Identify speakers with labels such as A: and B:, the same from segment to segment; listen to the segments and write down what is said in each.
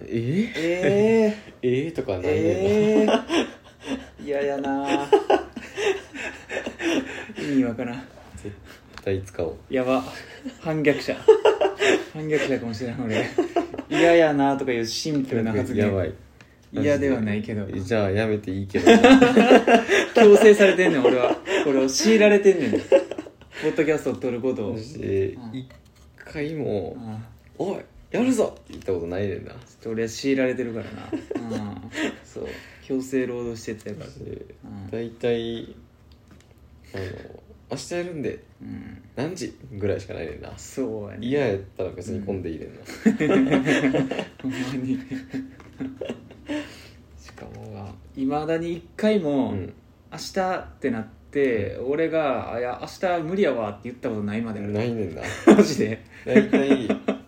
A: え
B: え
A: ー、えー、とかない
B: ー、
A: ねん
B: えー、嫌やな意味わからん
A: な絶対使おう
B: やば反逆者反逆者かもしれない俺嫌やなとかいうシンプルな発言
A: やばい
B: 嫌ではないけど
A: じゃあやめていいけどな
B: 強制されてんねん俺はこれを強いられてんねんポッドキャストを撮ることを
A: 私
B: うん
A: 一回
B: う
A: も
B: ん
A: 「おいやるぞ!」って言ったことないねんな
B: ちょっと俺は強いられてるからな、うん、
A: そう
B: 強制労働してたから、うん
A: 大体あの「明日やるんで
B: うん、
A: 何時?」ぐらいしかないねんな
B: そうやね
A: 嫌やったら別に混んでいいねんな、
B: ほんまに
A: しかも
B: いまだに一回
A: な
B: も、
A: うん
B: 明日ってなって、俺が「あいや明日無理やわ」って言ったことないまである
A: ないねんな
B: マジで
A: 大体でなんか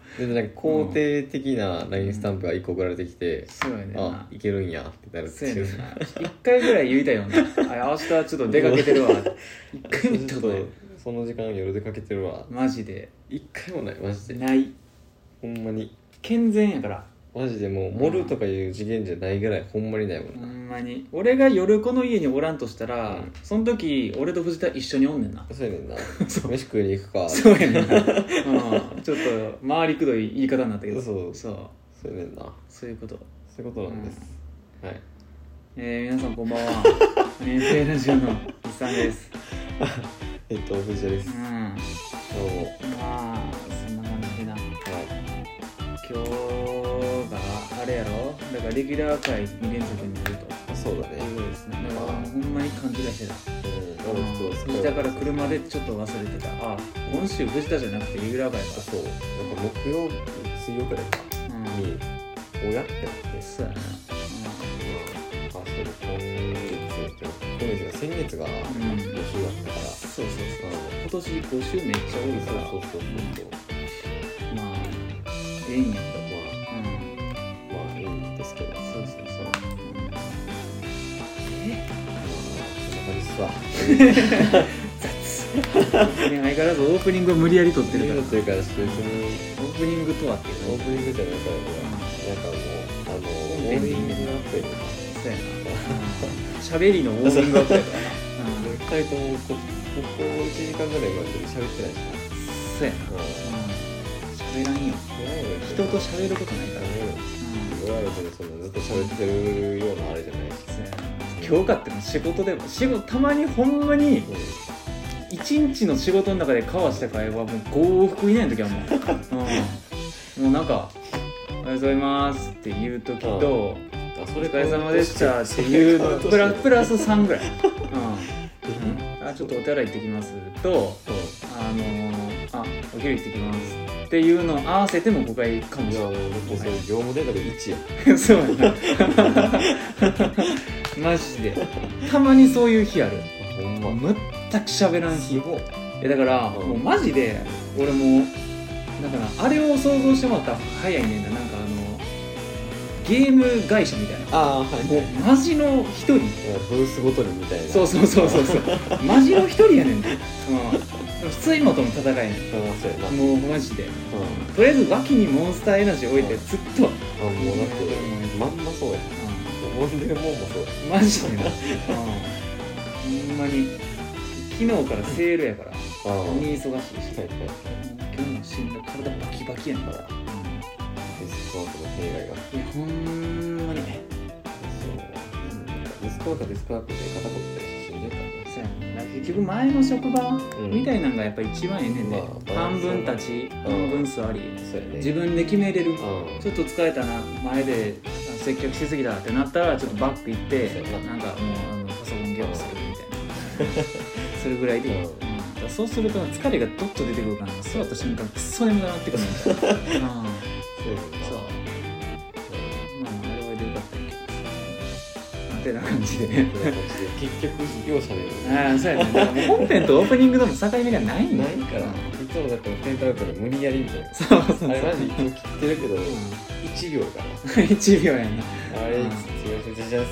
A: 肯定的な LINE スタンプが1個送られてきて
B: そうやねん
A: 「あ
B: な
A: いけるんや」ってなるって
B: そうや
A: い
B: ね
A: うん
B: な一回ぐらい言いたいよな「あいや明日ちょっと出かけてるわ」一回も言ったことない
A: その時間夜出かけてるわ
B: マジで
A: 一回もないマジで
B: ない
A: ほんまに
B: 健全やから
A: マジでもう盛るとかいう次元じゃないぐらいほんまにないもん
B: ほ
A: な、
B: んまに俺が夜この家におらんとした
A: う
B: ら、
A: ん
B: その時俺と藤田一緒におんねんな
A: そうやねんな飯食いに行くか
B: そうやね んな、うん、ちょっと回りくどい言い方になったけど
A: そう
B: そう
A: そうやねんな
B: そういうこと
A: そういうことなんです、はい
B: えー、皆さんこんばん は免税ラジオの一さんです
A: えっと藤田で
B: う
A: す
B: んま
A: どうもは
B: あそんな感じでな今
A: い
B: 日があれやろだからレギュラー回2連続になると
A: そうだね
B: いうことですねだからほんまに勘違いしてた
A: うんそうそう
B: 藤田から車でちょっと忘れてたあ今週藤田じゃなくてレギュラー回か
A: そうなんか木曜日水曜日ぐらいか
B: うん
A: に親ってなって
B: そうやな
A: あそう今月と今月が先月が
B: うん
A: 募集だったから、
B: そうそうそう今年5週めっちゃ
A: そう
B: 多いから
A: そうそうそうそう
B: まあええんやけど
A: ま
B: うん
A: あまあいいんですけどまあ
B: そうそうそう。え
A: そんな感じっすわ
B: 相変わらずオープニングを無理やり撮って
A: と
B: るから。
A: い
B: オ
A: うというか別に
B: ープニングとはっていう
A: オー
B: ね。
A: プニングじゃないからこれなんかもうあのオープニングアップやね
B: そうやな。喋 りのオープニングアップやからな。うん
A: んな2人ともこここ1時間ぐらいまで喋ってないしな
B: そうやな。
A: うん
B: うん喋らんよ。人と喋ることないから。
A: うん俺ら別にそんなずっと喋ってるようなあれじゃないし
B: そうやな今日かっても仕事でも仕事たまにほんまに一日の仕事の中で交わした会話もう5往復以内の時はもう、うん、もうなんか「おはようございます」っていう時と、
A: あ
B: お
A: それ
B: 疲れ様でしたっていうのプラプラス3ぐらい、うん、あちょっとお手洗い行ってきますとあのー、あお昼行ってきますっていうのを合わせても5回かも
A: い
B: し
A: やもうだってそれ業務データで1や
B: れない そうやな マジでたまにそういう日ある
A: ほんま
B: 全く喋らん日
A: すごい
B: えだから、
A: うん
B: もうマジで俺もだからあれを想像してもらったら早いねんななんかあのゲーム会社みたいな
A: ああはい
B: もうマジの一人
A: ブースごとにみたいな
B: そう
A: そ
B: そうそうそうそうマジの一人やねんで、うん、普通のとの戦いやね
A: うやなうんん
B: もうマジで
A: あ
B: とりあえず脇にモンスターエナジー置いて
A: うん
B: ずっと、うん、
A: もうだってまんまそうや思んでるもんもそうや
B: マジでな、うん、ほんまに昨日からセールやから
A: ああは
B: 鬼
A: い
B: 忙しいし、
A: はい
B: 今日も死んだ体バキバキやねんから、う
A: ディスコードの弊害が
B: ん、いやほんまに
A: そうディスコードディスコードで肩こったりして死んでたから
B: そうやねんな結局前の職場
A: うん
B: みたいなんがやっぱ一番ええねんで、
A: まあ
B: 半分立ち半分座り、
A: そうやね
B: 自分で決めれる、
A: うん
B: ちょっと疲れたな前であ接客しすぎたってなったらちょっとバック行って
A: そうやな
B: なんかもうあのパソコンゲームするみたいな それぐらいでいい、
A: うん
B: うんだからそうすると疲れがどっと出てくるから座った瞬間クソ眠くなってくるみたいな、う
A: そ
B: ん、
A: うやな
B: そう
A: うん
B: まああれはでよかったんやけどまあてな感じ
A: そ
B: で
A: んな感じで結局容 赦ねえの
B: ああそうやねだからもう本編とオープニングとの境目がないんだ
A: ないからいつもだからペンタウクル無理やりみたいな
B: そうそうそ う
A: あれマジい つも切ってるけど
B: う
A: 1秒かな
B: ん1秒やな
A: あれいつ強じゃんす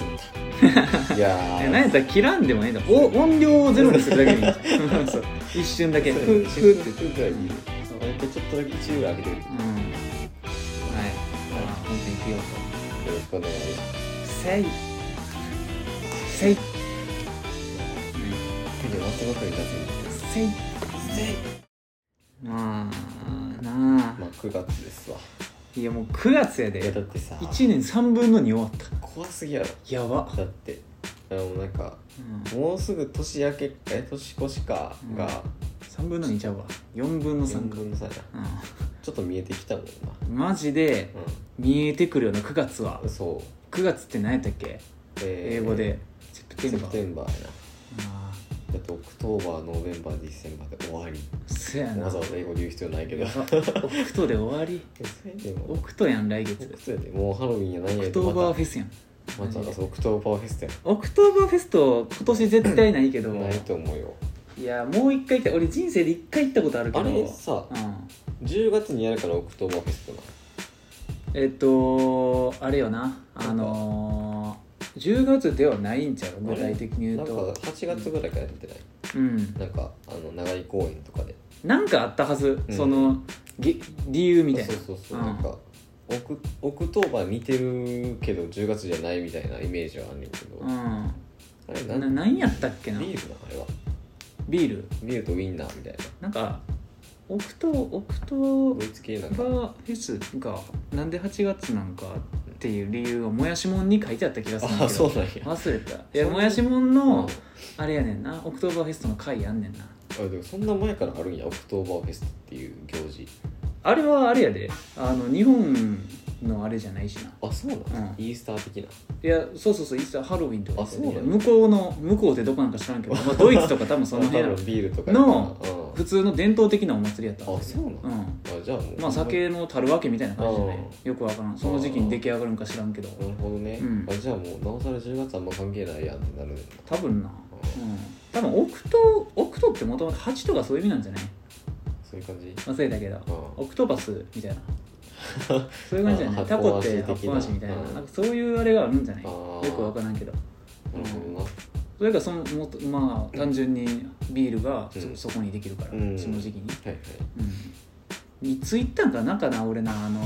A: っていや
B: え
A: ー
B: 何やったら切らんでもいいんだお音量をゼロにするだけでいいん だ一瞬だけ
A: そう
B: ふふって
A: ふぐらいいい
B: そう
A: 俺ってちょっとだけ1秒開けてる
B: うんはいだからほんきよう
A: よろしくお願いします
B: とせいせい
A: 手で松葉に出すんです
B: せい
A: ぜ
B: まあなあ
A: まあ9月ですわ
B: いやもう9月や
A: いや
B: で
A: だってさ
B: 1年3分の2終わった
A: 怖すぎやろ
B: やば、
A: だってあのなんか
B: うん、
A: もうすぐ年明けえ年越しかが
B: 3分の2ちゃうわ4分の
A: 3
B: 3か、
A: 分の3やなちょっと見えてきたもんな
B: うん、マジで見えてくるよな9月は
A: うんそう
B: 9月って何やったっけ英
A: えー
B: 語でセプテ
A: セ
B: ン
A: プ
B: バー
A: テンバーやな
B: あ
A: だってオクトーバーノーベンバーディセンバーで終わり
B: あそやな
A: わざわざ英語で言う必要ないけど
B: やばオクトで終わり
A: でも
B: オクトやん来
A: オ
B: 月
A: クトやでもうハロウィンや何
B: オ
A: や
B: ク
A: と
B: トーバー
A: ま
B: フェスやん
A: たまただそうオクトーバーフェスや
B: オクトーバーフェスト今年絶対ないけど
A: ないと思うよ
B: いやもう一回行って俺人生で一回行ったことあるけ
A: あ
B: ど
A: れさ
B: うん
A: 10月にやるからオクトーバーフェストな
B: えっとあれよなあのー、10月ではないんちゃう具体的に言
A: な
B: うん
A: か
B: と
A: 8月ぐらいからやってない
B: うん
A: なんかあの長居公園とかで
B: なんかあったはず、
A: うん
B: そのげ理由みたいな
A: そうそうそう、
B: うん
A: なんかオクオクトーバー似てるけど10月じゃないみたいなイメージはあんねんけど、あれ
B: う
A: なん
B: なん何やったっけな
A: ビールなあれは
B: ビール
A: ビールとウインナーみたいな
B: なんかオクトオクト
A: ドイツ系なん
B: バ
A: か
B: ーフェスがなんで8月なんかっていう理由をもやしもんに書いてあった気がするんだ
A: あ
B: け
A: そ
B: ど
A: うなんや
B: 忘れたい
A: そ
B: や
A: んな
B: もやしもん
A: うん
B: のあれやねんなオクトーバーフェストの会やんねんな
A: あでもそんな前からあるんやオクトーバーフェストっていう行事
B: あれはあれやであの日本のあれじゃないしな
A: あそうなん、
B: うん
A: イースター的ない
B: やそうそうそういつハロウィンとか
A: あそうなの
B: 向こうの向こうってどこなんか知らんけど、まあ、ドイツとか多分その辺やろ
A: あビールとか
B: の
A: やから
B: 普通の伝統的なお祭りやった
A: うんあそうなん、
B: うん
A: あじゃあもう
B: まあ酒のたるわけみたいな感じじゃないよくわからんその時期に出来上がるんか知らんけど
A: なるほどね、
B: うん
A: あじゃあもうなおさら10月あんま関係ないやんってなるねんだ
B: 多分なうん多分オクトオクトってもともと8とかそういう意味なんじゃない
A: そういう感じ
B: 忘れたけど
A: う
B: オクトパス みたいなそういう感じじゃない
A: あ
B: タコって
A: 発
B: 発
A: 泡味的な
B: 泡味みたいな
A: うん
B: なんかそういうあれがあるんじゃない
A: あ
B: よ
A: ー
B: くわからんけど
A: なるほどな
B: それかそのもっとまあ単純にビールが
A: うん
B: そそこにできるから
A: うん
B: その時期に
A: はいはい
B: うんいつ行ったんかなんかな俺なあの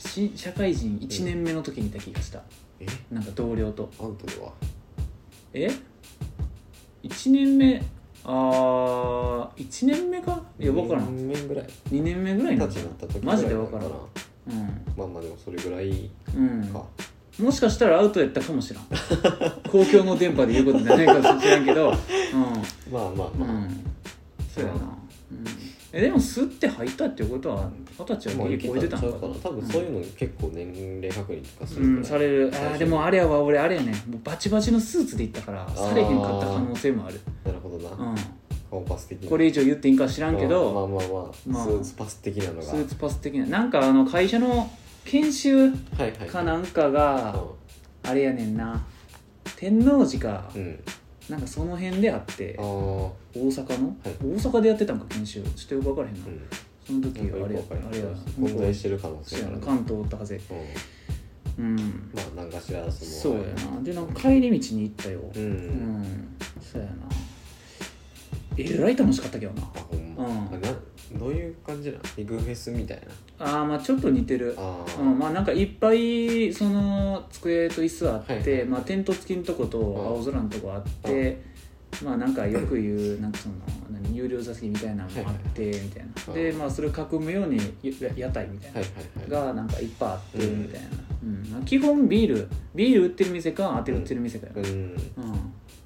B: ー新社会人1年目の時にいた気がした
A: え
B: なんか同僚と
A: アウトでは
B: え1年目あ1年目かいや分からん
A: 何年ぐらい
B: 2年目ぐらい
A: 二
B: な
A: 十歳に
B: のか
A: なった時ぐ
B: マジで
A: わ
B: 分からん
A: まあまあでもそれぐらい
B: うん、
A: か、
B: うん、もしかしたらアウトやったかもしらん 公共の電波で言うことじゃないかもしれんけど
A: まあまあ
B: うん、う
A: まあ、
B: ん、そうやな、うん、えでも吸って入ったっていうことは二十歳
A: ま
B: は
A: あ
B: ギ
A: い
B: リ
A: け
B: 超えてた
A: んちゃ
B: の
A: う
B: か
A: か
B: な
A: な多分そういうの結構年齢確認とかする
B: う
A: から、
B: ん、される
A: 最
B: あ
A: 初
B: ーでもあれやわ俺あれやねもうバチバチのスーツで行ったから
A: ー
B: されへんかった可能性もある
A: なるほどな、
B: う
A: 顔パス的
B: ん、
A: な
B: これ以上言っていいんか知らんけど、
A: まあまあまあ、
B: まあ
A: スーツパス的なのが
B: スーツパス的ななんかあの会社の研修
A: はいはい
B: かなんかがあれやねんな天王寺か
A: うん、うん、
B: なんかその辺であって
A: ああ
B: 大阪の
A: はい
B: 大阪でやってたんか研修ちょっとよく分からへんな
A: うん
B: その時はあれ
A: なんか
B: や
A: よくわ
B: あれや
A: かります
B: 向
A: 混
B: こ
A: 在
B: う
A: してる可能性
B: そう
A: があ
B: や
A: る
B: な
A: な
B: 関東おったはず
A: うん
B: うん
A: まあ何かしらその
B: そうやなでなんか帰り道に行ったよ
A: うん、
B: うんそうやなえらい楽しかったけどな
A: あほんま、
B: うん
A: あなどういう感じなのリグフェスみたいな
B: ああまあちょっと似てる
A: ああ、
B: うん、まあなんかいっぱいその机と椅子あって、
A: はいはい
B: まあ、テント付きのとこと青空のとこあって、まあなんかよく言う なんかその何有料座席みたいなのもあってみたいな、
A: はい
B: でまあそれを囲むようにや屋台みたい
A: はい
B: な、
A: はいはい
B: がなんかいっぱいあってみたいな、うんまあ基本ビールビール売ってる店か当てる売ってる店かよ、
A: う
B: うん
A: ん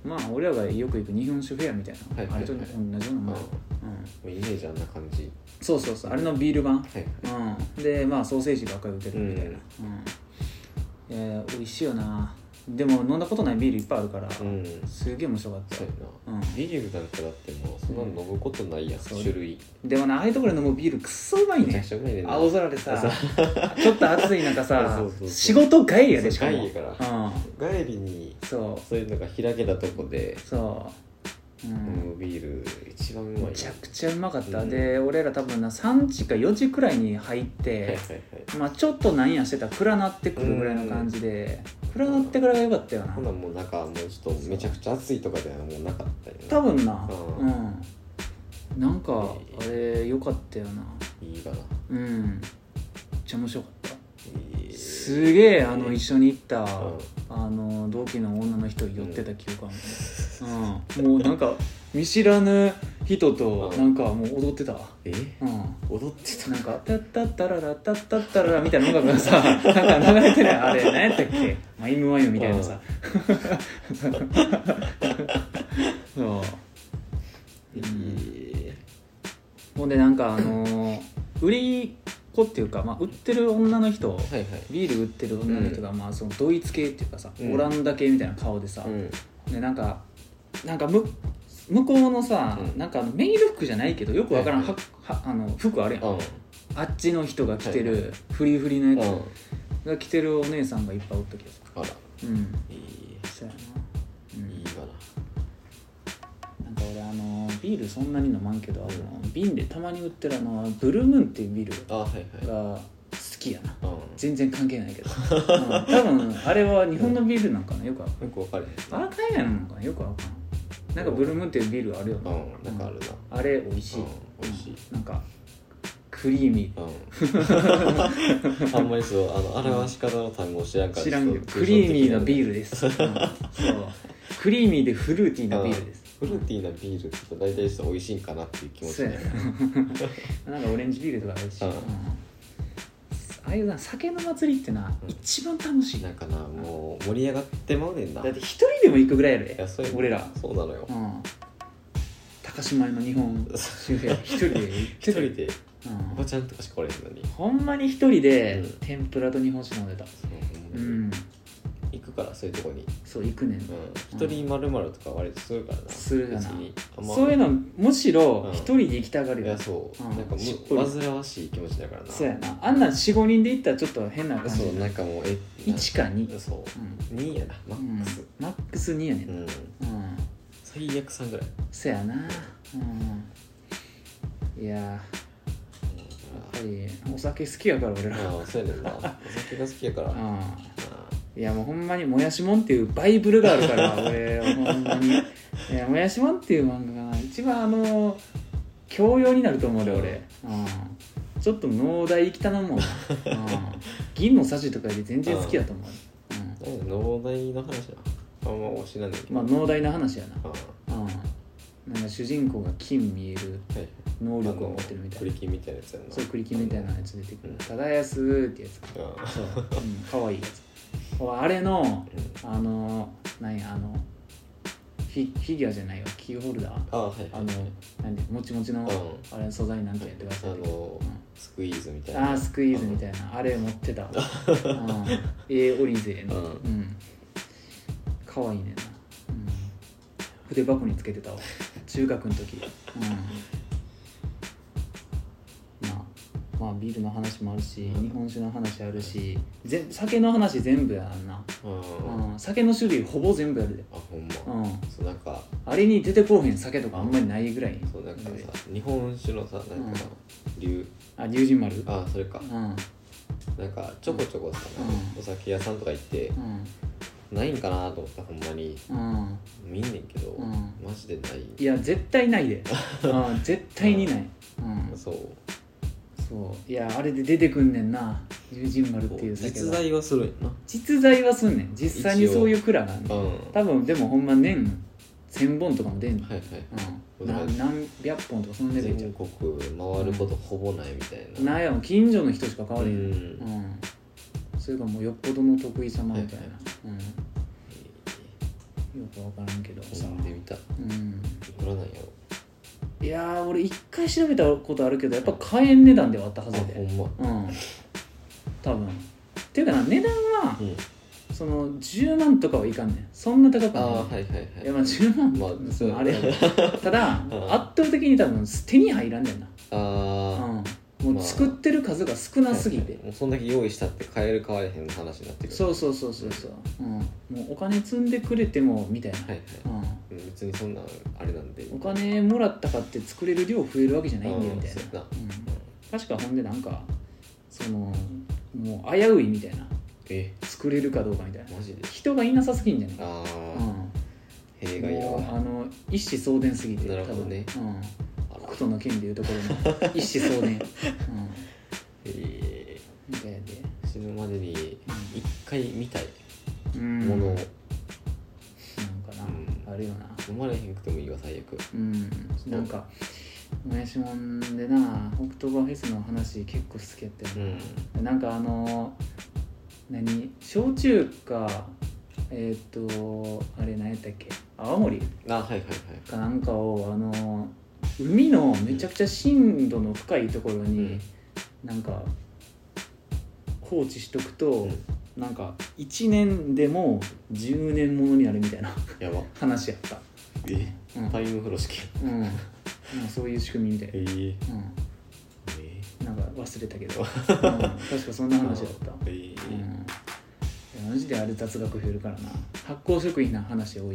B: まあ俺らがよく行く日本酒フェアみたい
A: は
B: な、
A: いはいはい
B: あれと同じようなも
A: ま
B: ん
A: あ
B: や、うん、
A: イメージあんな感じ
B: そうそうそうあれのビール版
A: はいはい
B: うん、でまあソーセージばっかり売ってるみたいな、うんえー、美味しいよなでも飲んだことないビールいっぱいあるから、
A: うん
B: すげえ面白かった
A: そう
B: よ
A: やな、
B: うん
A: ビールなんかだってもうそんなの飲むことないやん、
B: そう
A: 種類
B: でもなああいうところで飲むビールくっそうまい
A: めちゃくちゃ
B: ね
A: うまいねんな
B: 青空でさちょっと暑い中さ
A: そうそうそう
B: 仕事帰りやでし
A: そ
B: か
A: う
B: も
A: 外やから
B: うん、
A: 帰りに
B: そ
A: そういうのが開けたとこで
B: うそう、うん
A: 飲むビール一番うまいよ
B: めちゃくちゃうまかった、
A: うん
B: で俺ら多分な3時か4時くらいに入って、
A: はいはいはい
B: まあ、ちょっとなんやしてたら暗なってくるぐらいの感じで、暗なってからが良かったよな
A: ほなもうなんかもうちょっとめちゃくちゃ暑いとかではもうなかったよな
B: 多分な
A: う
B: うんんなんか
A: いい
B: あれ良かったよない
A: いかな
B: うんめっちゃ面白かった
A: いい
B: すげえあの
A: うん
B: 一緒に行った、
A: ん
B: あの同期の女の人寄ってた記憶あ るの、うんもうなんか見知らぬ人と
A: うん
B: なんかもう踊ってた、
A: え
B: うん、
A: 踊ってた
B: なんか「タッタッタララタッタッタララ」みたいな音楽がさなんか流れてないあれ何やったっけマイムマイムみたいなさ そう
A: ええ
B: ほんでなんかあのー売り子っていうか、まあ、売ってる女の人、
A: はいはい
B: ビール売ってる女の人が、まあ、そのドイツ系っていうかさ、
A: うん
B: オランダ系みたいな顔でさ、
A: うん
B: でなんかなんかむ向こうのさ、
A: うん
B: なんかあのメイド服じゃないけどよくわからん、
A: はい
B: ははあの服あるやん、
A: うん
B: あっちの人が着て
A: はい
B: るフリフリの
A: う
B: や
A: ん
B: つが着てるお姉さんがいっぱいおったけどさ
A: あら
B: うん
A: いい
B: そうやな、
A: いいわな
B: うん、なんか俺あのビールそんなに飲まんけど、あの瓶でたまに売ってるあのブルームーンっていうビール
A: あはいはい
B: が好きやな
A: うん
B: 全然関係ないけど、うん多分あれは日本のビールなんかなよくわか
A: よく分かれへん
B: んあれ海外なのかなよくわからんなんかブルームーンっていうビールあるよな、
A: うんなんかあるな
B: あれ美味しい、
A: うん美味しい
B: なんかクリーミ
A: うん あんまりそうあの表し方の単語を知らんか
B: ー
A: ら
B: 知らんけ
A: ちょ
B: ど
A: っと
B: クリーミーな
A: ー
B: ビールです、うんそうクリーミーでフルーティーなビールです
A: フルーティーなビールって言うと大体ちょっと美味しいんかなっていう 気持ち
B: そう
A: に
B: や
A: なる
B: ななんかオレンジビールとかあるし、
A: うん
B: うんああいうな酒の祭りってな、
A: うん
B: 一番楽しい
A: な
B: だ
A: んかなもう盛り上がってまうねんな
B: って一人でも行くぐらいやろ
A: いやそうやねん
B: 俺ら
A: そうなのよ
B: うん高島屋の日本周辺一人で行って
A: 一
B: た
A: 人で
B: うん
A: おばちゃんとかしかおれへんのに
B: ほんまに一人で
A: うん
B: 天ぷらと日本酒飲んでた
A: そう
B: う
A: ほんまに
B: ん
A: 行くからそういうとこに
B: そう行くねん
A: うん一人まるまるとか割とするからな
B: するよな
A: 別にあんま
B: そういうのむしろ
A: うん
B: 一人で行きたがる
A: い
B: よ
A: やそう
B: うん
A: なんか
B: しっぽり
A: む煩わしい気持ちだからな
B: そうやなあんなん45人で行ったらちょっと変な感じ
A: そう
B: な
A: なんかもうえ
B: 1か2
A: そう
B: うん
A: 2やなマ
B: うん
A: ックス
B: マックス2やねん
A: う
B: うん
A: ん最悪3ぐらい
B: そやなうんいやーやっぱりお酒好きやから俺ら
A: ああそうやねんなお酒が好きやからあ
B: うん
A: あ
B: いやもうほんまに「もやしもん」っていうバイブルがあるから俺ほんまに「いやもやしもん」っていう漫画が一番あの教養になると思うで俺、うん、ちょっと農大行きたなもん、うん、銀のサジとかより全然好きだと思う、
A: なんか農大の話なあんま推しなんだけ
B: う
A: ど
B: ん、まあ農大の話や
A: あ
B: な,、うん、なんか主人公が金見える
A: あはい
B: 能力を持ってるみたいな
A: あの栗木みたいなやつやんな
B: そう栗木みたいなやつ出てくる
A: うん
B: 忠康ってやつ
A: ああ
B: そう、うん、かわいいやつ俺あれの
A: うん
B: あのなんやあのフィフィギュアじゃないよキーホルダー
A: ああはいはい
B: あのなんでもちもちの
A: う
B: あれ素材なんてやってくだ
A: あ
B: さい
A: のスクイーズみたいな
B: あースクイーズみたいなあれ持って たうんええオリゼの
A: うん
B: うんかわいいねんな、うん、筆箱につけて たわ中学の時うんまあまあビールの話もあるし日本酒の話あるしぜ酒の話全部やんな、
A: うんあ
B: うん、酒の種類ほぼ全部やるで
A: ほん
B: う
A: ま
B: ん
A: そうなんか
B: あれに出てこうへん酒とかあんまりないぐらい
A: そうなんかさ日本酒のさなんかさ流
B: あ龍神丸
A: ああそれか
B: うん
A: なんかちょこちょこさ
B: うん
A: お酒屋さんとか行ってないんかなと思ったほんまに
B: うんうん
A: 見んねんけど
B: うん
A: マジでない
B: いや絶対な いでうん絶対にない、うん、
A: そう
B: そういやあれで出てくんねんな龍神丸っていう酒
A: 実
B: が
A: 在はするんやな
B: 実在はすんねん実際にそういう蔵があんねん
A: うん
B: 多分でもほんま年1000本とかも出んねん、
A: はいはい
B: うん、な何百本とかそんなレベルちゃ
A: 全国回ることほぼないみたいうな
B: なんやもう近所の人しか買わ
A: う
B: れへん、うんん、それがもうよっぽどの得意様みたいな、うん、よく分からんけどさ
A: 飲、んでみたい
B: うん、
A: くらなんやろ
B: いやー俺一回調べたことあるけどやっぱ買えん値段ではあったは
A: あ
B: ずや
A: ほ
B: で
A: んま
B: うん多分っていうかな値段は
A: うん
B: その10万とかはいかんねんそんな高く
A: あ
B: な
A: あ
B: い
A: はいはいはい
B: いやまあ10万
A: まあ
B: うん
A: そう
B: あれやけどただ圧
A: ん
B: 倒的に多分手に入らんねんな、
A: あ
B: うん、も
A: ま
B: う
A: あ
B: 作ってる数が少
A: あ
B: なすぎて、
A: もうそんだけ用意したって買える買われへんの話になってくる
B: そうそうそうそうそう、うん、もうお金積んでくれてもみたいな、
A: はいはいうん別にそんなんあれなんで
B: うん、お金もらったかって作れる量増えるわけじゃないんだよ
A: うん
B: みたい
A: そうや
B: な
A: な、
B: うん、確かほんでなんかそのもう危ういみたいな
A: え
B: 作れるかどうかみたいな
A: マジで
B: 人がいなさすぎんじゃない
A: あ
B: う
A: あ
B: ん
A: 弊害や
B: もうあ
A: わ
B: の一子相伝すぎて
A: なるほどね
B: 多分うん
A: あら
B: 北斗の剣でいうところの一子相伝、うん、
A: え
B: みたいで
A: ー死ぬまでに一回見たい
B: うん
A: ものを
B: なんかな、あるよな
A: 飲まれへんくてもいいわ最悪
B: うんなんかもやしもんでなオクトーバーフェスの話結構好きやって
A: うん
B: なんかあの何焼酎かえっ、とあれ何やったっけ泡盛
A: あはいはいはい
B: かなんかをあの海のめちゃくちゃ深度の深いところ
A: うん
B: になんか放置しとくと、
A: うん
B: なんか1年でも10年ものになるみたいな
A: やば
B: 話やった、
A: え
B: うん
A: タイム風呂式
B: うん、なんかそういう仕組みみたい
A: え、ー、
B: う
A: え
B: ん、なんか忘れたけど、うん、確かそんな話だった
A: えー
B: うんいやマジであれ雑学増えるからな発酵食品の話多い、うん、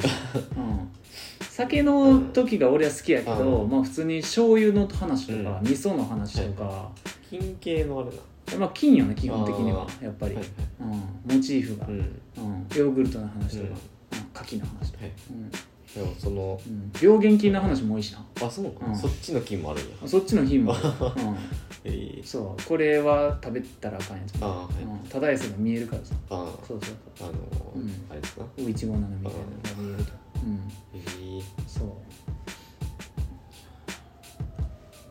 B: 酒の時が俺は好きやけど、
A: う
B: まあ普通に醤油の話とか、
A: うん
B: 味噌の話とか、
A: 金系のあれな
B: まあ金よね基本的には
A: あ
B: やっぱり、
A: はい
B: うん、モチーフが、
A: う
B: うん
A: ん
B: ヨーグルトの話とか、
A: うん
B: うん牡蠣の話とか、
A: はい
B: うん
A: でもその
B: うん病原菌の話も多いしな
A: あそうなの、
B: うん
A: そっちの金もあるんや
B: そっちの 品も、うん、
A: えー、
B: そうこれは食べたらあかんやつ、
A: あはい、
B: うん、ただやつが見えるからさ
A: あ
B: そうそう
A: あのー
B: うん
A: あれですな
B: そうおいちごなのみたいなのが見えるとうん
A: えー、
B: そう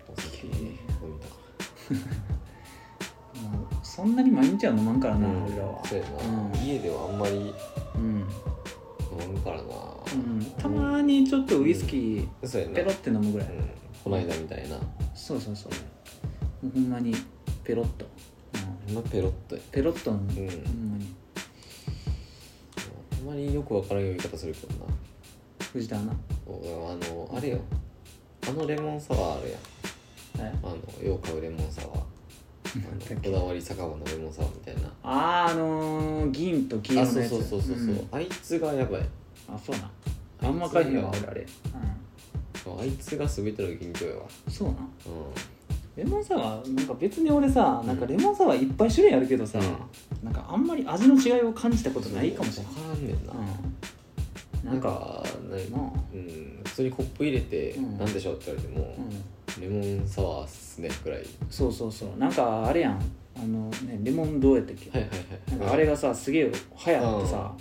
A: お酒飲みたか
B: もうそんなに毎日は飲まんから
A: う
B: な、
A: ん
B: 俺らは
A: そうやな、
B: うん
A: 家ではあんまり
B: うん、
A: 飲むからな、
B: うん、たまにちょっとウイスキー
A: そうやな
B: ペロって飲むぐらい、
A: うん、こないだみたいな
B: そうそうそうもうほんまにペロッと、うん、
A: ほんまペロッとや
B: ペロッと飲む、
A: うん
B: ほ
A: あ
B: んまに
A: んまりよくわからん読み方するけどな
B: 藤田アナ
A: おあのあれよあのレモンサワーあるやん
B: え
A: あのよう買うレモンサワー
B: なん
A: あの
B: だっけ
A: こだわり酒場のレモンサワーみたいな
B: あーあのー、銀と黄色
A: あ
B: の
A: そう
B: やつ
A: そうそうそうそう、
B: ん
A: あいつがやばい
B: あそうなあんま買えへんわ俺あれ、
A: あいつが全ての銀杏やわ
B: うん、そうな
A: う
B: レモンサワーなんか別に俺さなんかレモンサワーいっぱい種類あるけどさ、
A: ん
B: なんかあんまり味の違いを感じたことないかもしれ
A: わ
B: ない
A: からんねんな、
B: うん、な
A: なんん
B: か、
A: かない
B: なあ
A: うん普通にコップ入れて
B: うん
A: なんでしょうって言われても、
B: うん、
A: レモンサワーっすねぐらい
B: そうそうそうなんかあれやんあのねレモンどうやったっけ、
A: はいはい
B: なん
A: はい
B: かあれがさすげえ流行ってさ、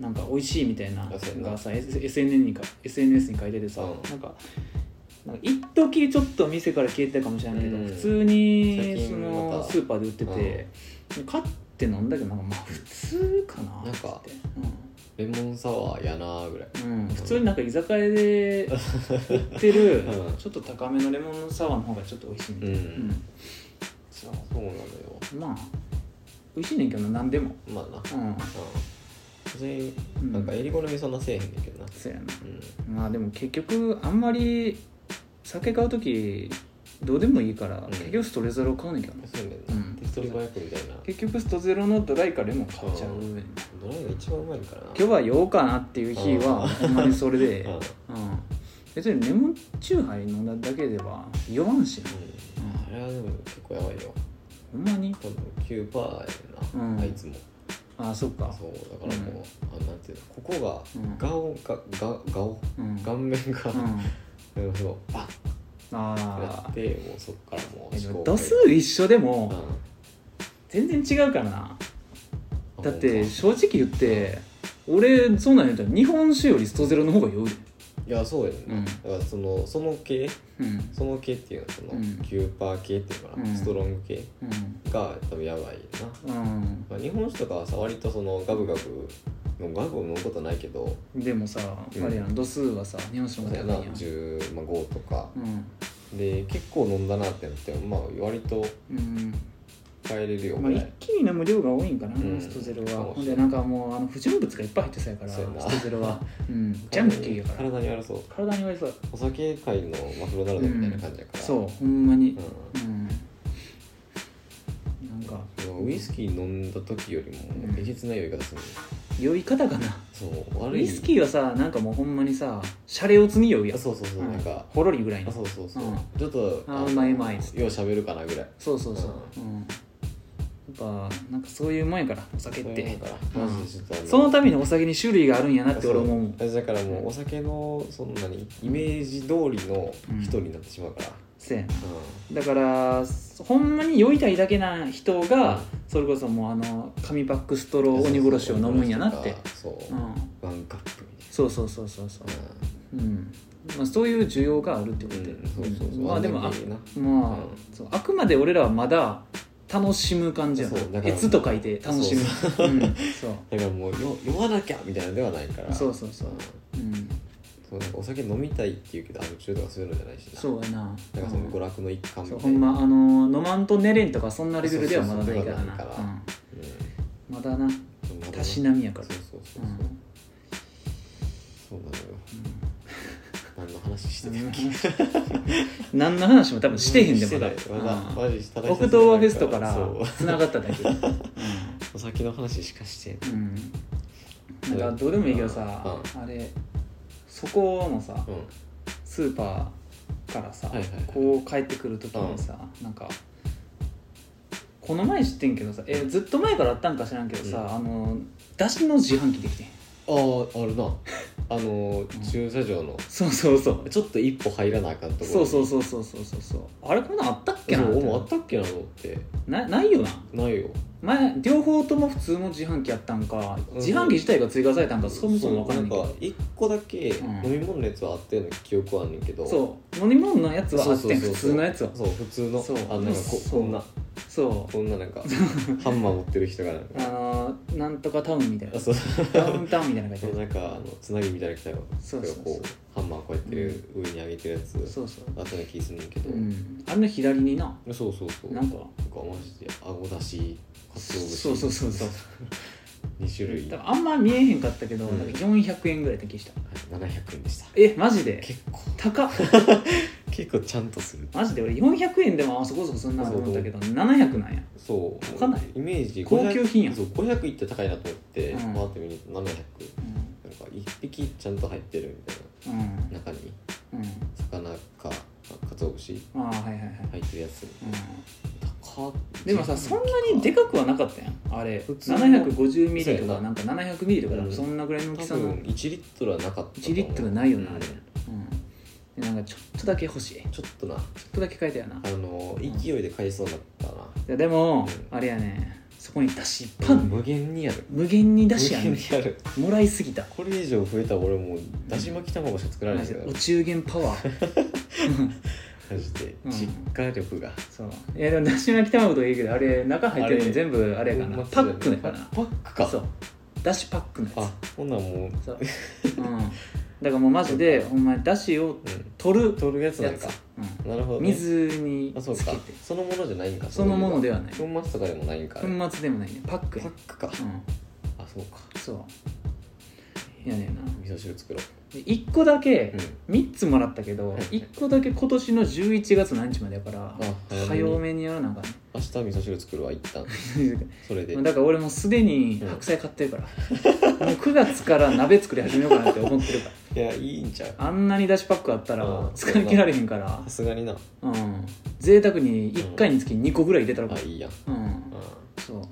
B: なんか美味しいみたいな
A: あそうやな
B: のがさ S- SNS にか SNS に書いててさ、
A: うん
B: なんかなんか一時ちょっと店から消えてたかもしれないけど、
A: うん
B: 普通に
A: 最
B: そ
A: 近また
B: のスーパーで売ってて、買って飲んだけどなんかまあ普通かな
A: なん
B: っつ
A: か
B: って、
A: レモンサワーやなーぐらい
B: うんうん普通になんか居酒屋で売ってる、
A: うん
B: ちょっと高めのレモンサワーの方がちょっと美味しいみた
A: う
B: い
A: ん、
B: な、うん
A: そうなのよ
B: まあ美味しいねんけどな何でも
A: まあな
B: うん
A: 別になんかえり好みそんなせえへんねんけどな
B: そうやな
A: うん
B: まあでも結局あんまり酒買う時どうでもいいから、
A: ん
B: 結局ストレゼロ買うねんけどな
A: そうやね
B: うんん
A: な手っ取り早くみたいな
B: 結局ストゼロのドライかレモン買っちゃう、
A: うん
B: 今
A: ドライが一番うまいからな
B: 日は酔おうかなっていう日はほんまにそれで、
A: うん
B: うん別にレモンチューハイ飲んだだけでは酔わんしな
A: うんあれはでも結構やばいよ
B: ほんまに
A: 多分9パーや
B: うん
A: なあいつも
B: ああそっか
A: そうだからもうあなんていうのここ
B: うん
A: が顔がが顔
B: うん、
A: 顔面が
B: うん、
A: うんそうバッてな
B: あ
A: っ
B: あ
A: てもうそっからもう思考
B: 度数一緒でも、全然違うからな
A: うん
B: だって正直言って俺そうなんやったら日本酒よりストゼロの方が酔うで
A: いやそうやね、
B: うん
A: だからそのその系
B: うん
A: その系っていうのはその
B: うん
A: キューパー系っていうのかな、
B: うん
A: ストロング系
B: う
A: が多分やばいな、
B: ん、
A: まあ、日本酒とかはさ割とそのガブガブもうガブ飲むことないけど
B: うん、でもさ、
A: うん
B: あれやん度数はさ日本酒の方が高いやん
A: 15、まあ、5とか
B: うん
A: で結構飲んだなってなってもまあ割と
B: うん
A: 帰れるよ
B: まあ、
A: ぐら
B: 一
A: い、
B: 気に飲む量が多いんかな、
A: うん
B: ストゼロ
A: か
B: は
A: もしれん
B: ほんでなんかもうあの不純物がいっぱい入ってそうやから
A: そうやな
B: ストゼロは、うん、ジャンキーやから
A: 体に悪そう
B: 体に悪そう
A: お酒界のマクドナルドみたいな感じやから、
B: そうほんまに
A: うん、
B: うん、なんか
A: でもウイスキー飲んだ時よりも
B: うん
A: えげつない酔い方する
B: 酔い方かな
A: そう悪
B: ウ
A: い
B: イスキーはさなんかもうほんまにさシャレを積みようや
A: あそうそうそう、
B: うん
A: なんか
B: ほろりぐらい
A: あ
B: の
A: そうそうそう、
B: うん
A: ちょっと
B: あ
A: の
B: うまいうまいっつって
A: よう喋るかなぐらい
B: そうそうそう、
A: う
B: うんやっぱなんかそういうもんやからお酒っ
A: そういうもんか
B: て
A: ら
B: うん
A: マジでちょっとあ
B: そのためにお酒に種類があるんやなって俺思うもん
A: そうだからもうお酒のその何イメージ通りの人になってしまうから、
B: せやなだからほんまに酔いたいだけな人がそれこそもうあの紙パックストロー鬼殺しを飲むんやなって
A: そう
B: う、ん、
A: ワンカップみ
B: そうそうそうそうそう
A: たいな、
B: うんまあ、そういう需要があるってことで、
A: うん、そうそうそう
B: まあでもあ
A: ワンカップいいな
B: まあ、
A: うん
B: そうあくまで俺らはまだ楽しむ感じやな
A: そうだから
B: 悦と書いて楽しむ
A: そう
B: うん、そう
A: だからもうよ酔わなきゃみたいなのではないから
B: そうそうそうんうん、
A: そうなんかお酒飲みたいっていうけどアル中とかそういうのじゃないしな
B: そうやな
A: だからその娯楽の一環み
B: そ
A: た
B: う
A: いな
B: ほんまあの飲まんと寝れんとかそんなレベルではまだないからな
A: そうそうそうそう
B: うんまだな
A: うん
B: たしなみやから
A: そうそうそううそうそう
B: ん
A: なのよ何の話してたっけ
B: うん何の話も多分してへんでまだ
A: してないまだ
B: うん
A: マジしただ
B: オクトーバーフェストか
A: そ
B: ら
A: う
B: つながっただけ
A: お酒の話しかして
B: うんうんなんかどうでもいいけどさあれそこのさ
A: うん
B: スーパーからさ
A: はいはいはい
B: こう帰ってくる時にさなんかこの前知ってんけどさえずっと前からあったんか知らんけど
A: うん
B: さあのだしの自販機できてん
A: あああるなあの
B: ん
A: 駐車場の
B: そうそうそう
A: ちょっと一歩入らなあかんところ
B: そうそう
A: う
B: そうそうそうそうそうあれこんなんあったっけ
A: そ
B: な
A: うお前あったっけなのって
B: なないよな
A: ないよ
B: 前両方とも普通の自販機やったんか
A: うん
B: 自販機自体が追加されたんかそもそも分からん
A: な
B: ねん
A: んか一個だけ
B: う
A: 飲み
B: ん
A: 物のやつはあったような記憶はあんねんけど
B: けどそう飲み物のやつはあってん
A: そうそうそう
B: 普通のやつは
A: そう普通の
B: そう
A: あのなんかこ
B: そう
A: こんな
B: そ
A: こんななんかハンマー持ってる人がなん
B: うあ
A: か
B: のーなんとかタウンみたい
A: あ
B: な
A: そう
B: ダウンタウンみたいなの書
A: そ
B: い
A: のな
B: てあ
A: ん
B: る
A: かあのつなぎみたいなの来たよ
B: そうそうそう
A: こうハンマーこうやってる、上に上げてるやつ
B: そうそ
A: あったような気するねんけ
B: う
A: ど、
B: うんあれの左にな
A: そうそうそう
B: なんか
A: なんかマジであごだしかつお節
B: そうそうそうそう
A: 2種類
B: 多
A: はい
B: 分あんま見えへんかったけど
A: うん
B: なんか400円ぐらいで消した
A: 700円でした
B: えマジで
A: 結構
B: 高っ
A: 結構ちゃんとする
B: マジで俺400円でもあそこそこそんなと思ったけど700なんや
A: そう
B: わかんない
A: イメージ
B: 高級品やん
A: そう500いって高いなと思って、
B: うん
A: 回ってみると700なんか1匹ちゃんと入ってるみたい
B: うんうん
A: な中に
B: うん
A: 魚かかつお節
B: ああはいはいはい、
A: 入ってるやつ
B: う
A: 高っ
B: ん、でもさそんなにでかくはなかったやんあれ
A: 普通の
B: 750ミリと
A: そう
B: か
A: やな
B: なんか700ミリとか
A: うん
B: そんなぐらいの大き
A: 多
B: さの
A: 分
B: 1
A: 1リットルはなかったと思う
B: リットルないよなあれ、
A: うん
B: うん、でなんかちょっとだけ欲しいちょ
A: ちょっとな
B: っとだけ書いたよな
A: あの勢いで買いそうだったない
B: やでも
A: う
B: あれやねそこに出汁いっぱいあんねん
A: 無限にある
B: 無限に
A: 無
B: 出汁や
A: 限
B: ね
A: にある
B: んもらいすぎた
A: これ以上増えたら俺もうだし巻き卵しか作られ
B: マ
A: ない
B: ジ
A: か
B: で
A: ら
B: お中元パ ワー
A: マジで
B: うん
A: 実家力が
B: そういやでもだし巻き卵とかいいけどあれ中入ってる
A: あ
B: の
A: れ
B: 全部あれやか
A: ほ
B: なん
A: ま
B: パックやから
A: パックか
B: なそうだしパックのや
A: あほんなんもう
B: つそう、うん、だからもうマジでほんまにだし
A: う
B: を
A: ん
B: 取る
A: 取るやつなんか
B: やう
A: なるほど
B: ん
A: ね
B: 水に
A: あ
B: つ
A: そう
B: け
A: か
B: て
A: そのものじゃないんか
B: そのもの
A: で
B: ではない
A: 粉末とかでもないんかあれ
B: 粉末でもないねパックや
A: パックか
B: うん
A: あそうか
B: そうやねんな
A: 味噌汁作ろう
B: で1個だけ
A: うん
B: 3つもらったけど
A: はいはい
B: 1個だけ今年の11月何日までやから
A: あ
B: 早めにやらなあかん
A: 明日味噌汁作るわ一旦
B: ね
A: それで
B: だから俺もうすでに白菜買ってるからもう9月から鍋作り始めようかなって思ってるか
A: いやいいんちゃう
B: らあんなにだしパックあった
A: う
B: ら
A: ん
B: 使い切られへんから
A: さすがにな
B: うん贅沢に1回につき2個ぐらい入れたら
A: あいいやん
B: うん
A: うん
B: そう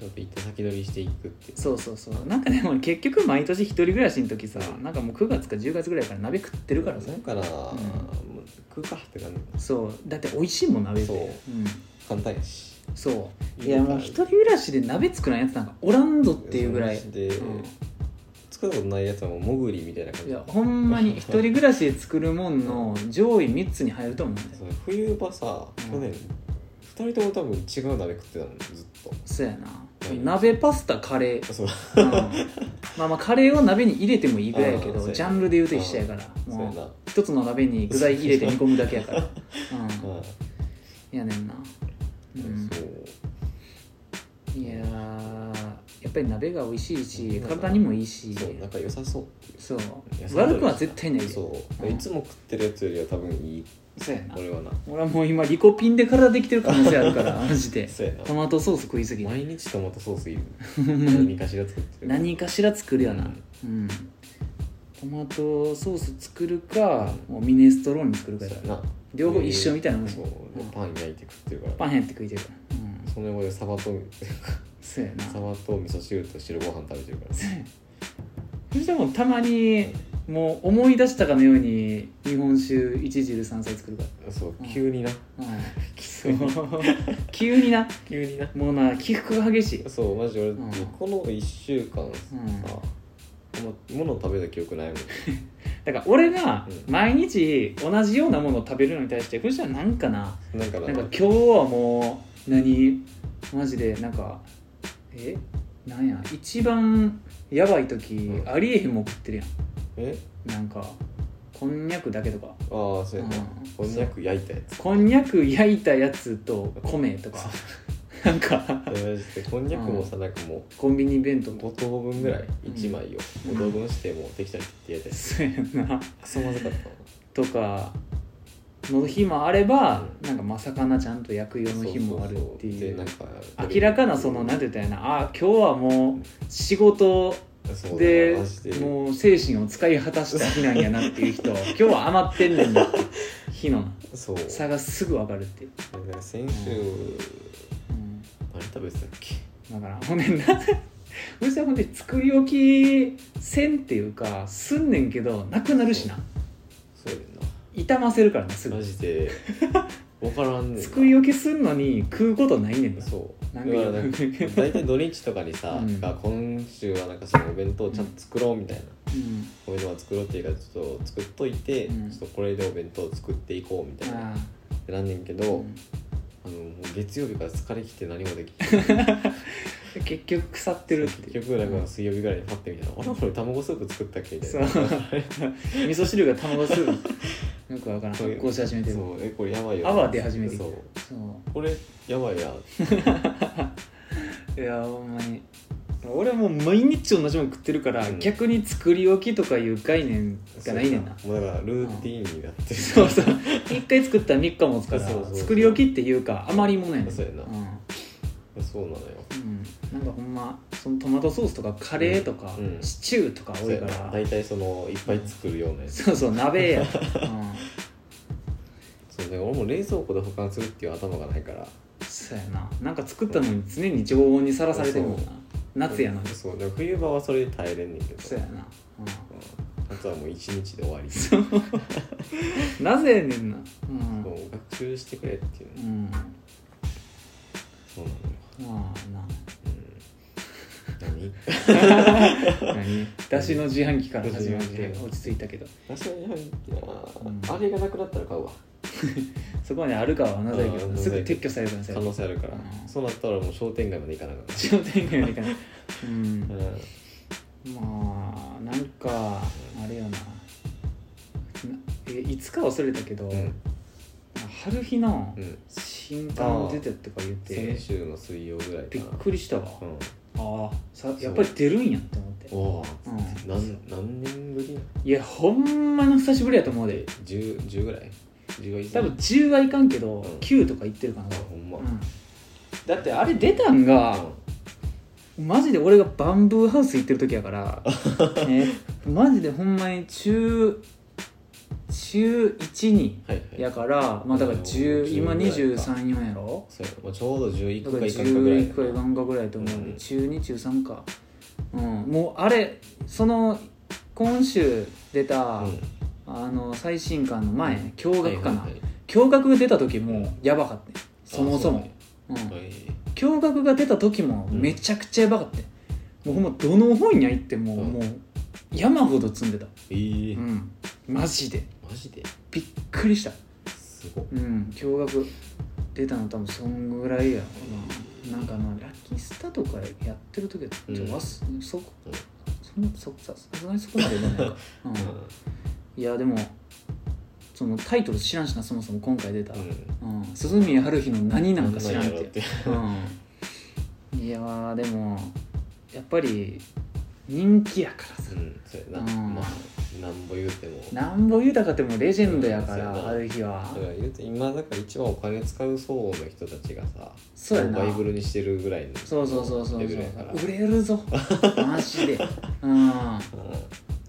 A: ちょっと一旦先取りしていくって
B: そうそうそうなんかでも結局毎年一人暮らしの時さ
A: うん
B: なんかもう9月か10月ぐらいから鍋食ってるからさ
A: なんかな、
B: ん
A: もう食うかって感じ
B: そうだって美味しいもん鍋って、
A: そうん簡単やし
B: そうい
A: いい
B: や
A: よ
B: もう一人暮らしで鍋作らんやつなんかおらんぞっていうぐらい、
A: その話で、
B: うん
A: 作ったことないやつはもうもぐりみたいな感
B: い
A: じ
B: やほんまに一人暮らしで作るもんの上位3つに入ると思うんだよ
A: そう冬場さ
B: うん
A: 去年、二人とも多分違う鍋食ってたもんずっ
B: そうやな
A: うん
B: 鍋パスタカレー
A: とそう
B: うん、まあまあカレーを鍋に入れてもいいぐらいやけ
A: あーそうや
B: ど
A: な
B: ジャンルで言うと一緒やから
A: そうや
B: も
A: な
B: う一つの鍋に具材入れて煮込むだけ やから、うん、いやねんな、う
A: うんん、、そう
B: いやーやっぱり鍋が美味しいし
A: うん
B: 体にもいいし
A: そうなんか良さそう
B: そう
A: 良さそう
B: 悪くは絶対ないでそ
A: そう、
B: うん
A: いつも食ってるやつよりは多分いいう
B: やな
A: 俺はな
B: 俺はもう今リコピンで体できてる可能性あ るからマジで
A: そうや
B: ト
A: な
B: マトソース食いすぎて
A: 毎日トマトソースいる
B: ほんまに
A: 何かしら作ってる
B: 何かしら作るよな
A: うん
B: うんトマトソース作るかもうミネストローネ作るか
A: そう
B: やか
A: や
B: ら
A: な
B: 両方一緒みたいなもん
A: そうでパン焼いて食ってるから
B: パンやって食いてるからうん
A: その横でサバと
B: そうやな
A: サバと味噌汁と白ご飯食べてるから
B: それでもたまにもう思い出したかのように日本酒一汁三菜作るか
A: そう
B: うん
A: 急にな、
B: ら、はい、
A: 急に
B: 急にな
A: 急にな
B: もうな起伏が激しい、
A: そうマジ俺、
B: うん
A: この1週間
B: う
A: さ、
B: ん、
A: もの食べた記憶ないもん
B: だから俺が
A: うん
B: 毎日同じようなものを食べるのに対して藤田なんかな
A: なんかな
B: なんか今日はもう何マジでなんかえなんや一番やばい時、
A: うん
B: ありえへんもん食ってるや
A: え
B: んなんかこんにゃくだけとか、
A: ああそうやな、
B: うん
A: こんにゃく焼いたやつ
B: こんにゃく焼いたやつと米とかなんか
A: マジでこんにゃくもさ、なんかも
B: コンビニ弁当
A: う
B: とか
A: 5等分ぐらい、
B: うん
A: 1枚を
B: うん
A: 5等分してもうできたりってやりたやつ
B: そうやな
A: クソまずかったな
B: とかの日もあれば、
A: う
B: なんかまさかなちゃんと焼く用の日もあるっていう
A: そうそうそうでなんか
B: 明らかなそのなんて言ったらいいなあ今日はもう仕事
A: そう
B: で
A: だなマジで
B: もう精神を使い果たした日なんやなって いう人今日は余ってんねんなって日の
A: そう
B: 差がすぐ分かるっていう、
A: なんか先週、
B: うん、
A: 何食べてたっけ
B: だからほんでなうちはほんで作り置きせんっていうかすんねんけどなくなるしな
A: そうやねん
B: 傷ませるからなす
A: なマ
B: ぐ
A: ジ でわからんねんな
B: 作り置きすんのに食うことないねんな
A: そう
B: な
A: だ
B: ん
A: か
B: で
A: ら なんか大体土日とかにさ、
B: うん
A: が今週はなんかそのお弁当ちゃんと作ろうみたいな、
B: うん
A: こういうのは作ろうっていうからちょっと作っといて、
B: うん
A: ちょっとこれでお弁当作っていこうみたいな
B: あ
A: ってなんねんけ
B: あ
A: ど、
B: うん
A: あのもう月曜日から疲れきって何もできない
B: 結局腐ってるっていう
A: 結局なんか水曜日ぐらいにパッてみたいな「あれこれ卵スープ作ったっけ?」みたい
B: そ
A: な
B: う味噌汁が卵 スープよくわからん
A: そ
B: 発
A: う
B: 酵し始めてる
A: そうえこれやばいよ
B: 泡出始めてきた
A: そう
B: そう
A: これやばいや
B: いやほんまに俺はもう毎日同じもの食ってるから、
A: うん
B: 逆に作り置きとかいう概念がないねんな
A: そうもうだからルーティーンになってる
B: そうそう一回作ったら3日持つから
A: そうそうそう
B: 作り置きっていうか余り物やねん
A: そうやな
B: う ん
A: そうなのよ
B: うんなんかほんまそのトマトソースとかカレーとか、
A: うんうん
B: シチューとか多いから、
A: そうやな大体そのいっぱい作るようなやつ
B: そうそう鍋 や、うん、
A: そうね俺も冷蔵庫で保管するっていう頭がないから
B: そうやななんか作ったのに常に常温にさらされてるもんな夏やのに
A: そうでも冬場はそれで耐えれんねんけど
B: そうやな、
A: うん夏はもう一日で終わりそ
B: うん、なぜやねんなうん
A: う学習してくれっていう
B: う
A: の
B: ん
A: そうなのよ
B: ま
A: うん何
B: あ な何だしの自販機から始まって落ち着いたけど
A: 確かに
B: うん
A: あれがなくなったら買うわ
B: そこまであるかはなぜやけ
A: う
B: ど
A: ん
B: すぐ撤去されるからさ
A: 可能性あるから
B: うん
A: そうなったらもう商店街まで行かなくなる
B: 商店 街みたいなうん
A: うん
B: まあなんかあれよななえいつか忘れたけど、
A: うん
B: 春日の
A: うん
B: 新刊出てとか言って
A: 先週の水曜ぐらいか
B: びっ
A: な
B: くりしたわ、
A: うん
B: ああさやっぱり出るんやって思って
A: おお
B: うん
A: 何何年ぶり
B: いやほんまの久しぶりやと思うで
A: 10, 10ぐらい10はいつ
B: 多分10はいかんけど、
A: うん
B: 9とかいってるかな
A: あ、ほんま、
B: うん
A: だって
B: あれ出たん
A: あ
B: が、マジで俺がバンブーハウス行ってる時やから、 ね、マジでほんまに中中1に
A: はいはい
B: やからまあだから10
A: うん
B: 今
A: 10
B: 234やろ
A: そうやまあ、ちょうど11個
B: だか
A: からいかんかぐらい
B: 11かいかんかぐらいと思う、
A: うん
B: 中2中3かうんもうあれその今週出た、
A: うん
B: あの最新刊の前驚愕かな、
A: はいはいはい
B: 驚愕が出た時もやばかったよそもそもう、
A: あそうなんや
B: ん、驚愕が出た時もめちゃくちゃやばかったよ、もうほんまどの本屋行っても、
A: うん
B: もう山ほど積んでた、
A: えーえー
B: うん、マジで
A: マジで
B: びっくりした
A: すごっ
B: うん驚愕出たの多分そんぐらいやろうななんかなラッキースタとかやってる時はちょっとわす、そこ
A: うん
B: そんそささすがにそこまで読 んないか、うんいやでもそのタイトル知らんしなそもそも今回出た、
A: うん
B: うん、鈴宮春日の何なんか知らんっ、
A: やろってて
B: うん、いやーでもやっぱり人気やからさ
A: うんそうやな
B: うん
A: まあなんぼ言うてもだ
B: なんぼ豊かでもレジェンドやか
A: そう
B: ら
A: やな
B: 春日は
A: から言うて今だから一番お金使う層の人たちがさ
B: そうやな
A: バイブルにしてるぐらいの
B: そうそうそうそうそう
A: レベルやから
B: 売れるぞマジで、うん、
A: うん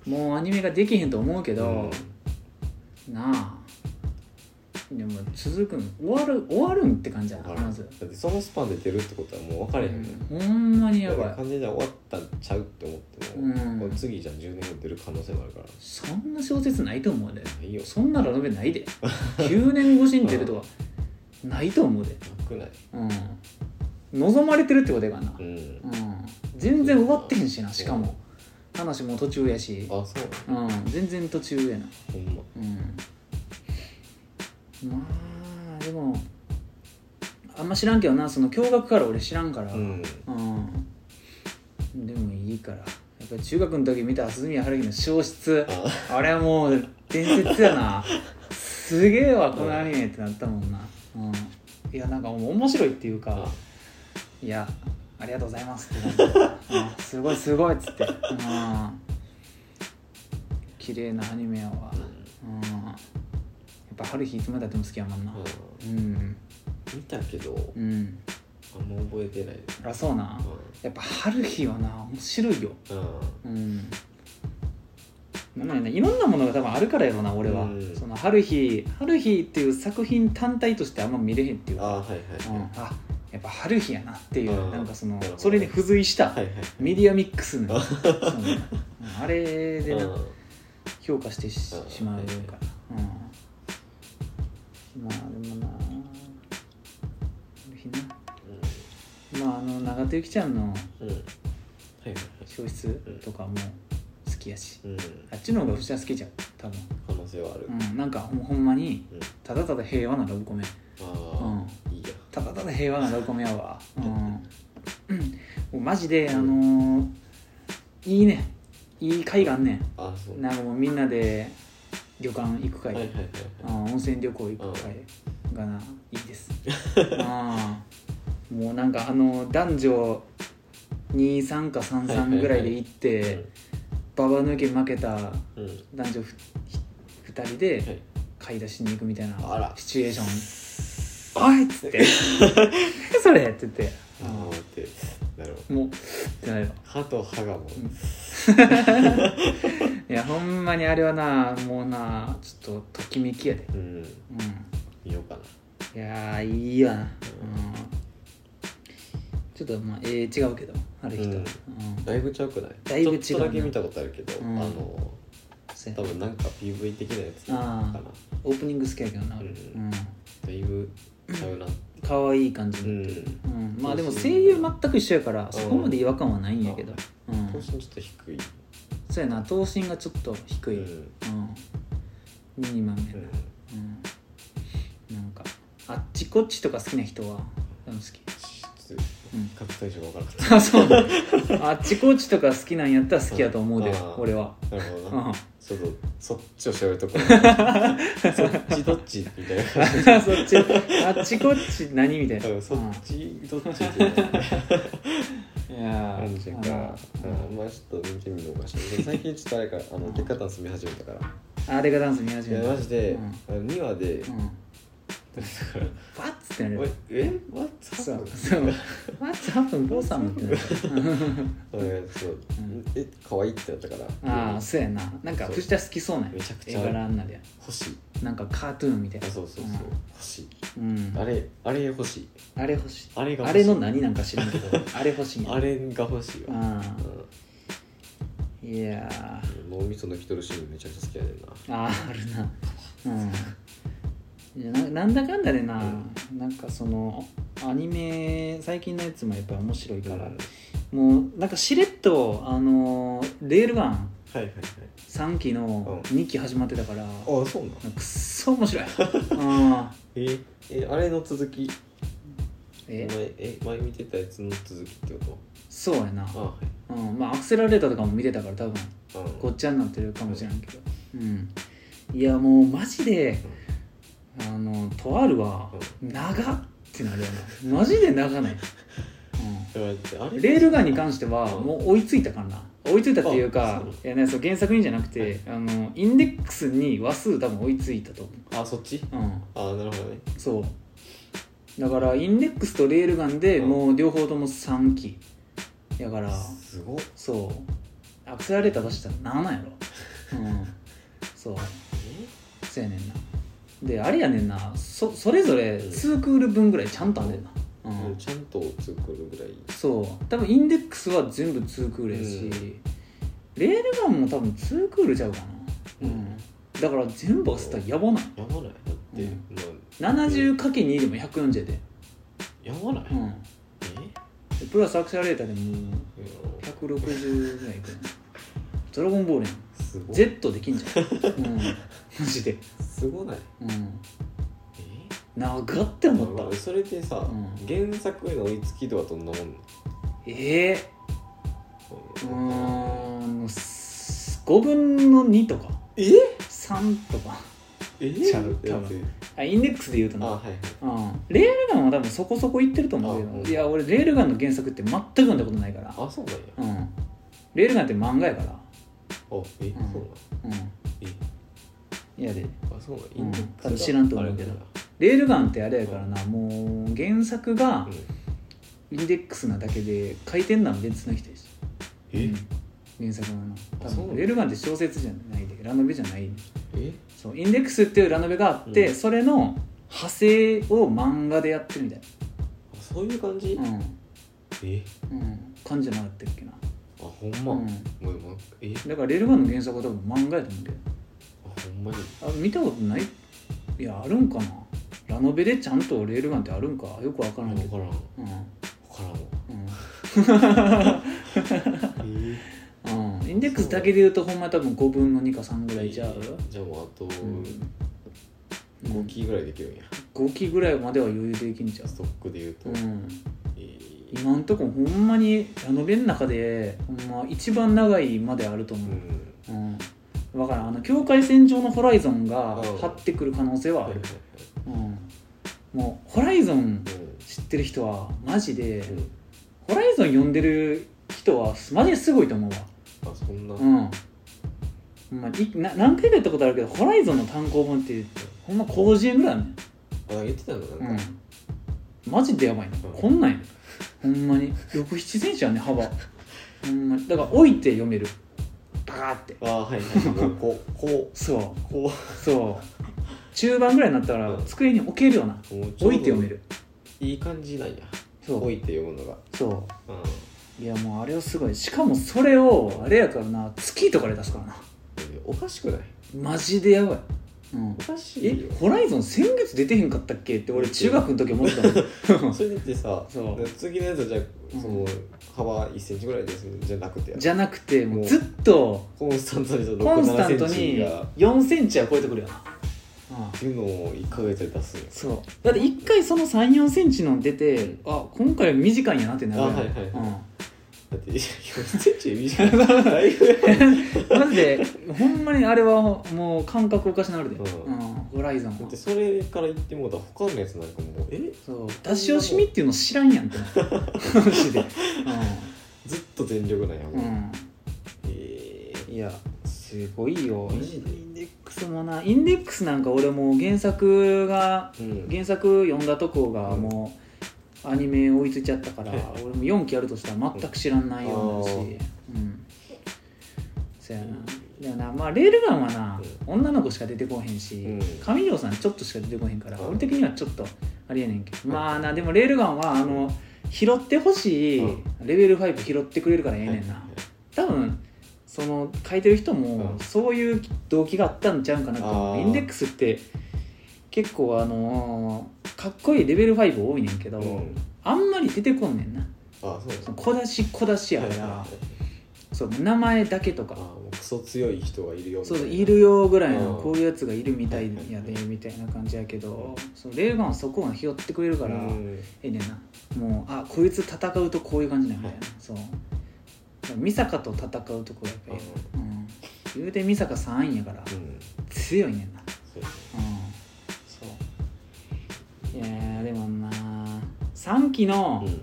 B: もうアニメができへんと思うけ
A: うん
B: ど、なあでも続くん終わる終わるんって感じやな
A: あら
B: まず
A: だってそのスパンで出るってことはもう分かれへんもん、
B: うんほんまにや
A: だか
B: ば
A: ら
B: い
A: 完全に終わったんちゃうって思っても、
B: うん
A: これ次じゃあ10年後出る可能性もあるから
B: そんな小説ないと思うで
A: ないよ
B: そんなラノベないで9年越しに出るとかないと思うで
A: なくない
B: うん望まれてるってことやからな
A: う、ん
B: うん、全然終わってへんしなしかも話も途中やし
A: あそう
B: うん全然途中やな
A: ほんま
B: うんまあでもあんま知らんけどなその驚愕から俺知らんから
A: うん
B: うんでもいいからやっぱり中学の時見た蓮見春樹の消失
A: あ
B: あれはもう伝説やなすげえわこのアニメってなったもんな、うん、いやなんかもう面白いっていうかいやありがとうございますって感じで、うんすごいすごいっつって、うん、綺麗なアニメやわ、うん、やっぱ春日いつまでたっても好きやもんな
A: うん
B: うん
A: 見たけど
B: うん
A: あんま覚えてないです
B: あそうなやっぱ春日はな面白いよ
A: うんうん
B: うんなんかねいろんなものが多分あるからやろな俺は、
A: うん
B: その春日春日っていう作品単体としてあんま見れへんっていう
A: あ
B: か
A: はいはい
B: うん、あやっぱ春日やなっていう、
A: うん
B: なんかその
A: なるほど
B: それに付随した、
A: はいはい
B: メディアミックスの
A: あ
B: そうねうんあれでな
A: うん
B: 評価してし
A: うん
B: しまうから、うん、まあでもな日なまああの長手ゆきちゃんの
A: うんうんはいはいはい
B: 消失とかも好きやし、
A: うん
B: あっちの方が藤田好きじゃん多分、
A: 可能性はある
B: うん、なんかほんほんまに
A: うん
B: ただただ平和なラブコメ
A: ああいいや
B: ただただ平和なラブコメやわ、うん、もうマジであのーいいねいい回があんねん
A: あそう
B: なんかもうみんなで旅館行く会、
A: はいはいはい
B: あー温泉旅行行く会がないいですあーもうなんかあの男女23か33ぐらいで行って、
A: はい
B: ババ抜け負けた
A: うんうん
B: 男女ふ2人で
A: はい
B: 買い出しに行くみたいな
A: あら
B: シチュエーショ ン「おい!」っつって「それ!」って言って
A: ああ待ってなるほど
B: もうってなるよ
A: 歯と歯がもう
B: いやほんまにあれはなもうなちょっとときめきやで
A: うん
B: うん
A: 見ようかない
B: やーいいよな、うん、ちょっとまあえー、違うけどある人、うん
A: うんだいぶちゃうくない
B: だいぶ違うな
A: ちょっとだけ見たことあるけど、
B: うん
A: あの
B: そうや
A: 多
B: な
A: 分なんか PV 的なやつかな
B: オープニング好きやけどな、
A: う
B: うんん
A: だいぶちゃうな
B: 可愛かわいい感じ
A: う
B: の、う
A: ん
B: んまあでも声優全く一緒やからそこまで違和感はないんやけど、うん
A: 等身ちょっと低い
B: そうやな頭身がちょっと低い、うん
A: うん
B: ミニマムや
A: う
B: な、
A: ん
B: うん、なんかあっちこっちとか好きな人は多分好き
A: ちょっ
B: うん
A: と格対象が分からなかっ
B: あ そうだあっちこっちとか好きなんやったら好きやと思うで、
A: うんあー
B: 俺は、
A: たなるほ
B: う
A: どな、
B: ん、
A: ちょっとそっちを調べるとこそっちどっちみたいな感じ
B: そっちあっちこっち何みたいな、
A: 多
B: う
A: 分
B: ん、
A: そっちどっちみたいない
B: や
A: 感じが
B: う
A: うんまあちょっと見てみようかしら最近ちょっとあれからあのデカダンス見始めたから
B: んあれがダンス見
A: い
B: 始め
A: や
B: た
A: マジで
B: うん、
A: あの2話で、
B: うん、バッツってな
A: おい
B: る
A: え What
B: そう
A: happened?
B: そうバッツハップンゴーさんってな
A: う
B: る
A: んそう
B: うん
A: え可愛いってなったから
B: ああそうやななんか藤田好きそうなんや
A: めちゃくちゃ
B: 絵柄になるや
A: 欲しい
B: んなんかカートゥーンみたい
A: あ
B: な
A: そうそうそう欲しい
B: うん、
A: あれあれ欲しい
B: あれ欲しい
A: あれが
B: あ
A: 欲し
B: れ
A: い
B: の何なんか知らん けどあれ欲しいんや
A: あれが欲しいわ
B: あーいやー
A: うん脳みそのきとるシーンめちゃくちゃ好きやねんな
B: あーあるなうんいやななんだかんだでな、なんかそのアニメ最近のやつもやっぱ面白いから、
A: うん
B: もうなんかしれっとあのレールガン
A: はいはいはい
B: 3期の
A: うん
B: 2期始まってたから、
A: ああそうなん
B: くっそ面白いうん
A: ええあれの続き前
B: え
A: え前見てたやつの続きってこ
B: そうやな
A: とあはい
B: うんまあアクセラレーターとかも見てたから多分
A: うん
B: ごっちゃになってるかもしれんけどうんいやもうマジであのとあるは長っってなるよなマジで長ない、
A: いやだってあ
B: う
A: れ
B: ん、レールガンに関してはもう追いついたからな追いついたっていう
A: あ
B: か
A: そう
B: いや、ね、そう原作にじゃなくて、
A: はい
B: あのインデックスに話数多分追いついたと思
A: あそっち
B: ううん
A: ああなるほどね
B: そうだからインデックスとレールガンで
A: うん
B: もう両方とも3期やから
A: すごっ
B: そうアクセラレーター出したらならないやろうんそう
A: え
B: そうやねんなであれやねんなそそれぞれ2クール分ぐらいちゃんとあんねんな、うん
A: うんちゃんと作るぐらい
B: そう多分インデックスは全部2クールやし、
A: うん
B: レールガンも多分2クールちゃうかな、う
A: うんん
B: だから全部合わせたらやばない
A: やばないだって、
B: うん
A: ま
B: 70×2 でも140やで、
A: あやばない、
B: うん、でプラスアクセラレーターでも
A: えいや
B: 160ぐらいいくやんドラゴンボールやん
A: すごい
B: Z できんじゃん、うん、マジで、
A: すごない
B: うん、
A: え
B: 長って思った、
A: それでさ、
B: うん
A: 原作への追いつき度はどんなもんな
B: ええう
A: の
B: ーん5分の2とか
A: え
B: 3とか
A: え
B: ちゃう多分あインデックスで言うと
A: あ
B: な
A: はいはい
B: うん、レールガンは多分そこそこいってると思うけど、
A: あうん
B: いや俺レールガンの原作って全く読んだことないから、
A: あそうなんや
B: うん、レールガンって漫画やから、
A: あえ、
B: ん
A: そうなん
B: う
A: え
B: ん、いやで
A: あそうなんイ
B: うん
A: ンデックスが
B: 多分知らんと思うけど
A: あれなん
B: レールガンってあれやからなもう原作が
A: や
B: インデックスなだけで書いてんのは別の人やし、
A: うん
B: う
A: え
B: ん原作のな多
A: あそうな
B: 分
A: の
B: レールガンって小説じゃないでラノベじゃない
A: え
B: そうインデックスっていうラノベがあって、
A: うん
B: それの派生を漫画でやってるみた
A: あ
B: い
A: そういう感じ
B: な、
A: え
B: うんうん、感じじゃなかったっけな、
A: あほんま
B: う
A: もう
B: ん
A: もうえ
B: だからレールガンの原作は多分漫画やと思うけど
A: あほんまに
B: あ見たことないいやあるんかなラノベでちゃんとレールガンってあるんかよくわからんけ
A: 分
B: ど
A: からん分
B: うん
A: からんわえ
B: うん、うん、インデックスだけで言うとほんま多分5分の2か3ぐらいじゃう、
A: じゃあもうあと
B: うん
A: 5期ぐらいできるんや
B: 5期ぐらいまでは余裕でいきんちゃ
A: ストックで言うと
B: う、うん、
A: えー
B: 今んとこほんまにラノベの中でほんま一番長いまであると
A: う
B: 思う、
A: ん
B: うん分からんあの境界線上のホライゾンが
A: うん
B: 張ってくる可能性はあ
A: はい
B: る
A: はい、
B: うん、もうホライゾン
A: はい
B: 知ってる人はマジで、
A: うんうん
B: ホライゾン読んでる人はマジですごいと思うわ
A: あそんな
B: うんほんまいな何回かやったことあるけどホライゾンの単行本ってほんま広辞苑ぐらいあんねん
A: あ言ってたのなんか、
B: うん、マジでやばいな、
A: うん
B: こんなんやほんまに67センチやね幅ほんまにだから置いて読めるバカーって
A: あはいはいもうこうこ
B: そう
A: うこ
B: うそう中盤ぐらいになったら机に置けるような
A: うもうちょう
B: 置
A: ど
B: いて読める
A: いい感じなんや
B: そ
A: 置
B: う
A: いて読むのが
B: そ
A: うん
B: ういやもうあれはすごいしかもそれをあれやからな月とかで出すからな
A: えおかしくない
B: マジでやばい、うん
A: お、かしい
B: え
A: よ
B: ホライゾン先月出てへんかったっけって俺中学の時思ってた もん
A: それだってさ
B: そう
A: 次のやつはじゃあ
B: うん
A: その幅1センチぐらいですねじゃなくてや
B: じゃなくてもうずっと
A: コンスタントにその
B: コンスタン
A: 6
B: ト
A: 7セン
B: に
A: チが
B: 4センチは超えてくるよな、うん
A: っていうのを1ヶ月で出すんや
B: そうだって1回その34センチの出てあ今回短いんやなってなるやん
A: あはいはいは
B: う
A: だって4センチ短いだいぶ
B: ん、マジでほんまにあれはもう感覚おかしなるで、
A: う
B: うん
A: ん
B: ホライゾ
A: だ
B: ン
A: っ
B: は
A: てそれから言ってもうたら他のやつなんかもうえ
B: そう出し惜しみっていうの知らんやんってなるマジで
A: ずっと全力なんや
B: う
A: もう、
B: ん、
A: え
B: うん、いやすごいよ
A: マジで
B: インデックスもなインデックスなんか俺もう原作が
A: ーうん
B: 原作読んだとこがもうアニメ追いついちゃったから、
A: はい
B: 俺も4期やるとしたら全く知らん内容だ
A: あ
B: しうんそやなだよなまあレールガンはな、女の子しか出てこへんし、
A: うん
B: 上條さんちょっとしか出てこへんから、
A: うん
B: 俺的にはちょっとありえねんけど、まあなでもレールガンはあの拾ってほしい、
A: うん
B: レベル5拾ってくれるからええねんな、多分その書いてる人も
A: うん
B: そういう動機があったんちゃうんかなと思う、
A: あー
B: インデックスって結構あのーかっこいいレベル5多いねんけど、
A: うん
B: あんまり出てこんねんな
A: あそう
B: その小出し小出しや
A: は
B: か
A: い
B: ら、
A: はいはい
B: そう名前だけと
A: あ
B: か
A: もうクソ強い人がいるよみた
B: そ
A: いうな
B: そういるよぐらいの
A: うん
B: こういうやつがいるみたいやで
A: はいはいは
B: みたいな感じやけどそうレールガンはそこは拾ってくれるから、
A: うん
B: ええねんなもうあこいつ戦うとこういう感じなんだよな、
A: は
B: そうだから美坂と戦うとこがやっぱり、うん、言うて美坂3位やから
A: うん
B: 強いねんな
A: そうやね
B: うんそういやーでもな3期の
A: うん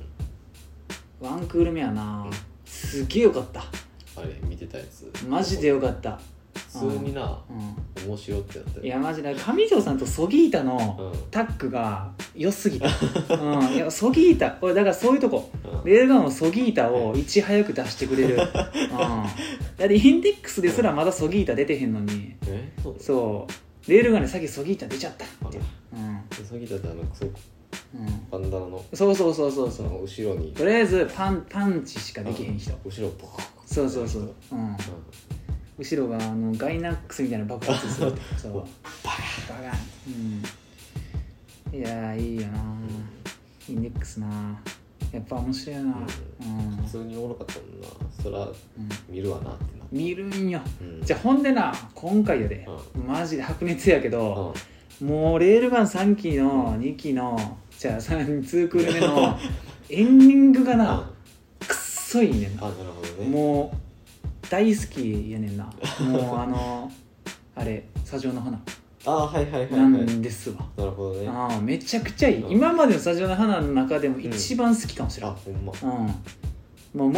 B: ワンクール目はな、
A: うん
B: すげえよかった
A: あれ見てたやつ
B: マジでよかった、
A: 普通にな
B: う
A: 面白ってやったよ
B: ん、いやマジで上条さんとソギータ
A: う
B: の
A: ん
B: タッグが良すぎた、うん、いやソギータ俺だからそういうとこ
A: うん
B: レールガンをソギータをいち早く出してくれ る、うん、だってインデックスですらまだソギータ出てへんのに
A: えそう
B: そうレールがねさっきそぎ板出ちゃったっていう、うん
A: さぎだってあのクソ
B: うん、
A: バンダナの
B: そうそうそうそう
A: そ
B: そう
A: の後ろに
B: とりあえずパンパンチしかできへん人
A: 後ろポコッ
B: そうそうそう、うん、後ろがあのガイナックスみたいな爆発するそうバカバカうんいやーいいよなインデックスなやっぱ面白いなうん、
A: うん普通におもろかったもんなそら
B: うん、
A: 見るわなってな
B: 見るんよ
A: うん
B: じゃあほんでな今回やで、マジで白熱やけど、
A: うん
B: もうレールガン3期の2期のじゃあ3 2クール目のエンディングが
A: あ
B: なくっそいいねんな
A: あなるほどね
B: もう大好きやねんなもう あのあれ「砂上の花
A: あはいはいは」いは
B: ないんですわ
A: なるほどね
B: ああめちゃくちゃいい
A: うん
B: 今までの「砂上の花」の中でも一番好きかもしれ
A: あ
B: ない
A: ほんま
B: うん、ま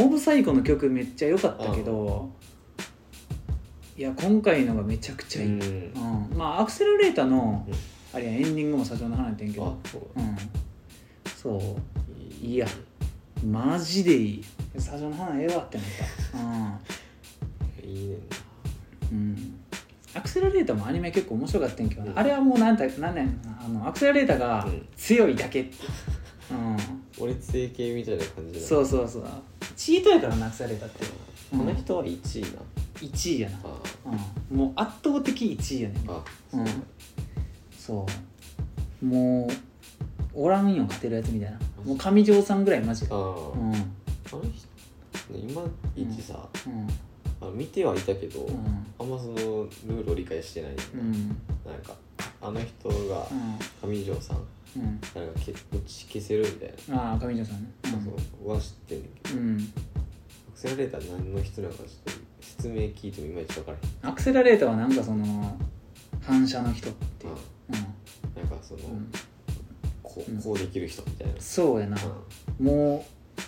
B: あ、モブサイコの曲めっちゃ良かったけどいや今回のがめちゃくちゃいい、
A: うん
B: うん、まあアクセラレーターの
A: うん
B: あれやエンディングも社長の花やってんけ
A: あ
B: ど
A: そう
B: うんそいや
A: いう
B: マジでいい社長の花ええわってなった
A: いねんな
B: うん、うん、アクセラレーターもアニメ結構面白かったんやけどな、
A: うん
B: あれはもうなんだなんなんやろなあのアクセラレーターが
A: うん
B: 強いだけってうん、
A: 俺整形みたいな感じだ
B: そうそうそうチートやからなアクセラレーターって
A: この人は1位な
B: 1位やな、
A: あ
B: うん、もう圧倒的1位やねん
A: あ
B: うんそうもうおらんよ勝てるやつみたいなもう上条さんぐらいマジで
A: あ
B: う
A: あ
B: んう
A: あの
B: ん
A: 人いまいちさ
B: う
A: あ見てはいたけど
B: ん
A: あんまそのルールを理解してない
B: うん
A: なんかあの人が
B: うん
A: 上条さん
B: うん
A: なんかけ打ち消せるみたいな
B: ああ上条さんね
A: そうは知ってんねんけど
B: うん、うん、
A: アクセラレーター何の人なのかちょっと説明聞いてもいまいち分からへん
B: アクセラレーターはなんかその反射の人っていう、う
A: あなんかその
B: んうん、
A: こ
B: うん
A: うこうできる人みたいな
B: そうやな
A: う
B: も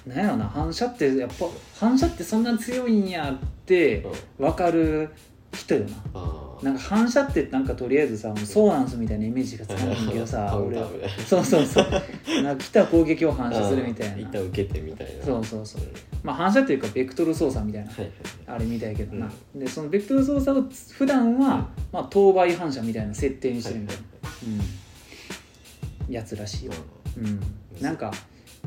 B: うなんやろな反射ってやっぱ反射ってそんな強いんやって
A: んうん
B: 分かる人よな
A: ああ
B: なんか反射ってなんかとりあえずさもうそうなんすみたいなイメージがつかないんだけど
A: カ
B: さ
A: ウン
B: 俺
A: ターみたいな
B: そうそうそうなんか来た攻撃を反射するみた
A: ああ
B: い
A: 一
B: な
A: 旦受けてみたいな
B: そうそうそうん
A: はい
B: まあ反射というかベクトル操作みたいな
A: はい
B: あれみたいけどな、でそのベクトル操作を普段は、まあ、等倍反射みたいな設定にし
A: は
B: て
A: い
B: る
A: はい
B: み
A: はい
B: たいな、うん、やつらしいよ、うん、
A: ん
B: なんか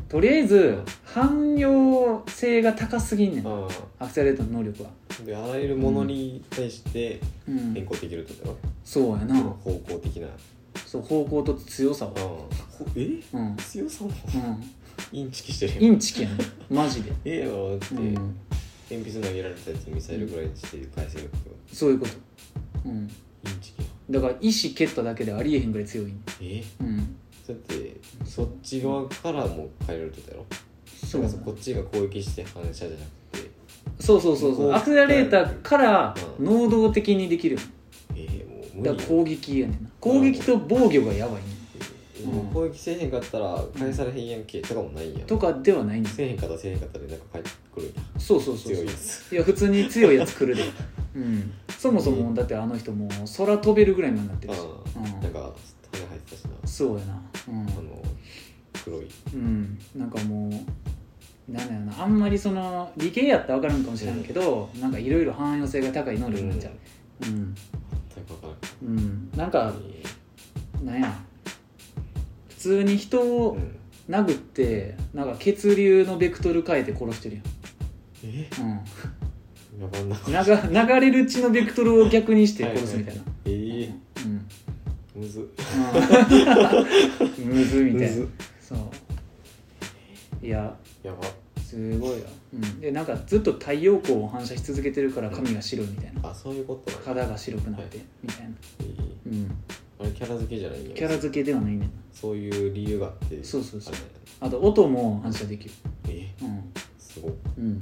B: とりあえず汎用性が高すぎんねん
A: うんあ
B: アクセラレーターの能力は、
A: あであらゆるものに対して
B: う
A: 変
B: ん、
A: 更できるってことだろ
B: そうや
A: そ
B: な、
A: の方向的な
B: そう方向と強さを
A: あ、あえ
B: うん
A: 強さも
B: う
A: インチキして
B: ん、
A: る
B: イ
A: やん
B: ンチキやんマジで、
A: ええよだって
B: うん、
A: 鉛筆投げられたやつミサイルぐらいにして返せるってこ
B: そういうこと、うん、
A: とインチキやん
B: だから意思蹴っただけでありえへんぐらい強い、
A: え
B: うん、
A: だってそっち側からも変えられてたやろ
B: そう
A: だからこっちが攻撃して反射じゃなくて
B: そうそうそうそうアクセラレーターから
A: うん
B: 能動的にできるよ
A: ええもう無理
B: だ
A: やん
B: から攻撃やねんな攻撃と防御がやばいね
A: えもう攻撃せえへんかったら返されへんやんけとかもないんや
B: んとかではないんです
A: せえへんかったらせえへんかったでなんか返ってくるんや
B: そうそうそう
A: 強
B: そう
A: い
B: い
A: やつ
B: や普通に強いやつ 来るで、うん、そもそもだってあの人もう空飛べるぐらいまでになって
A: あ
B: るし、
A: あなんか羽生えてたしな
B: うん、そうやな
A: あの黒い
B: うん、うん、なんかもうなんだよなあんまりその理系やったら分かるんかもしれんけど、なんかいろいろ汎用性が高い能力になっちゃううん、
A: 全く分からんか
B: うん、なんか
A: え
B: なんや普通に
A: え
B: 人
A: う
B: を
A: ん
B: 殴ってなんか血流のベクトル変えて殺してる
A: え
B: やん、うん
A: やばんな
B: 流、 流れる血のベクトルを逆にして殺すみたいな、
A: ええ
B: うん
A: むずっ
B: うん むずみた
A: む
B: いな
A: ず
B: そういや
A: やば
B: すごいわ、うん、でなんかずっと太陽光を反射し続けてるから髪が白いみたいな
A: あそういうことなんだ
B: 肌が白くなって
A: は
B: みたいな、
A: ええ
B: うん、
A: あれキャラ付けじゃないんや
B: キャラ付けではないねん
A: そういう理由があって
B: そうそうそう
A: あれ
B: あと音も反射できる
A: え
B: うん
A: すごっ
B: うん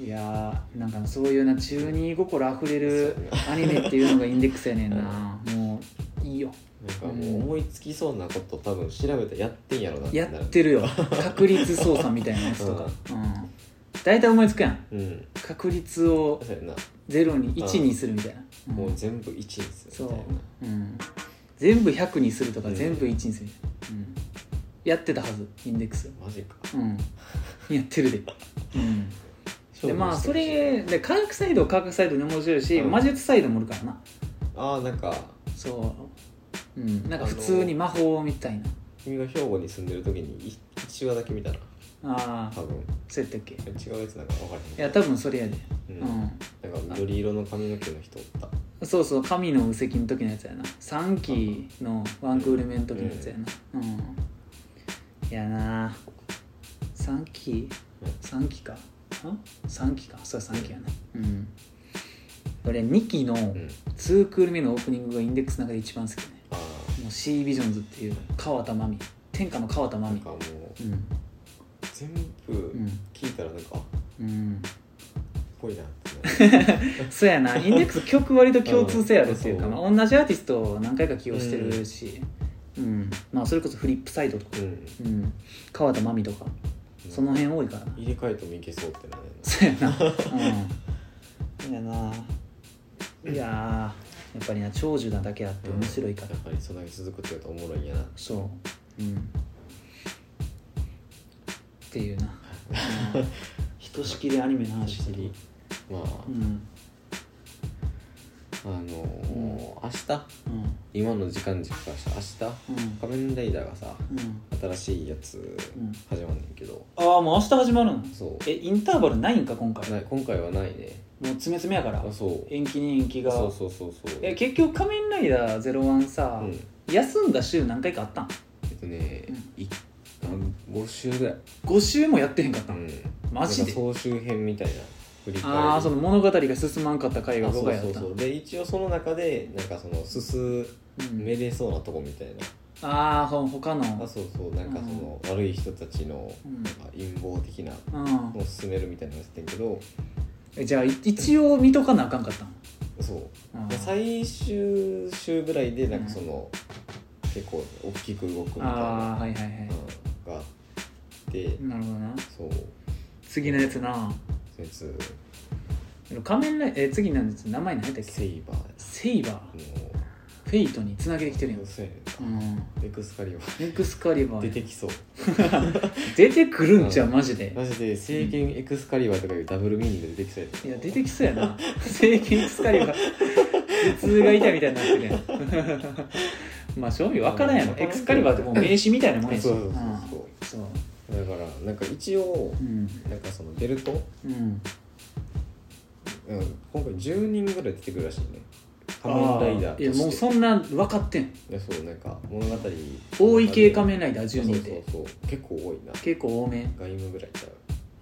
B: いやーなんかそういうな中二心あふれるアニメっていうのがインデックスやねんなもういいよ
A: なんかもう思いつきそうなこと多分調べたらやってんやろな
B: や
A: な
B: って るよ確率操作みたいなやつとか、うん、大体思いつくやん
A: うん
B: 確率を
A: そうやな、
B: 0に1にするみたいな、うん
A: もう全部1にする
B: そ
A: みたいな
B: う、うん、全部100にするとか
A: うん
B: 全部1にするみたいな、うん、やってたはずインデックス
A: マジか
B: うんやってるでうんでまあそれで科学サイドは科学サイドで面白いし、
A: うん
B: 魔術サイドもおるからな
A: ああなんか
B: そううんなんか普通に魔法みたいな
A: 君が兵庫に住んでる時にい一話だけ見たな
B: ああ
A: 多分
B: そうやったっけい
A: 違うやつなんか分か
B: や多分それやで
A: れへん
B: う、ん
A: なんか緑色の髪の毛の人おった
B: そうそう神の右石の時のやつやな3期のワンクール目の時のやつやなうん、いやな3期3期か3期かそう3期やなうん俺2期の
A: うん
B: 2クール目のオープニングがインデックスの中で一番好きね
A: あ
B: もう C ビジョンズっていう川田真美天下の川田
A: あ
B: 真
A: なん
B: 美
A: かもう
B: うん
A: 全
B: う
A: 部
B: ん
A: 聞いたらなんかあっ
B: うん
A: ぽいなってなる
B: そうやなインデックス曲割と共通性あるっていうか、
A: うん
B: まあ、同じアーティストを何回か起用してるし、うんまあ、それこそフリップサイドと か、
A: うん
B: うん、川田真美とかその辺多いからな
A: 入れ替えてもいけそうってなる
B: そうやな うんいやないやーやっぱりな長寿なだけあって面白いから
A: やっぱりそんだけ続くって言うとおもろいんやな
B: そううんっていう な、うん、ひとしきりアニメの話してる
A: まあ、
B: うん
A: あのー
B: うん
A: 明日
B: うん
A: 今の時間軸からしたら明
B: うん
A: 日仮面ライダーがさ
B: うん
A: 新しいやつ
B: うん
A: 始まんねんけど、
B: ああもう明日始まるの
A: そう
B: えインターバルないんか今回も
A: な今回はないね
B: う詰め詰めやから
A: あそう
B: 延期に延期が
A: そうそうそうそう
B: え結局「仮面ライダー01さ」
A: うん、
B: 休んだ週何回かあったん
A: えっとね、
B: うん
A: いあ5週ぐらい、
B: 5週もやってへんかった、
A: うんん、
B: マジで
A: なんか総集編みたいな振り返り
B: ああその物語が進まんかった回
A: あ
B: が
A: そ
B: 5
A: う
B: 回あ
A: そ
B: っ
A: う
B: た
A: そうで一応その中でなんかその進
B: うん
A: めれそうなとこみたいな、
B: ああその他
A: あ
B: の
A: そうそうなんかその悪い人たちの
B: うん
A: なんか陰謀的な
B: うん
A: のを進めるみたいなのやってんけど
B: えじゃあい一応見とかなあかんかったん
A: そう
B: あ
A: で
B: ー
A: 最終週ぐらいでなんかその、結構大きく動くみたい
B: あ
A: な
B: ーはいはいはい、
A: うんがあって、
B: なるほどな
A: そう
B: 次のやつな
A: そいつ
B: 仮面ライえ次のやつ名前何やったっ
A: セ
B: け
A: イバーや
B: セイバー
A: の
B: フェイトにつなげてきてるやん
A: そうやねんな
B: うん
A: エクスカリバー
B: エクスカリバー
A: 出
B: や
A: てきそう
B: 出てくるんじゃんマジで
A: マジで「聖剣エクスカリバー」とかいうダブルミーニングで出てきそう
B: い
A: やね
B: や
A: ん
B: 出てきそうやな整形エクスカリバー頭痛が痛いみたいになってるやん まあ正味分からんやろ
A: うん
B: エクスカリバーってもう名刺みたいなもん
A: あ
B: やし
A: そうそう
B: うん
A: そう
B: そう
A: そうだからなんか一応
B: うん
A: なんかそのベルト、
B: うん
A: うん、今回10人ぐらい出てくるらしいね仮面ライダー
B: あ
A: と
B: いやも
A: し
B: う
A: て
B: そんな分かってん
A: いやそうなんか物語
B: 多い系仮面ライダー10人って
A: そうそうそう結構多いな
B: 結構多め
A: 外務ぐらいちゃう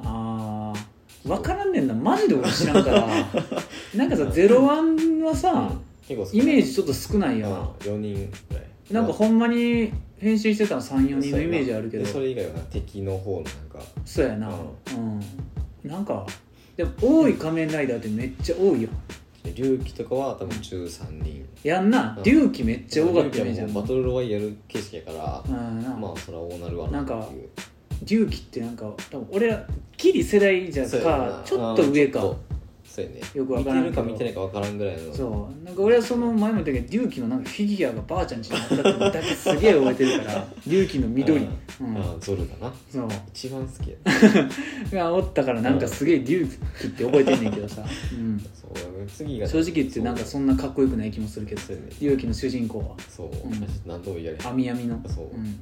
B: ああ分からんねんなマジで俺知ら んからなんかさ「ゼロワンはさ
A: 結構少
B: イ
A: ない
B: メージちょっと少ないや
A: うん
B: ん
A: 4人ぐらい
B: なんかほんまに編集してたの34人のイメージあるけど
A: でそれ以外はな敵の方のなんか
B: そうやな
A: う
B: うん、なんかでも多い仮面ライダーってめっちゃ多いやん
A: 龍騎とかは多分13人
B: やんな
A: うん
B: 龍騎めっちゃ多かったよ
A: 龍
B: ね
A: 騎
B: じゃ
A: は
B: ん
A: もうバトルロワイヤル形式やから
B: うんな
A: まあそら多なるわなっていう
B: 龍騎ってなんか多分俺らギリ世代じゃ
A: そうやな
B: かちょっと上
A: うんちょ
B: か
A: っとそうやね
B: よくわからん
A: 見てる
B: けど
A: か見てないかわからんぐらいの
B: そうなんか俺はその前も言ったけど龍騎のなんかフィギュアがばあちゃんちにあったってだけすげえ覚えてるから 龍騎の緑う
A: うん
B: ん、
A: あゾルだな
B: そう
A: 一番好きや
B: がおったからなんかすげえ龍騎って覚えてんねんけどさ、うん、
A: そう次が
B: 正直言ってなんかそんなかっこよくない気もするけど
A: そうやね
B: 龍騎の主人公は
A: そう
B: うん
A: 何とも言えない
B: 網網の
A: そう
B: うん
A: なんか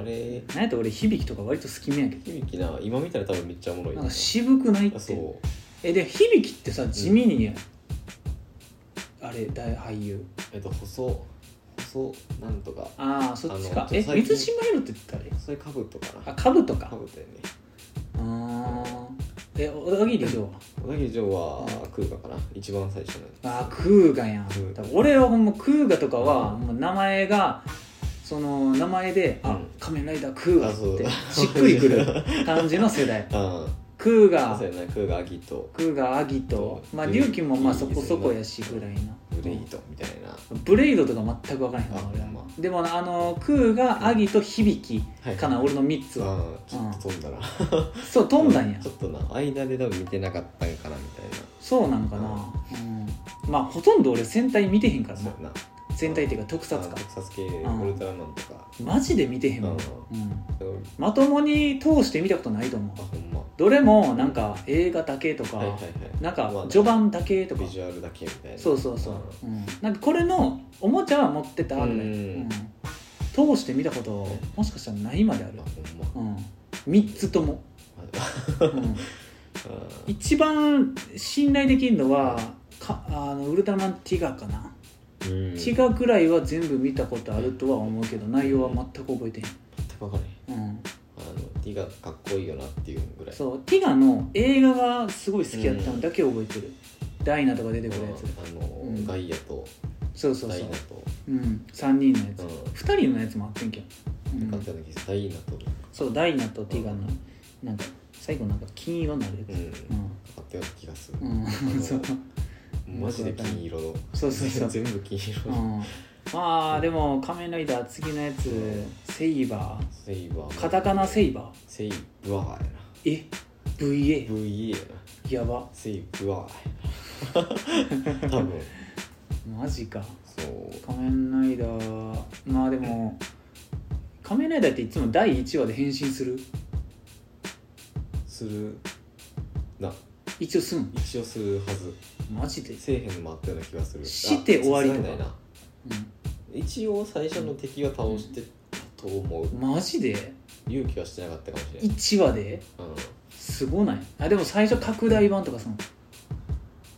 A: あれ
B: なんやったら俺響きとか割と好きめやけ
A: 響きな今見たら多分めっちゃおもろい
B: ど
A: よ
B: なんか渋くないっ
A: あ
B: て
A: そう
B: えで響きってさ地味に、あれ大俳優
A: えっと細細なんとか
B: ああそっち
A: あ
B: か
A: の
B: え
A: 最近
B: 水島ヒロって言って
A: そういうかぶとか
B: 誰
A: な
B: あかぶとか
A: かぶとやね
B: あーえ小田切城は
A: 小田切城は空河かな一番最初のや
B: あークーガやん
A: クーガ
B: 俺はほんまクーガとか
A: う
B: は
A: ん
B: もう名前がその名前で「
A: う
B: あ
A: ん
B: 仮面ライダークーガ」
A: あそう
B: ってしっくり くる感じの世代
A: つうん
B: クーガ
A: そうやな空河秋と
B: クーガアギトまあ
A: 龍騎
B: 龍騎もまあそこそこやしぐらいな
A: ブレイドみたいな
B: ブレイドとか全く分からへんわ
A: あ
B: 俺は
A: ま
B: でもあのクーがアギと響き
A: はい
B: かな俺の3つは
A: うんちょっと飛んだな
B: そう飛んだん や
A: ちょっとな間で多分見てなかったんかなみたいな
B: そうなんかなうんまあほとんど俺戦隊見てへんから
A: そう
B: な
A: やな
B: 全体っていうか特撮か
A: 特撮系
B: ん
A: ウルトラマンとか
B: マジで見てへんもん、
A: う
B: うん
A: うん
B: まともに通して見たことないと思う
A: あほんま
B: どれもなんか映画だけとか、
A: はいはいはい
B: なん
A: ま
B: か
A: あ
B: 序盤だけとか
A: ビジュアルだけみたいな
B: そうそうそう、うんなんかこれのおもちゃは持ってたぐらい、
A: うん
B: うん通して見たこともしかしたらないまである
A: まあ、ほんま
B: うん、3つと も、
A: あ
B: うん、一番信頼できるのはかあのウルトラマンティガかな、
A: うん
B: ティガぐらいは全部見たことあるとは思うけど内容は全く覚えてへ
A: 全く分からへん
B: ん、う
A: あ
B: ん、
A: のティガかっこいいよなっていうぐらい
B: そうティガの映画がすごい好きやったのだけ覚えてる、ダイナとか出てくるやつ
A: あの、
B: ん
A: ガイアと
B: そうそう
A: ダ
B: そ
A: イ
B: う
A: ナ、と
B: うん、3人のやつ、
A: うん
B: 2人のやつもあってんけど、う
A: なか
B: ん
A: ったんだけどダイナと
B: そうダイナとティガのなんか最後なんか金色になる
A: う
B: や
A: ん
B: つうん
A: 買ったような気がする、
B: うん
A: の
B: そう
A: マジで金色の
B: そうそうそ う
A: 全部金色
B: う
A: の、
B: んまあでも仮面ライダー次のやつセイバ
A: セイバ
B: ー
A: ー
B: カタカナセ
A: イ
B: イバ
A: セイブワーや
B: ーえ
A: な
B: VA
A: VA やな
B: やば
A: セイブワー やな多分
B: マジか
A: そう
B: 仮面ライダーまあでも仮面ライダーっていつも第1話で変身する
A: するな
B: 一応すん
A: 一応するはず
B: マジで、
A: せえへんのもあったような気がする
B: して終わりとか
A: あさすがにないな一応最初の敵は倒してたと思う
B: うん、マジで
A: 勇気はしてなかったかもしれない、
B: 1話で
A: うん、い
B: すごないあでも最初拡大版とかさ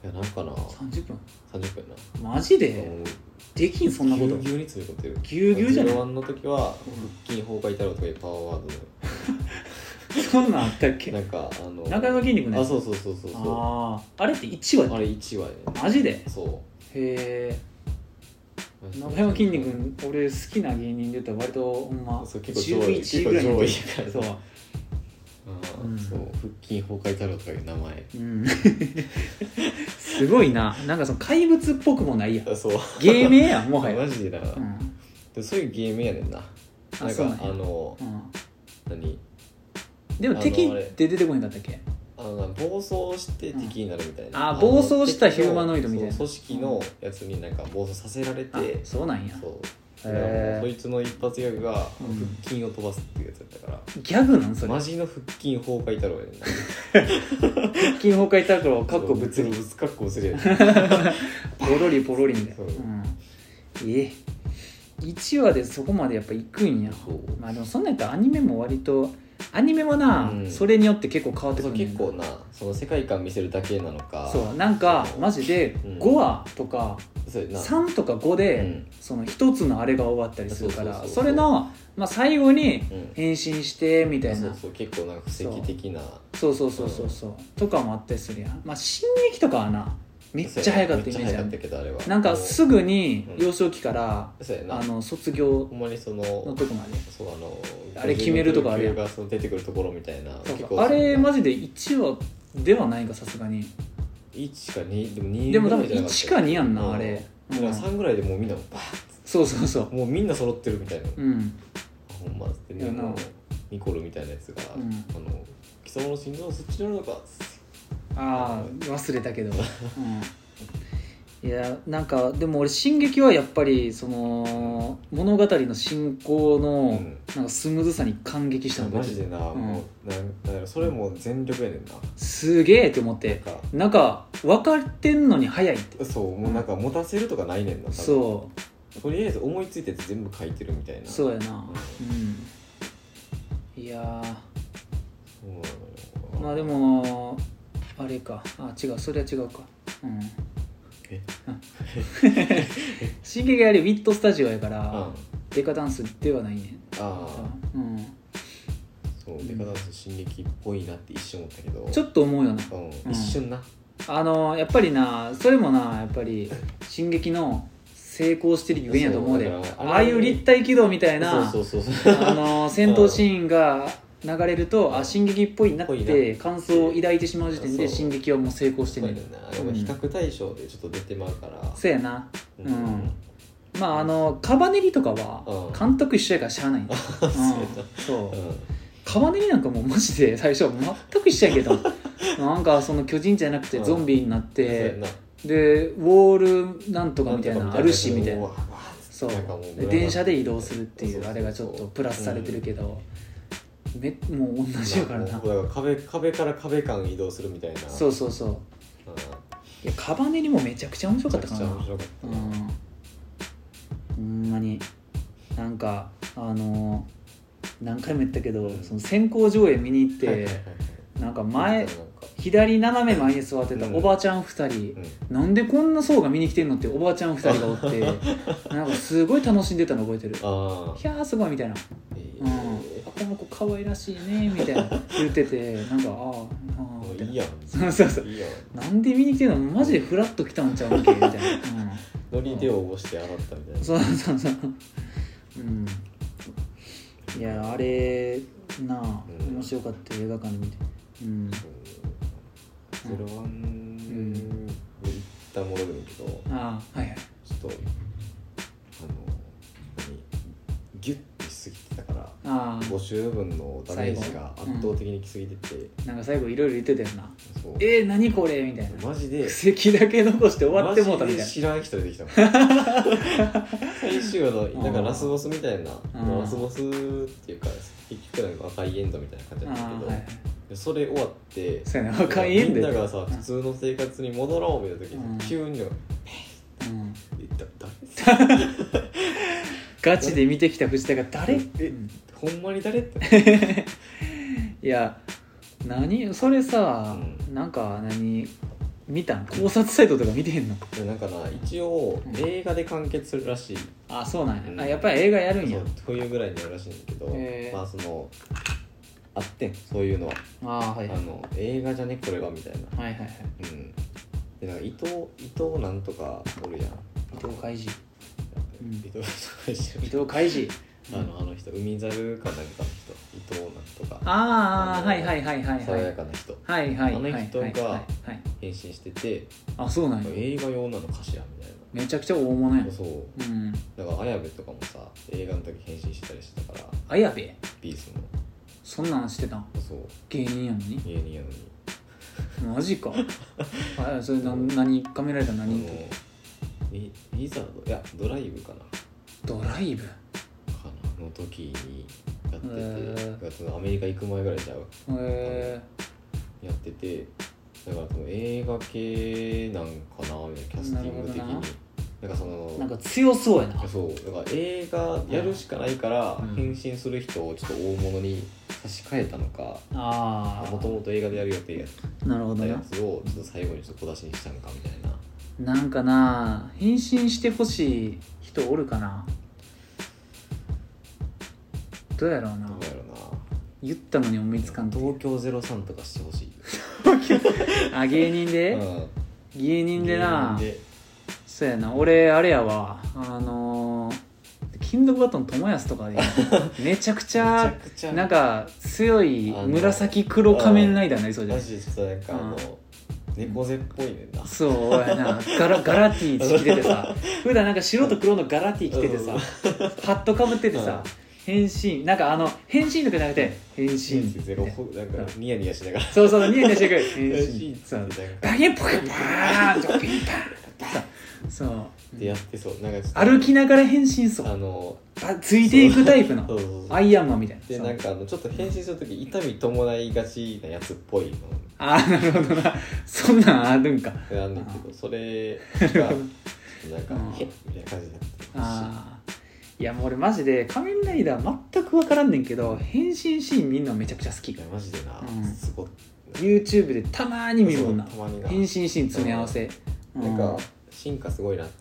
A: やなんかな
B: 30分
A: 30分やな
B: マジで、
A: もう
B: できんそんなこと
A: ぎゅうぎゅうに詰め込んでる
B: ぎゅうぎゅうじゃない
A: ワンの時は
B: う
A: 腹筋崩壊太郎とかいうパワーワー
B: そんなんあったっ
A: ド
B: け
A: のなんかあの
B: 中山筋肉ね
A: あそうそうそうそうそ
B: あーあれって1
A: う
B: 話
A: あれ1話やね
B: マジでへ
A: そ
B: え
A: う
B: 中山筋肉俺好きな芸人で言ったら割とほんま
A: そう結構上位
B: 11位ぐらいに
A: 結構上位やから
B: そう
A: あ
B: うん
A: ーそう腹筋崩壊太郎とかいう名前
B: うん すごいななんかその怪物っぽくもな いやん
A: あそう
B: 芸名やんもはや、
A: マジでな、
B: うん
A: でそういうゲームやねんななん
B: そう
A: か
B: なんや
A: あの
B: うん、
A: 何
B: でも敵って出てこへんかったっけ
A: あのな暴走して敵になるみたいな、
B: うん
A: の
B: あ暴走したヒューマノイドみたいな
A: そう組織のやつになんか暴走させられて、
B: あそうなんや
A: そう
B: へー
A: だからもうそいつの一発ギャグが腹
B: うん
A: 筋を飛ばすっていうやつやったから、
B: ギャグなんそれ
A: マジの腹筋崩壊太郎やねんな
B: 腹筋崩壊タクロかっこぶつ
A: ぶ
B: り
A: つかっこぶつりやね
B: ポロリポロリみたいな、
A: そう
B: うん、え1話でそこまでやっぱ行くんや
A: そう
B: まあでもそんなんやったらアニメも割とアニメもな、
A: うん
B: それによって結構変わって
A: そ
B: く
A: う
B: るねん
A: 結構なその世界観見せるだけなのか
B: そうなんか
A: そう
B: マジで
A: うん
B: 5話とか
A: そうやな
B: 3とか5
A: う
B: で、
A: ん
B: その1つのあれが終わったりするからそ
A: そうそうそうそう
B: れの、まあ、最後に
A: うん
B: 変身してみたい
A: そう
B: な
A: そう結構なんか布石的な
B: そうそうそうそうそうとかもあったりするやんまあ進撃とかはなめっちゃ早かったイメージあ
A: めっちゃ早かった
B: る
A: けどあれは
B: なんかすぐに
A: うん
B: 幼少期から、
A: そうやな
B: あの卒業
A: ほんまにその
B: のとこまで
A: そうあの
B: あれ決めるとこあるやん
A: 50の空級がその出てくるところみたいな
B: そうかあれマ
A: ま
B: ジで1話ではないかさすがに
A: 1か2でも2
B: でも多分
A: ぐらいじゃな
B: 1か2やんなあれ、
A: うん
B: うん
A: だから3ぐらいでもうみんなバーッ
B: そうそうそう
A: てもうみんな揃ってるみたいな、
B: うん
A: ほんまっつってね
B: いやな
A: あのニコルみたいなやつが「
B: うん
A: あの貴様の心臓はそっちにあるのか」っつって
B: ああ忘れたけど、うん、いやなんかでも俺「進撃」はやっぱりその物語の進行
A: う
B: の
A: ん
B: なんかスムーズさに感激したの
A: マジでな、
B: うん
A: もうなんだからそれも全力やねんな
B: すげえって思っ
A: なん
B: て
A: か
B: なんか分かってんのに早いって
A: そうもうなんか持たせるとかないねんな多分
B: そ
A: とりあえず思いついたやつ全部書いてるみたいな
B: うそうやなうんいや
A: そうなのよ
B: ーまあでもあれかあ違うそれは違うかうん
A: え
B: 「進撃」あれウィットスタジオやか
A: う
B: ら
A: ん
B: デカダンスではないねん
A: ああ
B: うん
A: そう
B: うん
A: デカダンス進撃っぽいなって一瞬思ったけど
B: ちょっと思うよな
A: うん
B: ん
A: 一瞬な
B: あのやっぱりなそれもなやっぱり「進撃」の成功してるゆえんやと思うで
A: そうだからあれ
B: ああいう立体軌道みたいな
A: そうそうそうそう
B: あの戦闘シーンが流れると、あ進撃っぽいなっ
A: ぽい
B: て感想を抱いてしまう時点で
A: そう
B: 進撃はもう成功して
A: そう
B: ね
A: や
B: る
A: ねんなでも比較対象でちょっと出てまうから
B: そうやな
A: うん
B: まああのカバネリとかは
A: うん
B: 監督一緒やからしゃあないんだ、うん
A: う
B: そうんカバネリなんかもうマジで最初全く一緒やけどなんかその巨人じゃなくてゾンビになっ
A: そうや
B: て
A: な
B: でウォールなんとかみたいなのあるしみたいな
A: うわわーっ
B: そう
A: なんかもう
B: で電車で移動するってい
A: そう
B: う
A: そうそう
B: あれがちょっとプラスされてるけど、めもう同じやからな、
A: だから壁壁から壁間移動するみたいな
B: そうそうそう
A: うん
B: いやカバネリもめちゃくちゃ面白
A: めち
B: か
A: ゃ
B: った
A: く
B: か
A: ちゃ
B: らな
A: 面白かっ
B: うんほんまになんかあのー何回も言ったけどその先行上映見に行った
A: はいはい
B: て
A: はい
B: なんか
A: はい
B: 前
A: なんか
B: 左斜め前に座ってた
A: うん
B: おばちゃん2人
A: うん
B: なんでこんな層が見に来てんのっておばあちゃん2人がおってなんかすごい楽しんでたの覚え てる「
A: あ
B: いやーすごい」みたいな
A: あいい
B: うん、あこの子可愛らしいねみたいな言っててなんかあーあー
A: も
B: み
A: う
B: たい
A: い
B: ない
A: やん
B: そうそうそう
A: いいやん
B: なんで見に来てんのマジでフラッと来たんちゃうんけみたいな、
A: ノリで応募して洗ったみたい
B: うん、
A: な
B: そうそうそううんいやあれなあ
A: うん
B: 面白かった映画館で見てうん
A: ゼロワンに行ったものだけど、ちょ
B: ああはいはい
A: っとあの何ギュッてしすぎてたから
B: あ
A: 5週分のダメージが圧倒的にきすぎてて、
B: あなんか最後いろいろ言ってたよな
A: そう
B: 「えー、何これ?」みたいな
A: マジで
B: 席だけ残して終わってもうたみた
A: マ
B: い
A: ジで知ら
B: な
A: ん人出てきたもん最終話のなんかラスボスみたいな
B: うん
A: ラスボスっていうか結局なんか赤いエンドみたいな感じだった
B: あ
A: け
B: あ
A: ど、
B: はいはい
A: それ終わって
B: そうやな若いん
A: みん
B: で
A: ながさ普通の生活に戻ろうみたいな時
B: うん
A: に急になんか
B: うん
A: えだ誰
B: ガチで見てきた藤田が誰
A: え
B: うん
A: ほんまに誰 って
B: いや何それさ、
A: う
B: なんか何見たん考察サイトとか見てへんの
A: でなんかな一応
B: うん
A: 映画で完結するらしい、
B: あそうなんや、
A: うん
B: あやっぱり映画やるん
A: そ
B: や
A: う冬ぐらいにやるらしいんだけど、
B: へー
A: まあそのあってんそういうのは、
B: あーはい
A: あの映画じゃねこれはみたいな
B: はいはいはい
A: うんでなんか伊藤伊藤なんとかおるやん
B: 伊藤海示う
A: 伊
B: ん
A: 藤伊藤
B: 伊藤海示
A: あのあの人海猿かなんかの人伊藤なんとか
B: あ
A: あ
B: あ
A: の
B: はいはいはいはい
A: 爽
B: はい
A: やかな人
B: はいはいはい
A: あの人が
B: はいはいはい
A: 変身してて、
B: あそうなんや
A: 映画用なのかしらみたい
B: めちゃくちゃ大物や
A: な、そう
B: うん
A: だから綾部とかもさ映画の時変身してたりしてたから
B: 綾部
A: ビーズ
B: そんなんしてたん
A: のそう
B: 芸人やのに
A: 芸人やのに
B: マジ かあそれな何カメラライダー
A: あ
B: 何
A: のリリザードいやドライブかな
B: ドライブ
A: かなの時にやってて、
B: へー
A: だからアメリカ行く前ぐらいちゃう
B: え
A: やっててだからその映画系なんかなみたいなキャスティング的に
B: なるほどな
A: ななんかその
B: ー、なんか強そうやな
A: そうだから映画やるしかないから
B: うん
A: 変身する人をちょっと大物に差し替えたのか
B: あ
A: もともと映画でやる予定やっ
B: あなるほど
A: たや
B: な
A: つをちょっと最後にちょっと小出しにしたのかみたいな
B: なんかな変身してほしい人おるかなどうやろうな
A: どうやろ
B: 言ったのに思いつか
A: うんな
B: と
A: 東京03とかしてほしい
B: あ芸人で、
A: うん
B: 芸人でな
A: 芸人で
B: そうやな俺あれやわあのー、金属バトン友康と かでいいなめちゃくちゃ
A: めちゃくちゃ
B: なんか強い
A: あの
B: 紫黒仮面ライダーになりそうじゃ
A: マ
B: ない
A: ジでちょっとなんかあの猫背っぽいねんな
B: そうやなガラガラティー着てて さ普段なんか白と黒のガラティー着ててさ
A: うん
B: ハットかぶっててさ変身なんかあの変身とかじゃなくて変身
A: ゼロほなんかニヤニヤしながら
B: そうそうニヤニヤしてくる変
A: 変
B: 身
A: 身
B: そう
A: みたいな
B: バキンポキンパーンとピンパーンさそう
A: でやってそうなんかちょっと
B: 歩きながら変身そう
A: あの
B: ばついていくタイプの
A: そうそうそう
B: アイアンマンみたい
A: で
B: な
A: なん
B: そう
A: かあのちょっと変身する時痛み伴いがちなやつっぽいの
B: ああなるほどなそんなんあるんか
A: があんだけどそれがなんか
B: う
A: 「
B: ん
A: へっ」みたいな感じになってる
B: ああいやもう俺マジで仮面ライダー全く分からんねんけど変身シーン見んのめちゃくちゃ好き
A: いやマジでな、
B: うん
A: すごい
B: YouTube でたまーに見るもんな
A: そうたまにな
B: 変身シーン詰め合わせう
A: なん
B: ん
A: か進化すごいなって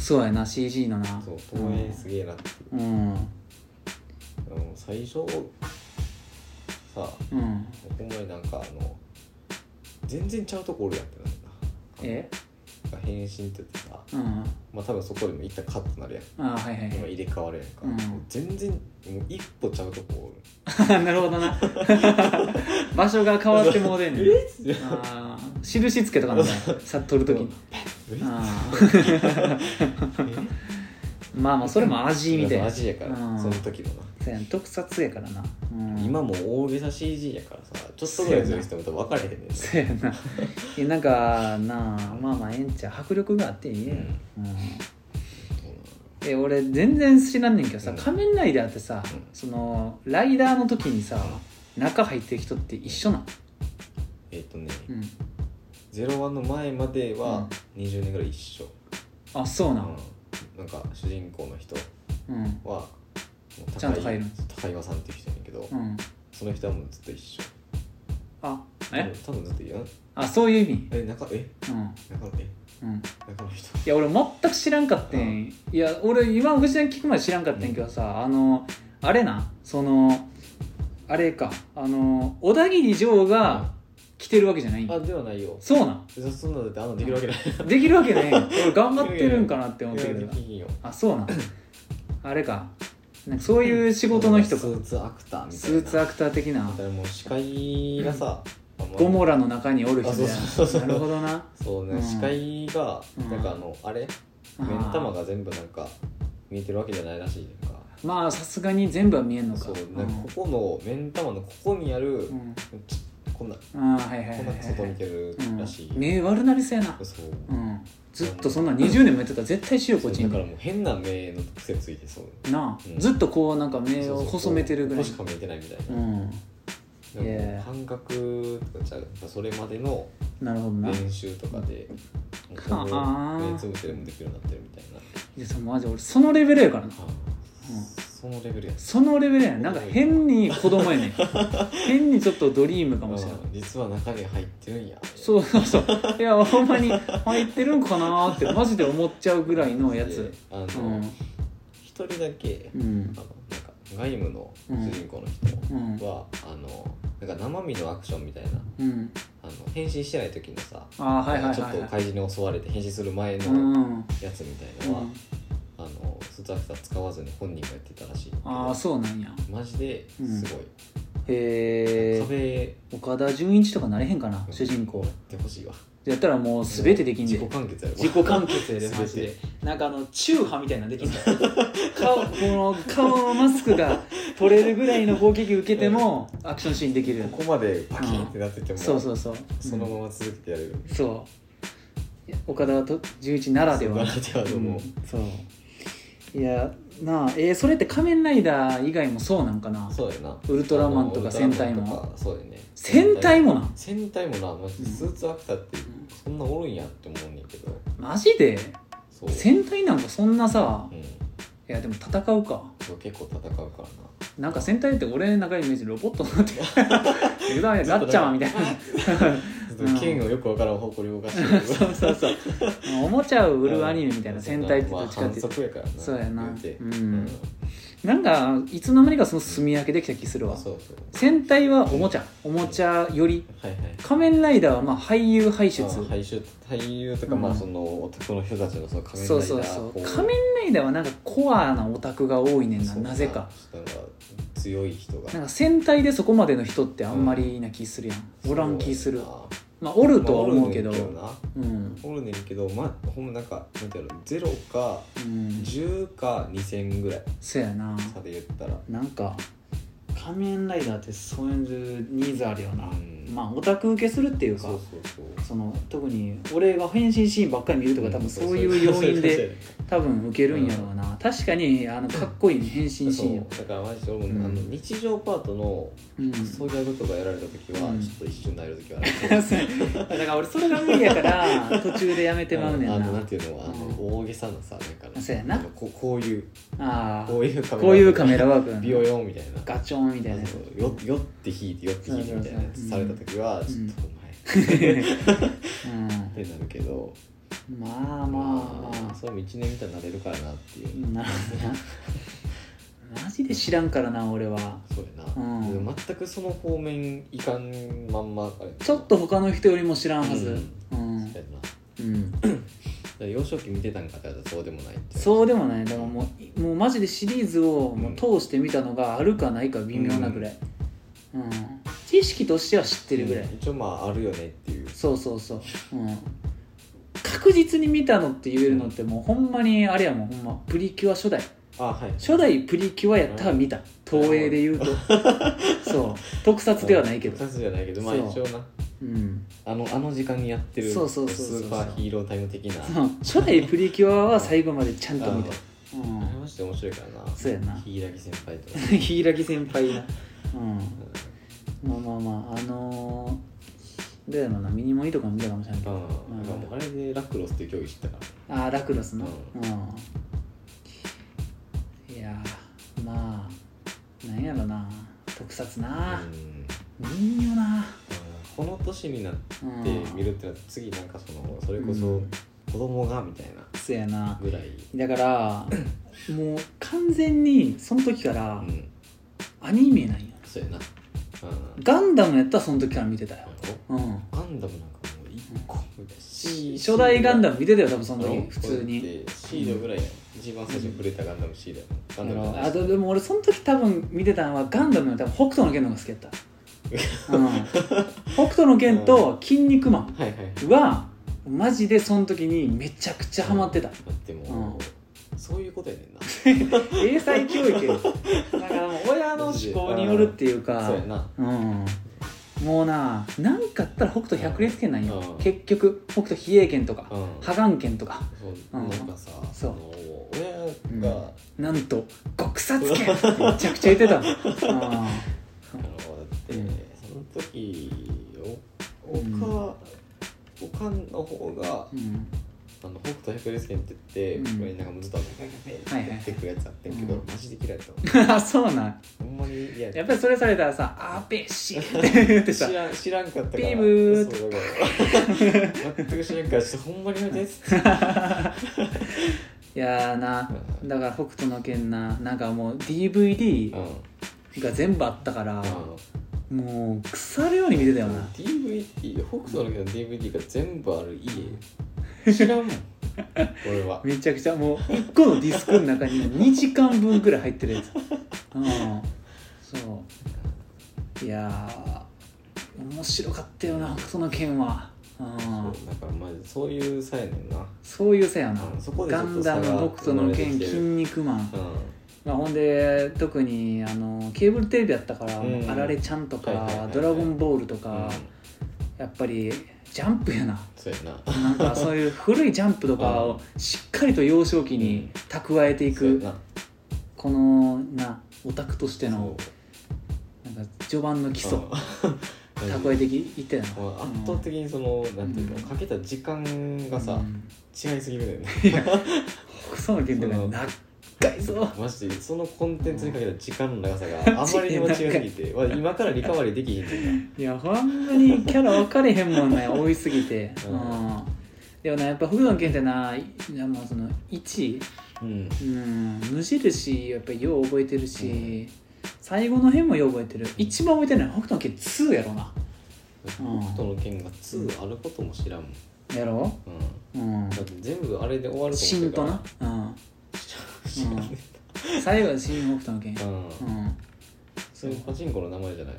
B: そうやな CG のな
A: そう東映すげえなって、
B: うん
A: あの最初さ
B: うん
A: ほんまになんかあの全然ちゃうとこおるやんってなるな
B: え
A: なんか変身って言ってさ
B: うん
A: まあ多分そこでも一旦カットなるやん
B: あーはいはい
A: 今
B: はい
A: 入れ替わるやんか、
B: うん
A: もう全然もう一歩ちゃうとこおる
B: なるほど な場所が変わってもうでんねん
A: えっ
B: あー印つけとかなさ撮るときに
A: え
B: あ
A: え
B: ー まあまあそれも味みたいな
A: アジやから、
B: うん
A: その時のな、
B: そうやん特撮やからな、うん、
A: 今もう大げさ CG やからさちょっとぐらいずれしても分かれへんねんな
B: そうやないやなんかなあまあまあええんちゃう迫力があっていいね、うんえ俺全然知らんねんけどさ、
A: うん
B: 仮面ライダーってさ、
A: うん
B: そのライダーの時にさ中入ってる人って一緒なん、
A: えっ、とね
B: うん、
A: 01の前までは20年ぐらい一緒、
B: あそう
A: う
B: なんん、
A: なんか主人公の人
B: うん
A: はもう
B: ちゃんと入る
A: 高岩さんっていう人やねんけど、
B: うん
A: その人はもうずっと一緒
B: あえ
A: 多分ずっといいよ
B: あそういう意味
A: え中え
B: うん
A: 中え
B: うん
A: 中の人
B: いや俺全く知らんかってん、いや俺今口さん聞くまで知らんかってんけどさあのあれなそのあれかあの小田切丈が来てるわけじゃないん
A: あではないよ
B: そうなん
A: そそんなのだってあんなできるわけない
B: できるわけねえよ 俺頑張ってるんかなって思って
A: いや
B: るけ
A: で
B: ど
A: きひんよ
B: あそうなんあれかなんかそういう仕事の人か
A: スーツアクターみたいな
B: スーツア
A: ク
B: クター的な
A: ターもう司会がさ、あんま
B: ゴモラの中におる人
A: あそうそうそう
B: なるほどな
A: そうね、
B: うん
A: 司会が
B: うん
A: なんかあの、あれ目ん玉が全部なんか見えてるわけじゃないらしいねんか
B: まあさすがに全部は見えんのか
A: そうなんかここの目ん玉のここにある、
B: うんうん
A: ちこんな
B: ああはいはいは
A: こ
B: い
A: ん
B: は
A: ない外見てるらしい、
B: うん、目悪なりそうやな、
A: そう
B: うん、ずっとそんな20年もやってたら絶対しようこっち
A: そうだから
B: に
A: もう変な目の癖ついてそう
B: なあ、
A: うん
B: ずっとこうなんか目
A: そう
B: を
A: そう
B: 細めてるぐらい
A: ここしか見えてないみたいうな、
B: ん
A: なんか
B: いや
A: 感覚とかじゃうやっぱそれまでの
B: なるほどな、
A: 練習とかで、
B: はあ
A: もう目つぶってでもできるようになってるみたいな、
B: いやそのマジ俺そのレベルやからな
A: そのレベルやつ
B: そのレベルやねんなんか変に子供 やねん変にちょっとドリームかもしれない
A: うん実は中に入ってるんや
B: そうそうそういやほんまに入ってるんかなーってマジで思っちゃうぐらいのや
A: で
B: つ
A: あの
B: うん
A: 一、人だけ、
B: うん
A: あのなんか外務の主人公の人
B: うん
A: は、あのなんか生身のアクションみたいな
B: うん
A: あの変身してない時のさ、
B: ああはいはい
A: ちょっ
B: はい
A: と
B: はい
A: 怪人に襲われて変身する前の
B: うん、うん、
A: やつみたいのは、あのスーツアクター使わずに本人がやってたらしいんだけど
B: ああそうなんや
A: マジですごい、
B: へえ
A: 壁
B: 岡田准一とかなれへんかな主人公
A: やってほしいわ
B: やったらもう全てできん
A: 自
B: で
A: 己完結やろ
B: 自己完結や で
A: 全て
B: マジでなんかあのチューハみたいなのできんだ顔この顔のマスクが取れるぐらいの攻撃受けてもアクションシーンできる
A: ここまでパキンってなってても、
B: そうそうそう
A: そのまま続けてやれる
B: そういや岡田と純一ならでは
A: ならではのもう
B: うんそういやなあえーそれって仮面ライダー以外もそうなんかな
A: そうやな
B: ウルトラマンとか
A: あのウルトラマン
B: 戦隊
A: と
B: も
A: かそうやね
B: 戦隊もなん
A: 戦隊もなマジでスーツアクターって
B: ん
A: そんなおるんやって思うねんけど
B: マジで
A: そう
B: 戦隊なんかそんなさ
A: うん
B: いやでも戦うか
A: そう結構戦うからな
B: なんか戦隊って俺の中のイメージロボットに なってるガッチャマンみたいな
A: ちょっと剣をよくわからん方向に動かしてるけど
B: そうそうそうおもちゃを売るアニメみたいな
A: うん
B: 戦隊ってどっちかっていう
A: まあ反則やからな
B: そうやな
A: 言て
B: うん
A: うん
B: となんかいつの間にかその住み分けできた気するわ
A: そうそう
B: 戦隊はおもちゃおもちゃより
A: はいはい
B: 仮面ライダーはまあ俳優輩出
A: まあ俳優俳優とか、
B: うん
A: まあその男の人たちのその仮面ライダー
B: そうそうそう
A: こ
B: 仮面ライダーはなんかコアなオタクが多いねんな
A: そう
B: なぜか
A: なんか強い人が
B: なんか戦隊でそこまでの人ってあんまりな気するやん、おらん気するまあお
A: お
B: るとは思うけど、
A: おるねんな
B: うん、
A: おるねんけどまあほんまなんかなんていうのゼロか
B: うん、
A: 10か2000ぐらい
B: そやな
A: 差で言ったら
B: なんか仮面ライダーってそういうニーズあるよな、
A: うん
B: まあオタク受けするっていうか
A: そうそうそう
B: その特に俺が変身シーンばっかり見るとか多分そういう要 因で多分受けるんやろうな、確かにあのかっこいいね変身シ
A: そう
B: ーンや
A: だからマジで俺
B: うん
A: もあの日常パートの
B: うん
A: クソギャグとかやられた時は
B: うん
A: ちょっと一瞬なる時はある
B: だから俺それが無理やから途中でやめてまうねん
A: あ
B: な
A: のなんていうのはあの大げさなさなんかね
B: そうやな
A: あのここういう
B: ああ
A: こういうカメラ
B: こういうカメラワークなの
A: ビヨヨンみたいな
B: ガチョンみたいなやつ
A: そうよ酔って引いて酔って引いてみたいなやつされた時は
B: ん
A: ちょっとお
B: う
A: 前 ってなるけど
B: んまあまあまあ
A: そういう道のりみたいになれるからなっていう
B: なるほどなマジで知らんからな俺は
A: そうや
B: う
A: なんでも全くその方面いかんまんまあれ
B: ちょっと他の人よりも知らんはずうん
A: そうやなだか
B: うん
A: ら幼少期見てたんかって言われたらそうでもないって
B: そうでもないだからもうもうマジでシリーズをもう通してみたのがあるかないか微妙なぐらい、うん知識としては知ってるぐらい、
A: うん一応まああるよねっていう
B: そうそうそう、うん、確実に見たのって言えるのってもうほんまにあれやもんほんまプリキュア初代
A: あはい
B: 初代プリキュアやったら見た東映で言うとそう特撮ではないけど
A: 二、つじゃないけどまあ
B: そう
A: 一応な
B: うん、
A: あのあの時間にやってる
B: そうそうそうそう
A: スーパーヒーロータイム的な
B: その初代プリキュアは最後までちゃんと見た
A: あ
B: うん
A: あれマジで面白いからな
B: そうやな
A: 柊先輩と
B: 柊先輩なうんまあまあまああのー、どうやろうなミニモニとかも見たかもしれないけ
A: う
B: ど
A: ん、なんかもうあれでラクロスっていう競技知ったか
B: ああラクロスの
A: う
B: うんいやーまあなんやろな特撮
A: ら、
B: な
A: うんうん
B: 見んよな
A: この年になって
B: うん
A: 見るってなったら次なんかそのそれこ
B: う
A: そ
B: ん
A: 子供がみたいな
B: そうやな
A: ぐらい、
B: だからもう完全にその時から
A: うん、
B: アニメなんよ
A: そうやな、うん、
B: ガンダムやったらその時から見てたようん
A: ガンダムなんかもう一個みたいなシー
B: 初代ガンダ
A: ム
B: ム見てたよ多分そ
A: あ
B: の
A: の
B: 時普通に
A: シードぐらいや一番最初に触れたガンダムシードやもんガンダムじゃない
B: あとでも俺その時多分見てたのはガンダムの多分北斗の拳の方が好きやった、うん、 北斗の拳と「筋肉マン
A: はいはいはい」
B: はマジでその時にめちゃくちゃハマ ってた
A: だってもうそういうことやねんな
B: 英才教育だからもう親の思考によるっていうか
A: そうやな
B: うんもうな何かあったら北斗百裂拳なんよ
A: うん
B: 結局北斗比叡拳とか
A: うん
B: 破眼拳とか
A: そう
B: うん
A: なんかさ
B: そう
A: あの親が
B: なんと極殺拳めちゃくちゃ言ってたもんうん
A: あのだって
B: うん
A: その時お
B: うん
A: おかおかんの方が
B: うん
A: あの北斗百裂拳って言って
B: うん
A: これなんかもうずっとペペペペペってやってくるやつあってんけど
B: うん
A: マジで嫌いだった
B: あそうなん
A: ほんまに嫌やった
B: やっぱりそれされたらさ「あーべっし」って言って さ
A: 知らん知らんかったから
B: ピブー
A: そうだから全く知らんからちょっとほんまにやめてっ つって
B: いやーな
A: うん
B: だから北斗の拳ななんかもう DVD
A: うん
B: が全部あったから
A: あ
B: もう腐るように見てたよ
A: の
B: な
A: DVD 北斗の拳の DVD が全部ある 家知らんもん俺は
B: めちゃくちゃもう1個のディスクの中に2時間分ぐらい入ってるやつうんそういやー面白かったよな北斗の拳はう
A: そうんだからまジそういうさやねんな
B: そういうさやな
A: うんそこでち
B: ガ
A: ょっ
B: ン
A: と
B: ダ
A: 差が
B: ム北斗の
A: 生まれて
B: 拳
A: きてる
B: 筋肉マン
A: うん
B: まあ、ほんで特にあのケーブルテレビやったから
A: う
B: 「
A: ん
B: あられちゃん」とか
A: はいはいはいは
B: 「
A: い
B: ドラゴンボール」と
A: う
B: か
A: ん、
B: やっぱりジャンプやな
A: そうやな
B: なんかそういう古いジャンプとかをしっかりと幼少期に蓄えてい
A: そうや
B: く
A: な
B: このなオタクとしての
A: そう
B: なんか序盤の基礎
A: うん
B: 蓄えていってた
A: も
B: な
A: う圧倒的にそのなんていう
B: うん
A: のかけた時間がさ
B: うん
A: 違いすぎるんだよ ね
B: いや北斗の拳とか長いぞ
A: マジでそのコンテンツにかけた時間の長さがあまりにも違いすぎ てわ今からリカバリーできひんねん
B: いやほんまにキャラ分かれへんもん ね多いすぎて、う
A: うん
B: でもなやっぱ北斗の拳ってないやまあその1
A: うん
B: うん無印やっぱりよう覚えてるし、
A: うん
B: 最後の辺もよう覚えてる一番覚えてるのは北斗の拳2やろな
A: 北斗の拳が2あることも知らんもん、
B: やろ
A: うん、
B: うん
A: だって全部あれで終わると
B: シ
A: 思っ
B: ン
A: てた
B: と
A: から
B: な、うん、
A: 知らん知らんね
B: 最後のシン北斗の拳
A: う、ん
B: うん、
A: それパチンコの名前じゃない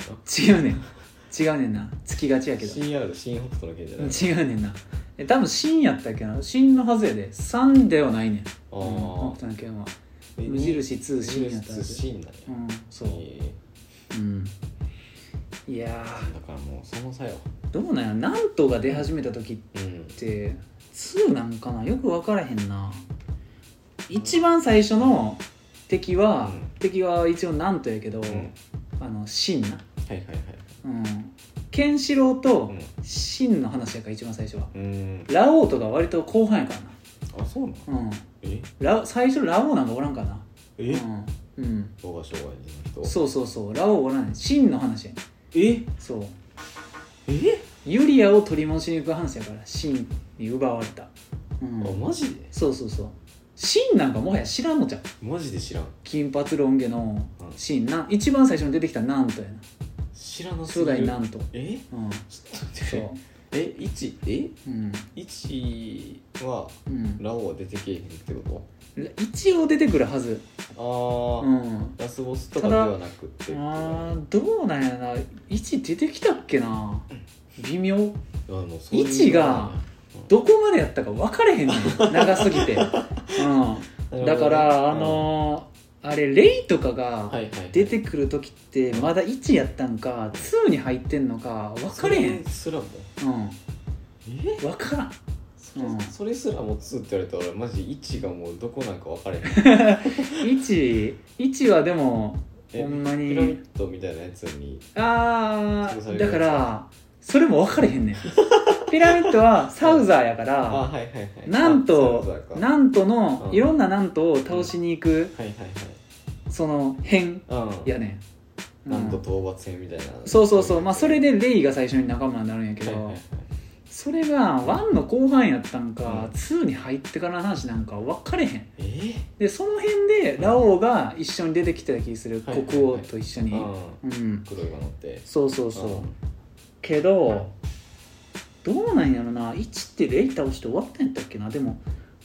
A: な
B: 違うねん違うねんなつきがちやけど
A: CR 新北斗の拳じゃない
B: 違うねんなえ多分シンやったっけなシンのはずやで3ではないねん
A: あ
B: うん
A: ー
B: 北斗の拳は
A: え
B: 無印2
A: 無
B: シーンやった
A: 印シーンなん
B: う
A: や
B: んそう、
A: え
B: うん、いや
A: ーだからもうその作用
B: ーどうなんやなんとが出始めた時っ
A: うん
B: て2なんかなよく分からへんな一番最初の敵は、
A: うん
B: 敵は一応なんとやけど、
A: うん
B: あのシンな
A: はいはいはい
B: うんケンシロウと
A: うん
B: シンの話やから一番最初は
A: うん
B: ラオウとか割と後半やから
A: あそうなの
B: なうん
A: え
B: ラ最初ラオウなんかおらんからな
A: え
B: うん、うん
A: 動画障害人の人
B: そうそうそうラオウおらんねんシンの話やね
A: え
B: んそう
A: え
B: ユリアを取り戻しに行く話やからシンに奪われた、うん
A: あマジで
B: そうそうそうシンなんかもはや知らんのじゃん
A: マジで知らん
B: 金髪ロン毛のシンな一番最初に出てきたなんとやな
A: 知らなす
B: 初
A: ぎる
B: 代なんと
A: え
B: うん
A: ちょっと待って
B: そう
A: え一え
B: うん
A: 一は
B: うん
A: ラオウは出てけえへんってこ
B: 一応出てくるはず
A: と
B: う
A: ああ、
B: ん
A: ラスボスとかではなくって
B: あーどうなんやな1出てきたっけな微妙
A: あもうそういう
B: 一がどこまでやったか分かれ へんねん長すぎて、う、
A: なんるほどね
B: だからあ
A: うん
B: のーあれレイとかが
A: はいはいはい
B: 出てくる時ってまだ1やったんか2に入ってんのか分かれへん、
A: それすらも
B: うん、
A: え
B: 分からん
A: それ,、
B: うん
A: それすらも2って言われたら俺マジ1がもうどこなんか分かれへん
B: 1, 1はでも
A: え
B: ほんまに
A: ピラミッドみたいなやつに
B: あ
A: 潰され
B: ー
A: る
B: だ
A: やつ
B: からそれも分かれへんねんピラミッドはサウザーやか
A: あ
B: ら
A: はいはいはい
B: なん
A: あそう
B: と
A: だか
B: なんとの
A: うん
B: いろんななんとを倒しに行く
A: はい
B: その
A: は
B: 辺
A: いはいうん
B: やねん、う
A: なん
B: ん
A: と、討伐戦みたいな
B: そうそうそうまあそれでレイが最初に仲間になるんやけ
A: はいはい
B: ど
A: はい
B: それが1の後半やったんか
A: うん
B: 2に入ってからの話なんか分かれへん
A: えー
B: でその辺でラオウが一緒に出てきてた気する
A: はいはいはい
B: 国王と一緒に
A: う
B: うん
A: ん黒いが乗って
B: そうそうそうけどどうなんやろな1ってレイ倒して終わったんやったっけなでも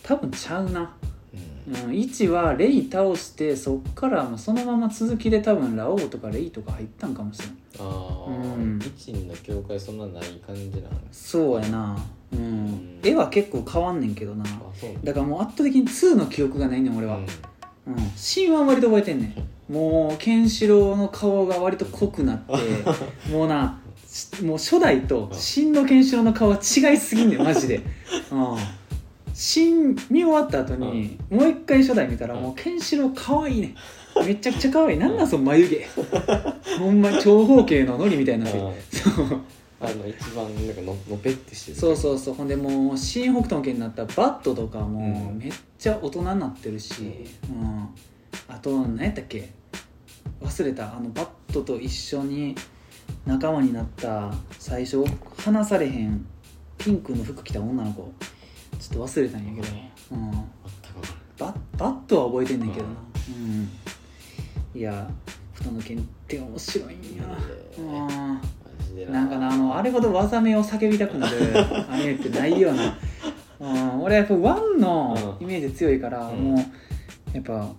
B: 多分ちゃうな、
A: うん
B: うん、1はレイ倒してそっからもうそのまま続きで多分ラオウとかレイとか入ったんかもしれん
A: あ
B: うん
A: あ一の教会そんなない感じなんです
B: そうやなうん、
A: ん
B: 絵は結構変わんねんけどな
A: あそう
B: だからもう圧倒的に2の記憶がないねん俺は、うん、シーンは割と覚えてんねんもうケンシロウの顔が割と濃くな ってもうなしもう初代と新のケンシロウの顔は違いすぎんねんマジで、 うん、新見終わった後にもう一回初代見たら
A: うん
B: もうケンシロウ可愛いねんめちゃくちゃ可愛いなんなんその眉 毛ほんま長方形のノリみたいになってる
A: あ
B: そう
A: あの一番なんかののぺってしてる
B: そうそうそうほんでもう新北斗の家になったバットとかも
A: うん
B: めっちゃ大人になってるし、うんあと何やったっけ忘れたあのバットと一緒に仲間になった最初離されへんピンクの服着た女の子ちょっと忘れたんやけど、うん、
A: 全く分か
B: ババットは覚えてんねんけどな、うん、いや北斗の家って面白いんやな、
A: らない
B: うん
A: マジで
B: なんかなあのあれほど技名を叫びた くなるアニメってないような、うん、俺はやっぱワンのイメージ強いから、
A: うん
B: もうやっぱ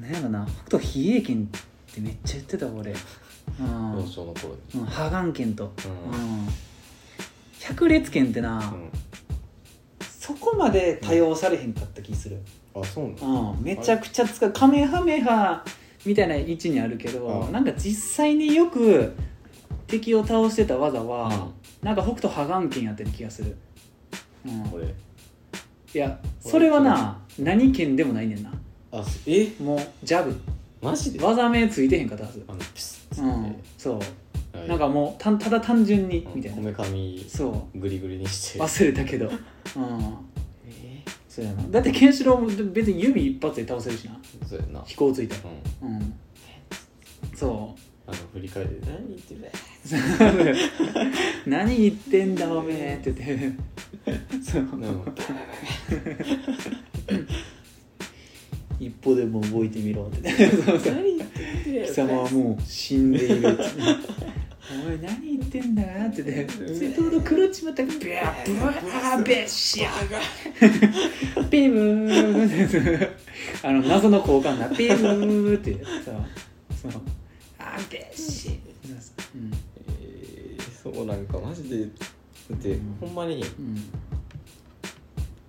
B: なんやろな北斗比叡剣ってめっちゃ言ってたわ俺、うん
A: 幼少の頃に
B: うん、破眼剣と、
A: う
B: うん
A: ん
B: 百裂剣ってな、
A: うん
B: そこまで多用されへんかった気する、
A: あそうなの
B: うん、めちゃくちゃ使うカメハメハみたいな位置にあるけど
A: うん
B: なんか実際によく敵を倒してた技は、なんか北斗破眼剣やってる気がする、うん、い
A: これ
B: やそれはな何剣でもないねんな
A: あすえ
B: もうジャブ
A: マジで
B: 技名ついてへんかったはず
A: あのピスッつ
B: う
A: っ
B: んそう
A: て
B: なんかもうたただ単純にみたい
A: こ
B: な
A: めかみ
B: そ
A: グリグリにし
B: う
A: て
B: 忘れたけどうん
A: え
B: そうやなだってケンシロウも別に指一発で倒せるしな
A: ーそうやな
B: 飛行ついたら
A: うん
B: うんそう
A: あの振り返って何言ってる
B: 何言ってんだおめえって言ってそう
A: なんか
B: 一歩でも動いてみろってそうそう
A: 何言ってんだよ
B: 貴様はもう死んでい るってお前何言ってんだって言って瀬戸の黒ちまったビャーブワーベッシ ャーピブーあの謎の交換だピブーってそうそうあーベッシーうん
A: えーそうなんかマジでだって
B: うん
A: ほんまに
B: うん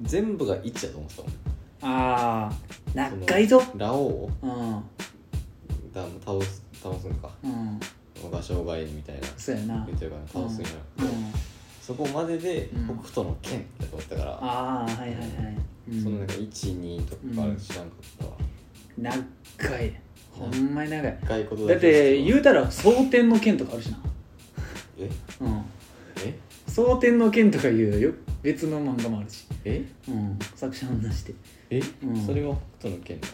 A: 全部が1やと思ってたもん
B: ああ仲いいぞ
A: ラオウ
B: うん
A: だ倒す倒すんか
B: うん
A: 画商外みたいな
B: そうやな
A: 言ってるから倒すんじゃな
B: う
A: くて、
B: ん
A: そこまでで
B: うん
A: 北斗の剣って思ったから、
B: ああはいはいはい、うん、
A: そのなんか12とかある知らんかったわ、
B: 長いほんまに長い
A: 外国
B: だって
A: う
B: 言うたら蒼天の剣とかあるしな
A: え
B: うん
A: え
B: 蒼天の剣とかいうよ別の漫画もあるし
A: え
B: うん作者の話で
A: え、
B: うん
A: それが北斗の剣だ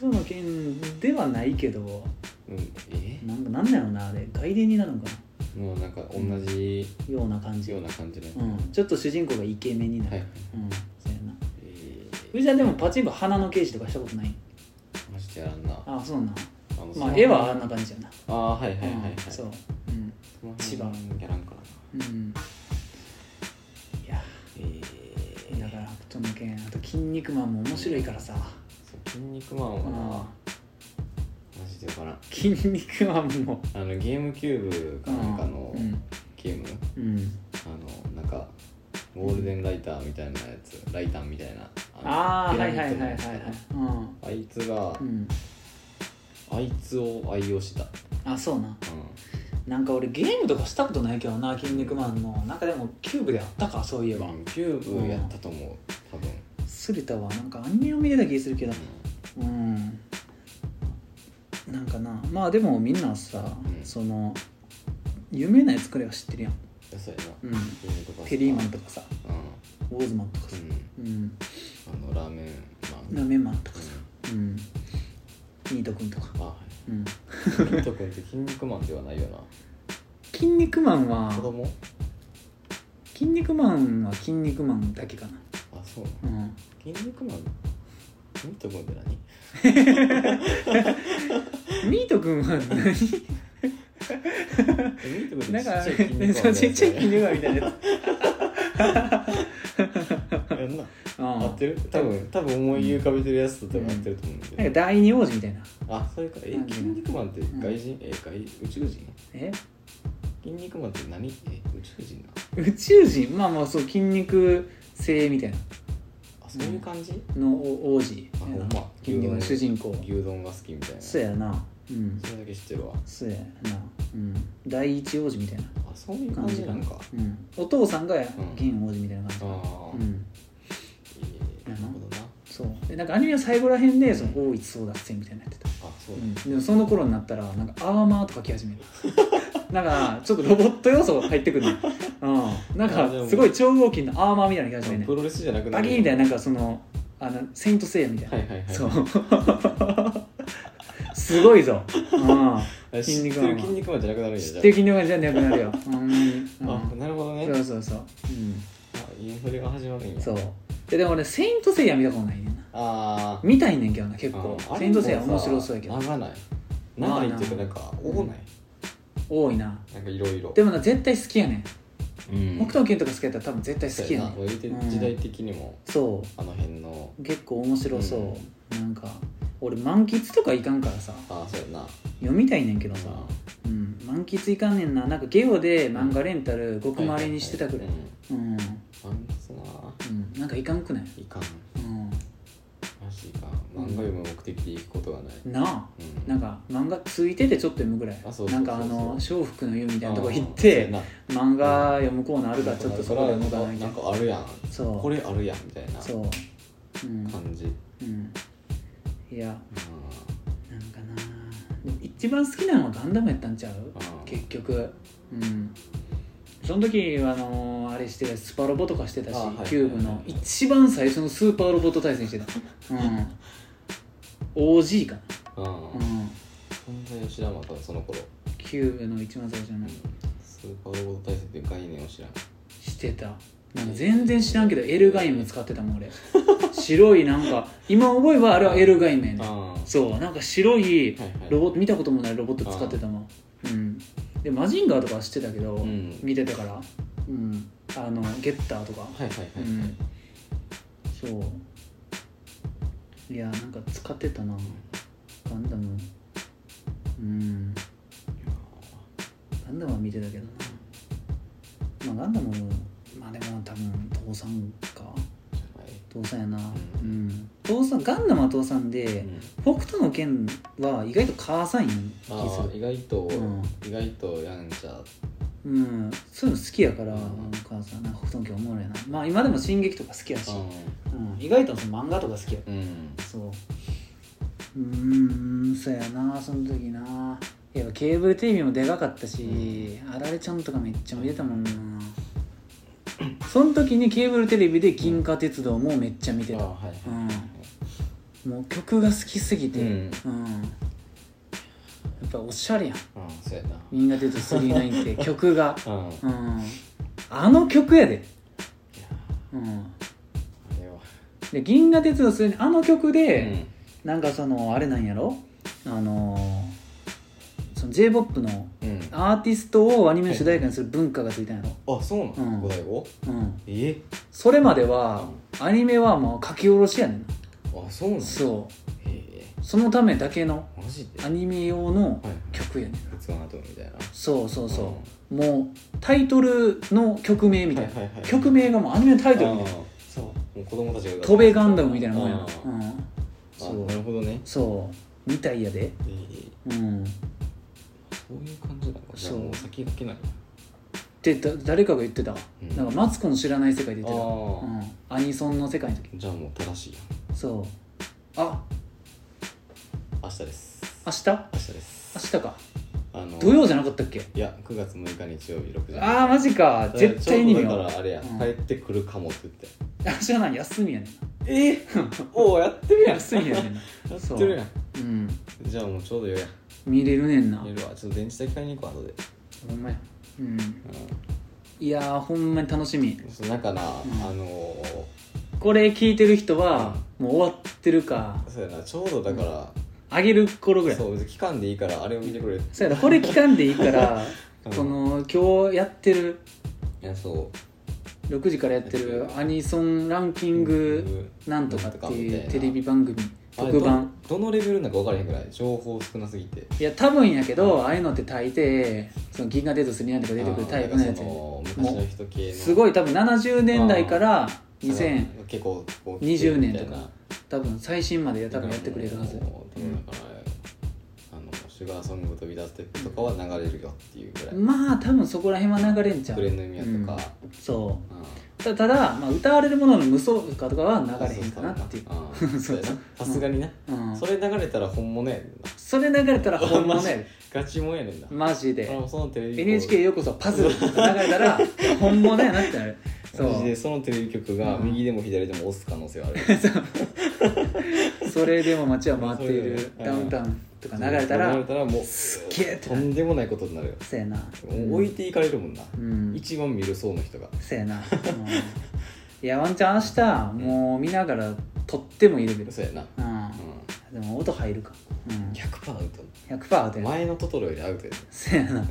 B: 黒の剣ではないけど
A: うんえ
B: なんかなんだろうなあれ外伝になるのか
A: もうなんか同じ
B: なような感じ
A: ような感じの、
B: うんちょっと主人公がイケメンにな
A: は
B: る、
A: い、
B: うんそうやな
A: えー、
B: 藤田でもパチンコ花の刑事とかしたことない
A: マジでやらんな
B: ああそうなん
A: あの
B: ま
A: そ
B: あ
A: の
B: 絵はあんな感じやな
A: あーはいはいはいはい、
B: うんそううん
A: その
B: 千
A: 辺
B: 葉
A: やらんからな
B: うんいや
A: えー、
B: だから北斗の拳あと「筋肉マン」も面白いからさ
A: そう筋肉マンはな、マジでわからん
B: 「筋肉マン」も
A: あのゲームキューブかなんかの
B: うん
A: ゲーム、
B: うん
A: あのなんかゴールデンライターみたいなやつライターみたいな
B: ああ
A: の
B: は
A: ピ
B: い
A: ラ
B: は
A: ミ
B: い
A: ッド
B: は
A: の
B: い
A: やつかなあいつが、あ
B: はいはいうんうん
A: いつを愛用してた、
B: あそうな
A: うん
B: なんか俺ゲームとかしたことないけどな「キン肉マンの」なんかでもキューブであったかそういえば、
A: キューブやったと思う多分
B: スリタはなんかアニメを見てた気するけどうんなんかなまあでもみんなさ、
A: うん
B: その有名なやつくらいは知ってるやん、
A: うんそうやな
B: うん、
A: キューブとかさ
B: ペリーマンとかさ
A: う
B: ウォーズマンとかさ、
A: ん
B: うん、
A: うんあのラーメンマン
B: ラーメンマンとかさ、
A: う
B: うん、ニート君とか、
A: んあは
B: うん、
A: いミント君って筋肉マンではないよ
B: 筋肉マ
A: な
B: ン
A: 子
B: は
A: 供
B: 筋肉マンは筋肉マンだけかな
A: あそうなの
B: うん
A: 筋肉マンミント君って何
B: ミート君は何
A: えミント君
B: な
A: っ
B: ん
A: てちっ
B: か
A: ちゃい筋肉マン
B: そうちっちゃい筋
A: 肉
B: 肉マンみたいなやつ
A: マンやんな
B: うん
A: 合ってる多分多分思い浮かべてるやつと多分合ってると思うんだけど
B: なんか第二王子みたいな
A: あそれかえ
B: なんで
A: 筋肉マンって外人、え外宇宙人
B: え
A: 筋肉マンって何え宇宙人な
B: 宇宙人まあまあそう筋肉性みたいな
A: あそういう感じ、
B: のお王子
A: あほんま
B: 筋肉の主人公
A: 牛丼が好きみたいな
B: そうやなうん
A: それだけ知ってるわ
B: そうやなうん第一王子みたいな
A: あそういう感じなんか
B: うんお父さんが銀王子みたいな感
A: あ
B: じ
A: あ、
B: う
A: え
B: ん
A: ーなるほどな
B: そうでなんかアニメの最後らへんでその大一争奪戦みたいなのやってた
A: あそううだ、
B: んでもその頃になったらなんかアーマーとか着始める なんかちょっとロボット要素が入ってくるねうんなん
A: あでも
B: かすごい超合金のアーマーみたいなの着始めるね
A: プロレスじゃなくな
B: バ
A: る
B: ギーみたい
A: い
B: ななんかそのあのセイントセイヤみたいな、
A: はいはいはい
B: そう すごいぞ、う
A: あ知っ
B: 筋肉
A: て
B: マン
A: る筋肉マンじゃなくなるん
B: ん、
A: や
B: 知っ
A: じゃ
B: てる筋肉マンじゃなくなるよほんまにうん
A: ああなるほどね
B: そうそうそう、う
A: あインフレが始まるん
B: ん、
A: や
B: そうででも俺セイントセイヤ見たことないねんな
A: あー
B: 見たいねんけどな結構
A: あ
B: セイントセイヤ
A: あれも
B: 面
A: さ
B: 白そうやけど
A: 長ない長いっていうかなんか多ない
B: 多いな
A: なんかいろいろ
B: でもな絶対好きやねん
A: うん
B: 北斗の拳とか好きやったら多分絶対好きやねん
A: そうやな言う
B: う
A: て
B: ん
A: 時代的にも
B: そ
A: あの辺の
B: う結構面白そう、なんか俺満喫とかいかんからさ
A: ああそうやな
B: 読みたいねんけどさ、
A: あ
B: うん、満喫いかんねんななんかゲオで漫画レンタル
A: 僕
B: 極まれにしてたくらいうん、
A: 満喫な
B: うん、なんかいかんくない、
A: いかん
B: う
A: マジいかん漫画読む目的で行くことがない
B: ん、なあ
A: うん
B: なんか漫画ついててちょっと読むぐらい
A: あそうそうそうそう
B: なんかあの「笑福の湯」みたいなとこ行っ
A: あ
B: て
A: ー
B: 漫画読むコーナーあるからちょっとそこで
A: なん
B: 読む
A: か
B: かなみた
A: ないん
B: な
A: かあるやん
B: そう
A: これあるやんみたいな
B: そううん、
A: 感じうん
B: うん、いやなんかなでも一番好きなのはガンダムやったんちゃう
A: あー
B: 結局うんその時はあのーあれしてたスパロボとかしてたし、
A: あはい
B: キューブの一番最初のスーパーロボット対戦してたうん OG か
A: う
B: な、うんん、
A: 存在を知らんわ多分その頃
B: キューブの一番最初の
A: スーパーロボット対戦っていう概念を知らん
B: してたなんか全然知らんけどエルガイム使ってたもん俺白いなんか今覚えばあれはエルガイムやねん
A: あー
B: そうなんか白い
A: はいはい
B: ロボット見たこともないロボット使ってたもんうんでマジンガーとかは知ってたけど、
A: うん
B: 見てたからうんあのゲッターとか
A: はいはいはい
B: うんそういやなんか使ってたなガンダムうんガンダムは見てたけどなまあガンダムもまあでも多分父さんか
A: じゃない
B: 父さんやなう
A: うん
B: 父さんガンダムは父さんで、
A: うん
B: 北斗の拳は意外と母さんやん気
A: あ
B: する
A: ー意外と、
B: うん
A: 意外とやんちゃ
B: うん、そういうの好きやから、
A: うん
B: お母さんなんか北斗の拳おもろいなまあ今でも進撃とか好きやし、
A: う
B: うん、意外とその漫画とか好きや
A: ん、うん、
B: そううーんそうやなその時なやっぱケーブルテレビもでかかったし、あられちゃんとかめっちゃ見てたもんなその時にケーブルテレビで「銀河鉄道」もめっちゃ見て
A: あ
B: た、
A: はいはい、
B: もう曲が好きすぎて、
A: う
B: うんんやっぱおしゃれやん
A: うん、そうやな
B: 「銀河鉄道39」って曲が
A: うんい
B: うんあの曲やで、
A: や
B: うん、
A: あれは
B: で銀河鉄道するにあの曲
A: う
B: で、
A: ん
B: なんかそのあれなんやろあのーその j p o p の
A: うん
B: アーティストをアニメの主題歌にする文化がついたんやろ、
A: あそうなの、
B: うん
A: 五代五
B: うん、
A: え
B: それまではアニメはもう書き下ろしやねんな
A: あそうなの
B: そ
A: へえ
B: うそのためだけの
A: マジで
B: アニメ用の
A: はい
B: 曲やねん
A: 鉄腕アトムみたいな
B: そうそうそう、もうタイトルの曲名みたいな、
A: はいはいはい
B: 曲名がもうアニメのタイトルみた
A: あ
B: いな
A: ー
B: そう
A: もう子供たちが
B: 飛べガンダムみたいなもんや
A: あー
B: な、うん、
A: あ
B: そう
A: なるほどね
B: そうみたいやで
A: ええ
B: うん
A: そうそういう感じなのかじゃあ
B: そう
A: もう先駆けない
B: ってだ誰かが言ってた、
A: うん
B: なんかマツコの知らない世界で言ってた、う
A: あ
B: ん、アニソンの世界の時
A: あじゃあもう正しいやん
B: そうあ
A: 明日です
B: 明日
A: 明日です
B: 明日か
A: あの
B: 土曜じゃなかったっけ
A: いや9月6日日曜日6時
B: ああマジか
A: だから
B: 絶対に見
A: ちょうど
B: よ
A: だからあれや、
B: うん
A: 帰ってくるかもって言って
B: う明日は何休みやねん
A: え おおやってる
B: な休みやねんな
A: や
B: そ
A: っ
B: う
A: てるやん
B: うん
A: じゃあもうちょうどよや
B: 見れるねんな
A: 寝るわちょっと電池だけ買いに行くわ後で、
B: ほんまやうんいやーほんまに楽しみ
A: うん、そうなんかな、
B: ん
A: あのー
B: これ聞いてる人はもう終わってるか
A: そうやなちょうどだから、
B: あげる頃ぐらい
A: そう別に期間でいいからあれを見てくれって
B: そうやなこれ聞かんでいいか ら、
A: うん
B: その今日やってる
A: いやそ
B: 6時からやってるアニソンランキ
A: う
B: ングなんとかっていうテレビ番組
A: あれ
B: 特番
A: どどのレベルなんか分からへんぐらい情報少なすぎて
B: いや多分やけどああいうのって大抵その銀河デート3なんとか出てくるタイプのやつ
A: あーな
B: や
A: んかその昔の人系の
B: すごい多分70年代から
A: なん
B: 2000
A: か結構こう
B: 20年
A: みた
B: と
A: いな
B: か多分最新まで多分やってくれるはず
A: だからもう多分だから、あのシュガーソング飛び出すテップとかは流れるよっていうぐらい、
B: まあ多分そこら辺は流れんちゃ
A: ブレ
B: う
A: ンドミアとか、
B: そ
A: うん
B: うたただ、まあ、歌われるものの無双歌とかは流れへんかなっていう
A: そうそうそ ううんそうやなさすがにな、
B: うん
A: それ流れたら本物やねんな
B: それ流れたら本物やで
A: ガチもんやねんな、
B: マジで
A: 俺もそのテレビ
B: NHK ようこそパズルとか流れ たら本物やなってなるそ
A: マジで
B: う
A: そのテレビ局が
B: うん
A: 右でも左でも押す可能性はある、
B: それでも街は回ってい
A: そう
B: る
A: だ
B: ダ
A: よ
B: ウ
A: ね
B: ンタウンとか流れたら
A: 流れたらもう
B: すっげえって
A: と
B: なる
A: んでもないことになるよ、
B: せやな
A: もう置いていかれるもんな、
B: うん
A: 一番見る層の人が
B: せやなうんいやワンチャン明日もう見ながら撮ってもいるけど
A: そうやな、
B: うん
A: う
B: でも音入るかうん
A: ん、100%アウト
B: 100%で
A: 前のトトロよりアウトやで、
B: せやな
A: うん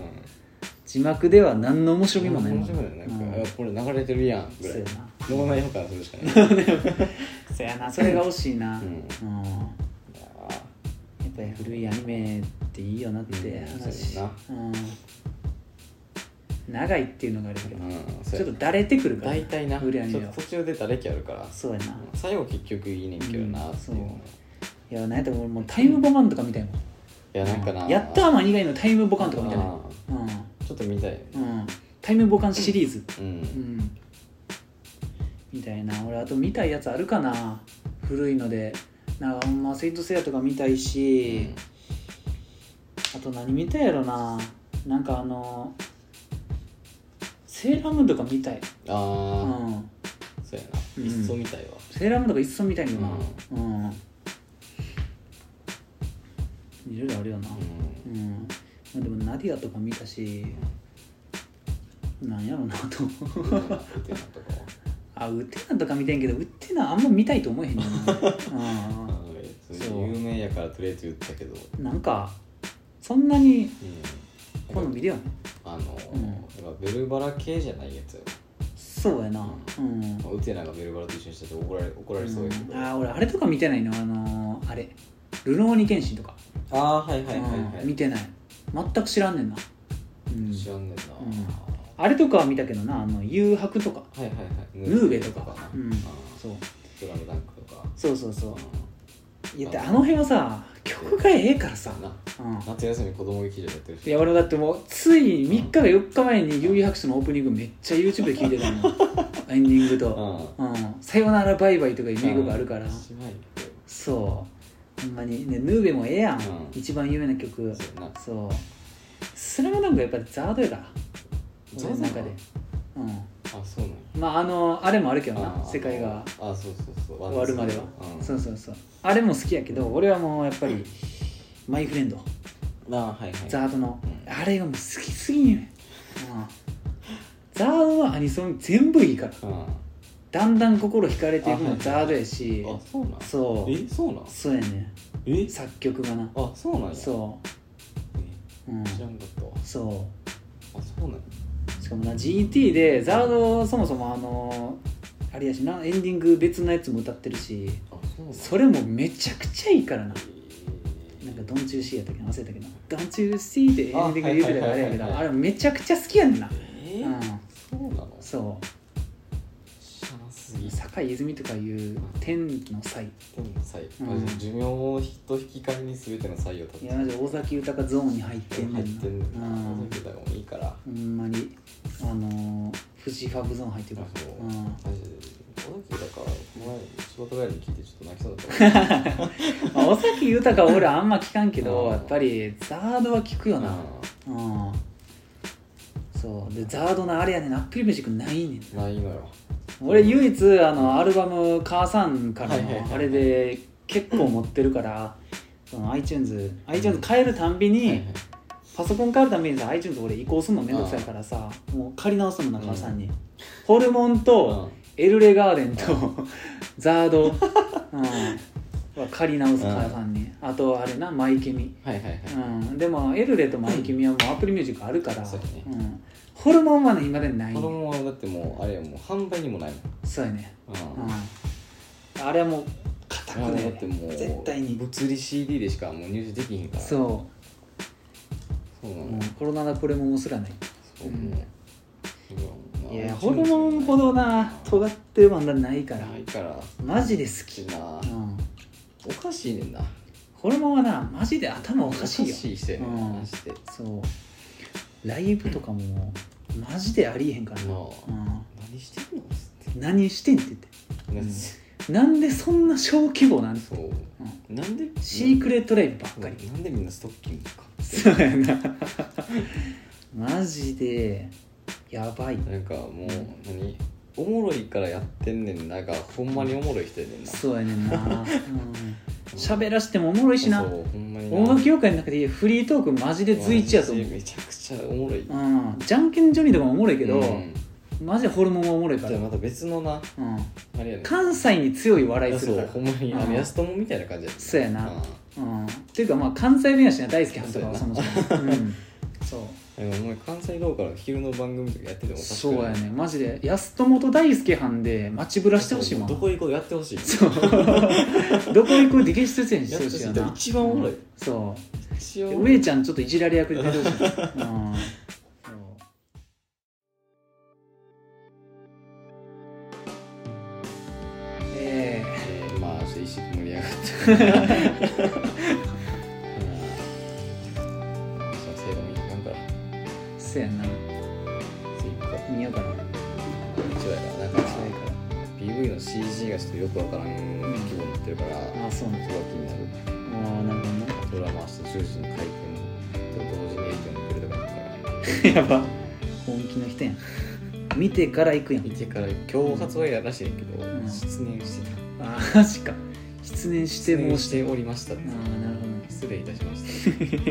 B: 字幕では何の面白みもない
A: 面
B: もん
A: 白いねなんか、
B: うん
A: あこれ流れてるやんぐら
B: せ
A: い
B: やな
A: 脳内保管するしかないう ん
B: せやなそれが惜しいな
A: う
B: うんんやっぱり古いアニメっていいよなって
A: うん
B: 話
A: そうや
B: うん長いっていうのがあるけど
A: そうや
B: ちょっとだれてくるから
A: 大体な
B: 古いアニ
A: ちょ
B: メ
A: っ
B: は
A: と途中で誰きあるから
B: そうやな
A: 最後結局いいねんけどな
B: うん
A: っていうのが、
B: そういやなんやったら俺もうタイムボカンとか見たいもん
A: いやなんかな
B: やったーマン以外のタイムボカンとか
A: う
B: 見
A: ん
B: たい
A: ちょっと見たいよね
B: うん、うん、タイムボカンシリーズ
A: うん、
B: うんみたいな俺あと見たいやつあるかな古いのでなんかほんま「セイント・セイヤ」とか見たいし、あと何見たいやろななんかあのセーラームーンとか見たい、
A: あ
B: う
A: あ、
B: ん、
A: そうや
B: うん
A: な一層みたいわ、
B: セーラームーンとか一層見たいよなうん、いろいろあるよな
A: うん
B: うん、まあ、でもナディアとか見たしなんやろなと
A: うん、うん、っていうのとかは
B: あウッテナとか見てんけどウッテナあんま見たいと思えへんねんな う
A: うん別に有名やからとりあえず言ったけど、うん
B: んなんかそんなに好みではない
A: あの、
B: うん
A: やっぱベルバラ系じゃないやつよ
B: そうやなうん
A: まあウテナがベルバラと一緒にしたら怒られ怒られそうやけど、
B: うんあー俺あれとか見てないのあのーあれ「ルノーニケンシン」とか、
A: あーはいはいはいはい、
B: うん見てない全く知らんねんな、うん
A: 知らんねんな、
B: うん
A: はい
B: あれとかは見たけどなあの誘白とか
A: はいはい
B: ヌーベとか
A: な
B: う
A: あ
B: ん
A: ー
B: そう
A: スラムダンクとか
B: そうそうそう
A: う
B: いやであの辺はさ曲がええからさ
A: ん、な
B: うん、
A: 夏休み子供劇場でやってる
B: い
A: し
B: や俺もだってもうつい3日か4日前に「幽遊白書」のオープニングめっちゃ YouTube で聴いて たのエンディング
A: うん
B: と「うん、さよならバイバイ」とかいう名曲あるから、
A: しまいって
B: そうほんまにねヌーベもええやん、
A: うん
B: 一番有名な曲
A: そうやな
B: そうスラムダンクはやっぱりザードやから俺の中でう
A: あそうなんや
B: んまああのあれもあるけど
A: あ
B: な
A: ー
B: 世界が
A: あーそうそうそう
B: 終わるまでは
A: うん、
B: そうそうそうあれも好きやけど俺はもうやっぱりマイフレンド
A: あーはいはい
B: ザードの
A: うん
B: あれがもう好きすぎんよね、うん、ザードはアニソン全部いいから
A: うんあ
B: だんだん心惹かれていく
A: あは
B: のはいザードやし
A: そうなん
B: そう
A: えそうなん
B: そうやね
A: え
B: 作曲がな
A: あそうなんや
B: そ
A: え
B: ううん
A: 知らんかったわ
B: そ
A: あそうなんや
B: うしかもな GT でザードそもそもあのあれやしなエンディング別のやつも歌ってるし
A: あそうなんや
B: それもめちゃくちゃいいからな
A: えー
B: なんか「ドンチューシー」やったっけな忘れたけど「ドンチューシー」ってエンディングで言うてたからあれやけ
A: あはい
B: ど
A: は
B: あ
A: いはいはい
B: れめちゃくちゃ好きやんな
A: え
B: う
A: ー
B: ん
A: そうなの
B: そ
A: 知らなすぎ
B: う坂井泉とかいう天の才
A: 天の才、
B: うん
A: 寿命と引き換えに全ての才を
B: い
A: 立
B: やマジで尾崎豊ゾーンに入って
A: て
B: ん
A: 入
B: ね
A: っ
B: んな
A: てんの
B: う
A: な尾
B: ん
A: 崎豊もいいから
B: ほんまにあのー、フジファブゾーン入ってるから
A: そう
B: うん
A: マジで尾崎豊この前仕事帰りに聞いてちょっと泣きそうだったもん
B: まあ尾崎豊は俺あんま聞かんけ
A: う
B: ど
A: ん
B: やっぱりザードは聞くよな
A: う
B: うんそうでザードのあれやねんなアップルミュージックないねん
A: ん ないのよ
B: 俺唯一あのアルバム「母さん」から
A: はいはいはい
B: のあれで結構持ってるからその iTunes iTunes 変えるたんびに、パソコン変えるたんびにさ iTunes 俺移行するのめんどくさいからさもう借り直すもんな
A: うん
B: 母さんに、ホルモンと、エルレガーデンと ザード、うん、は借り直す
A: うん
B: 母さんにあとあれなマイケミ
A: はいはいはい
B: うん、でもエルレとマイケミはもうアプリミュージックあるから、
A: そうや
B: うんホルモンはね今までない
A: 子供はだってもうあれやもう販売にもないもん
B: そうやね、
A: うん
B: うん、あれはもう固く
A: もうだ
B: ね
A: ってもう
B: 絶対に
A: 物理 CD でしかもう入手できひんからう
B: そ
A: そうな
B: う、
A: の
B: うん、コロナだこれももすらない
A: そう
B: うん
A: ね
B: いやホルモンほどな尖ってる漫画ないから
A: ないから
B: マジで好
A: 好
B: き、
A: きな
B: うん、
A: おかしいねんな
B: ホルモンはなマジで頭おかしいよ
A: い人やね
B: うん
A: んマジでな
B: そうライブとかもマジでありえへんからな、
A: あ何してんの
B: うん、何してんって
A: な
B: 言っうんてなんでそんな小規模なん
A: そう
B: うん
A: なんで
B: シークレットライブばっかり
A: なんでみんなストッキングか
B: そうやなマジでやばい
A: なんかもう何おもろいからやってんねんながほんまにおもろい人やねんな
B: そうやねんなうん喋、らしてもおもろいしな
A: そうほんまにな
B: 音楽業界の中でフリートークマジで随一やと思う
A: マジでめちゃくちゃおもろい
B: うんじゃんけんジョニーとかもおもろいけど、
A: うん
B: マジでホルモンはおもろいか
A: じ
B: ら、
A: ゃあ
B: う
A: また別のな
B: うん、
A: あれやねん
B: 関西に強い笑い
A: そ
B: するか
A: う
B: ら
A: ほんまにあ
B: うん
A: の安友みたいな感じやねん
B: そうやな
A: うん
B: うん、っていうかまあ関西弁やしな大好きはずとかはそもそも、 うん、そう
A: でもお前関西ローカルの昼の番組とかやってても
B: そうや
A: ね
B: ねマジで安友と大輔班で街ぶらしてほしいもん
A: どこ行こうやってほしい
B: そう どこ行く激出演してほしいよ
A: や
B: な
A: ってほしい一番おもろい
B: うんそ
A: 一
B: う
A: 応
B: 上ちゃんちょっといじられ役で出てほしい、うんそうえー
A: えーまあちょっと一瞬盛り上がっちゃったうんそう最後見に行かんから
B: そうやな
A: 次行こ
B: 見ようかな
A: う一応やからなんか
B: そうやか
A: PV の CG がちょっとよくわからん規模になってるから
B: らあそうなん
A: そこが気になる
B: ああなるほどな
A: ドラマ明日10時の会見と同時に影響に来るとかだから
B: やば本気の人やん見てから行くやん
A: 見てから今日発売やらしいねんけど、
B: ん
A: 失念してた
B: あーマジか失念して
A: 失
B: も
A: 念
B: う
A: し
B: して
A: おりました
B: ああなる
A: 失礼いたしました
B: ほ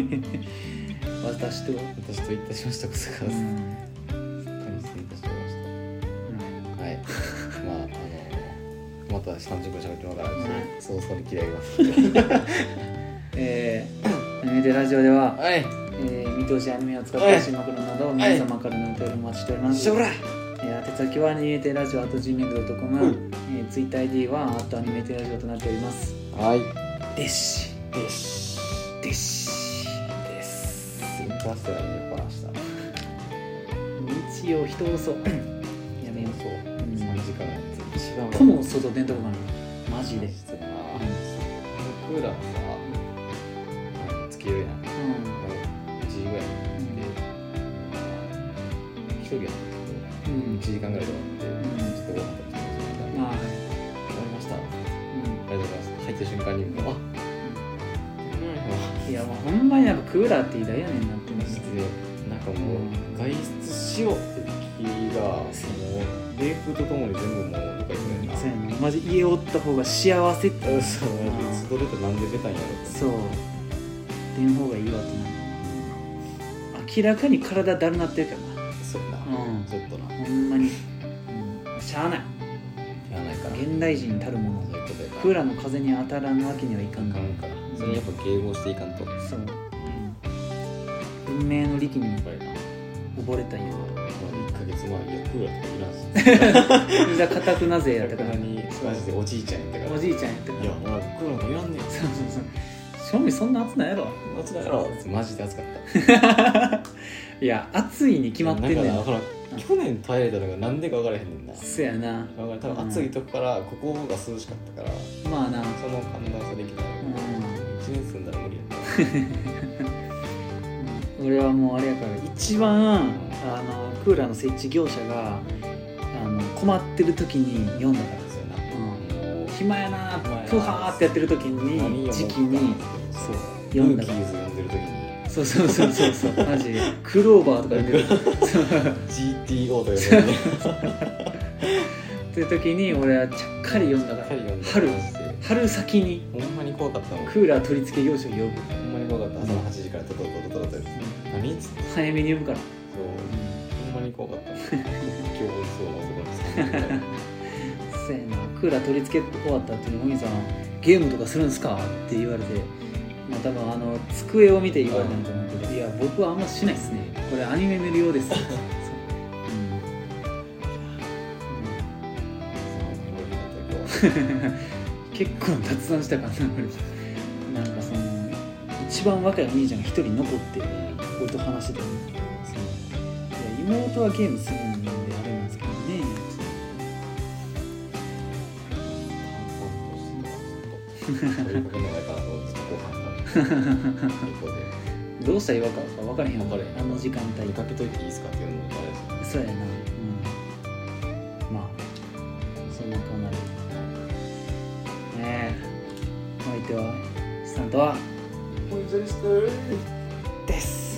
B: ど私とは
A: 私といたしましたこそか
B: う
A: らすっ
B: ん
A: かり失礼いたしましたはい まああのまた30分喋ってもらうから
B: は
A: そうそうに嫌います
B: えー、アニメテラジオでは、
A: はい
B: えー、見通しやアニメを使った新マクロなどを皆様からのお便りをお待ちしております、
A: ら
B: えー、宛先はアニメテラジオ .gmail.com、
A: う
B: えー、TwitterID はアニメテラジオとなっております
A: はい
B: ですし
A: です
B: ですし
A: ですインターステラーに酔っ払わした
B: 日曜人多そうやめよう
A: そう
B: うん
A: 3時間やって一番
B: とも外出んとこかなマジで
A: してなクーラーもさつけるやん
B: う
A: 1時ぐらいにで一人やったけ
B: んう
A: ど1
B: ん
A: 時間ぐらいで終わってちょっとご飯食べてみたいな
B: まあ
A: 終わりましたあ
B: う
A: りがとうございます入った瞬間にもうあ
B: んいやもうほんまになんかクーラーって偉大やねんなって思う
A: 失礼なんかもう外出しろって気がもう冷風とともに全部もう理解されるな
B: そうやなマジ家おった方が幸せって
A: うんそう外出てなんで出たんやろって
B: そう出ん方がいいわってな明らかに体だるなってるから
A: そうやな
B: うん
A: ちょっとな
B: なほんまに、うん、しゃあない
A: やらないから
B: 現代人たるもの
A: そういうことやから
B: クーラーの風に当たらんわけにはいかん
A: あか
B: か
A: らんからそれにやっぱ迎合していかんとや
B: そう、うん、文明の力に
A: っぱりな
B: 溺れたんや
A: 1ヶ月前いやクーラーとかいらんし
B: 膝固くなぜやったから
A: 逆にマジでおじいちゃんやったか
B: お
A: ら
B: じいちゃんやったから
A: いやもうクーラーもいらんねん
B: そうそうそう正味そんな暑ないやろ
A: 夏だろマジで暑かった
B: いや暑いに決まってんね
A: だ
B: ん
A: から去年耐えれたのがなんでか分からへんねんな
B: そやな
A: 分かる多分暑いとこからここが涼しかったから
B: まあな
A: その寒暖差できたら1年住んだら無理やった
B: うん俺はもうあれやから一番あのクーラーの設置業者があの困ってる時に読んだから
A: そう
B: う
A: や
B: 暇やな
A: 暇やな
B: ふはーってやってる時
A: なもう
B: に時期
A: 何
B: に
A: を思った
B: そう
A: ル
B: 読ん
A: ー
B: だ
A: キ
B: から
A: ーズ読んでる時に
B: そうそうそうそ うそうマジクローバーとか言ってるそう
A: GTO と呼ばれて
B: っていう時に俺はちゃっかり読んだから春春先に
A: ほんまに怖かったもん
B: クーラー取り付け業者を呼ぶ
A: ほんまに怖かった朝の8時からトトトトトトト何っつって
B: 早めに呼ぶから
A: そうほんまに怖かったもん今日そうな男の
B: せやなクーラー取り付け終わった後に「お兄さんゲームとかするんすか?」って言われて、まあ、多分あの机を見て言われたんだと思うけど「いや僕はあんましないっすねこれアニメ見るよう です」そう
A: 3
B: うんうん 結構脱散した感じなんかその一番若いお兄ちゃんが一人残って俺と話してたのそのいや妹はゲームするんであれなんですけどね
A: 人ぐらいだったら今日そういうことないかなと思ってちょっとご飯食べて一個で
B: どうしたら違和感か分からへん
A: 分からへん
B: あの時間帯
A: 出かけといていいですかっていうのもあれです
B: そうやな、うん、まあそんなこんなでねえお相手はさんとは
A: ポイントリストです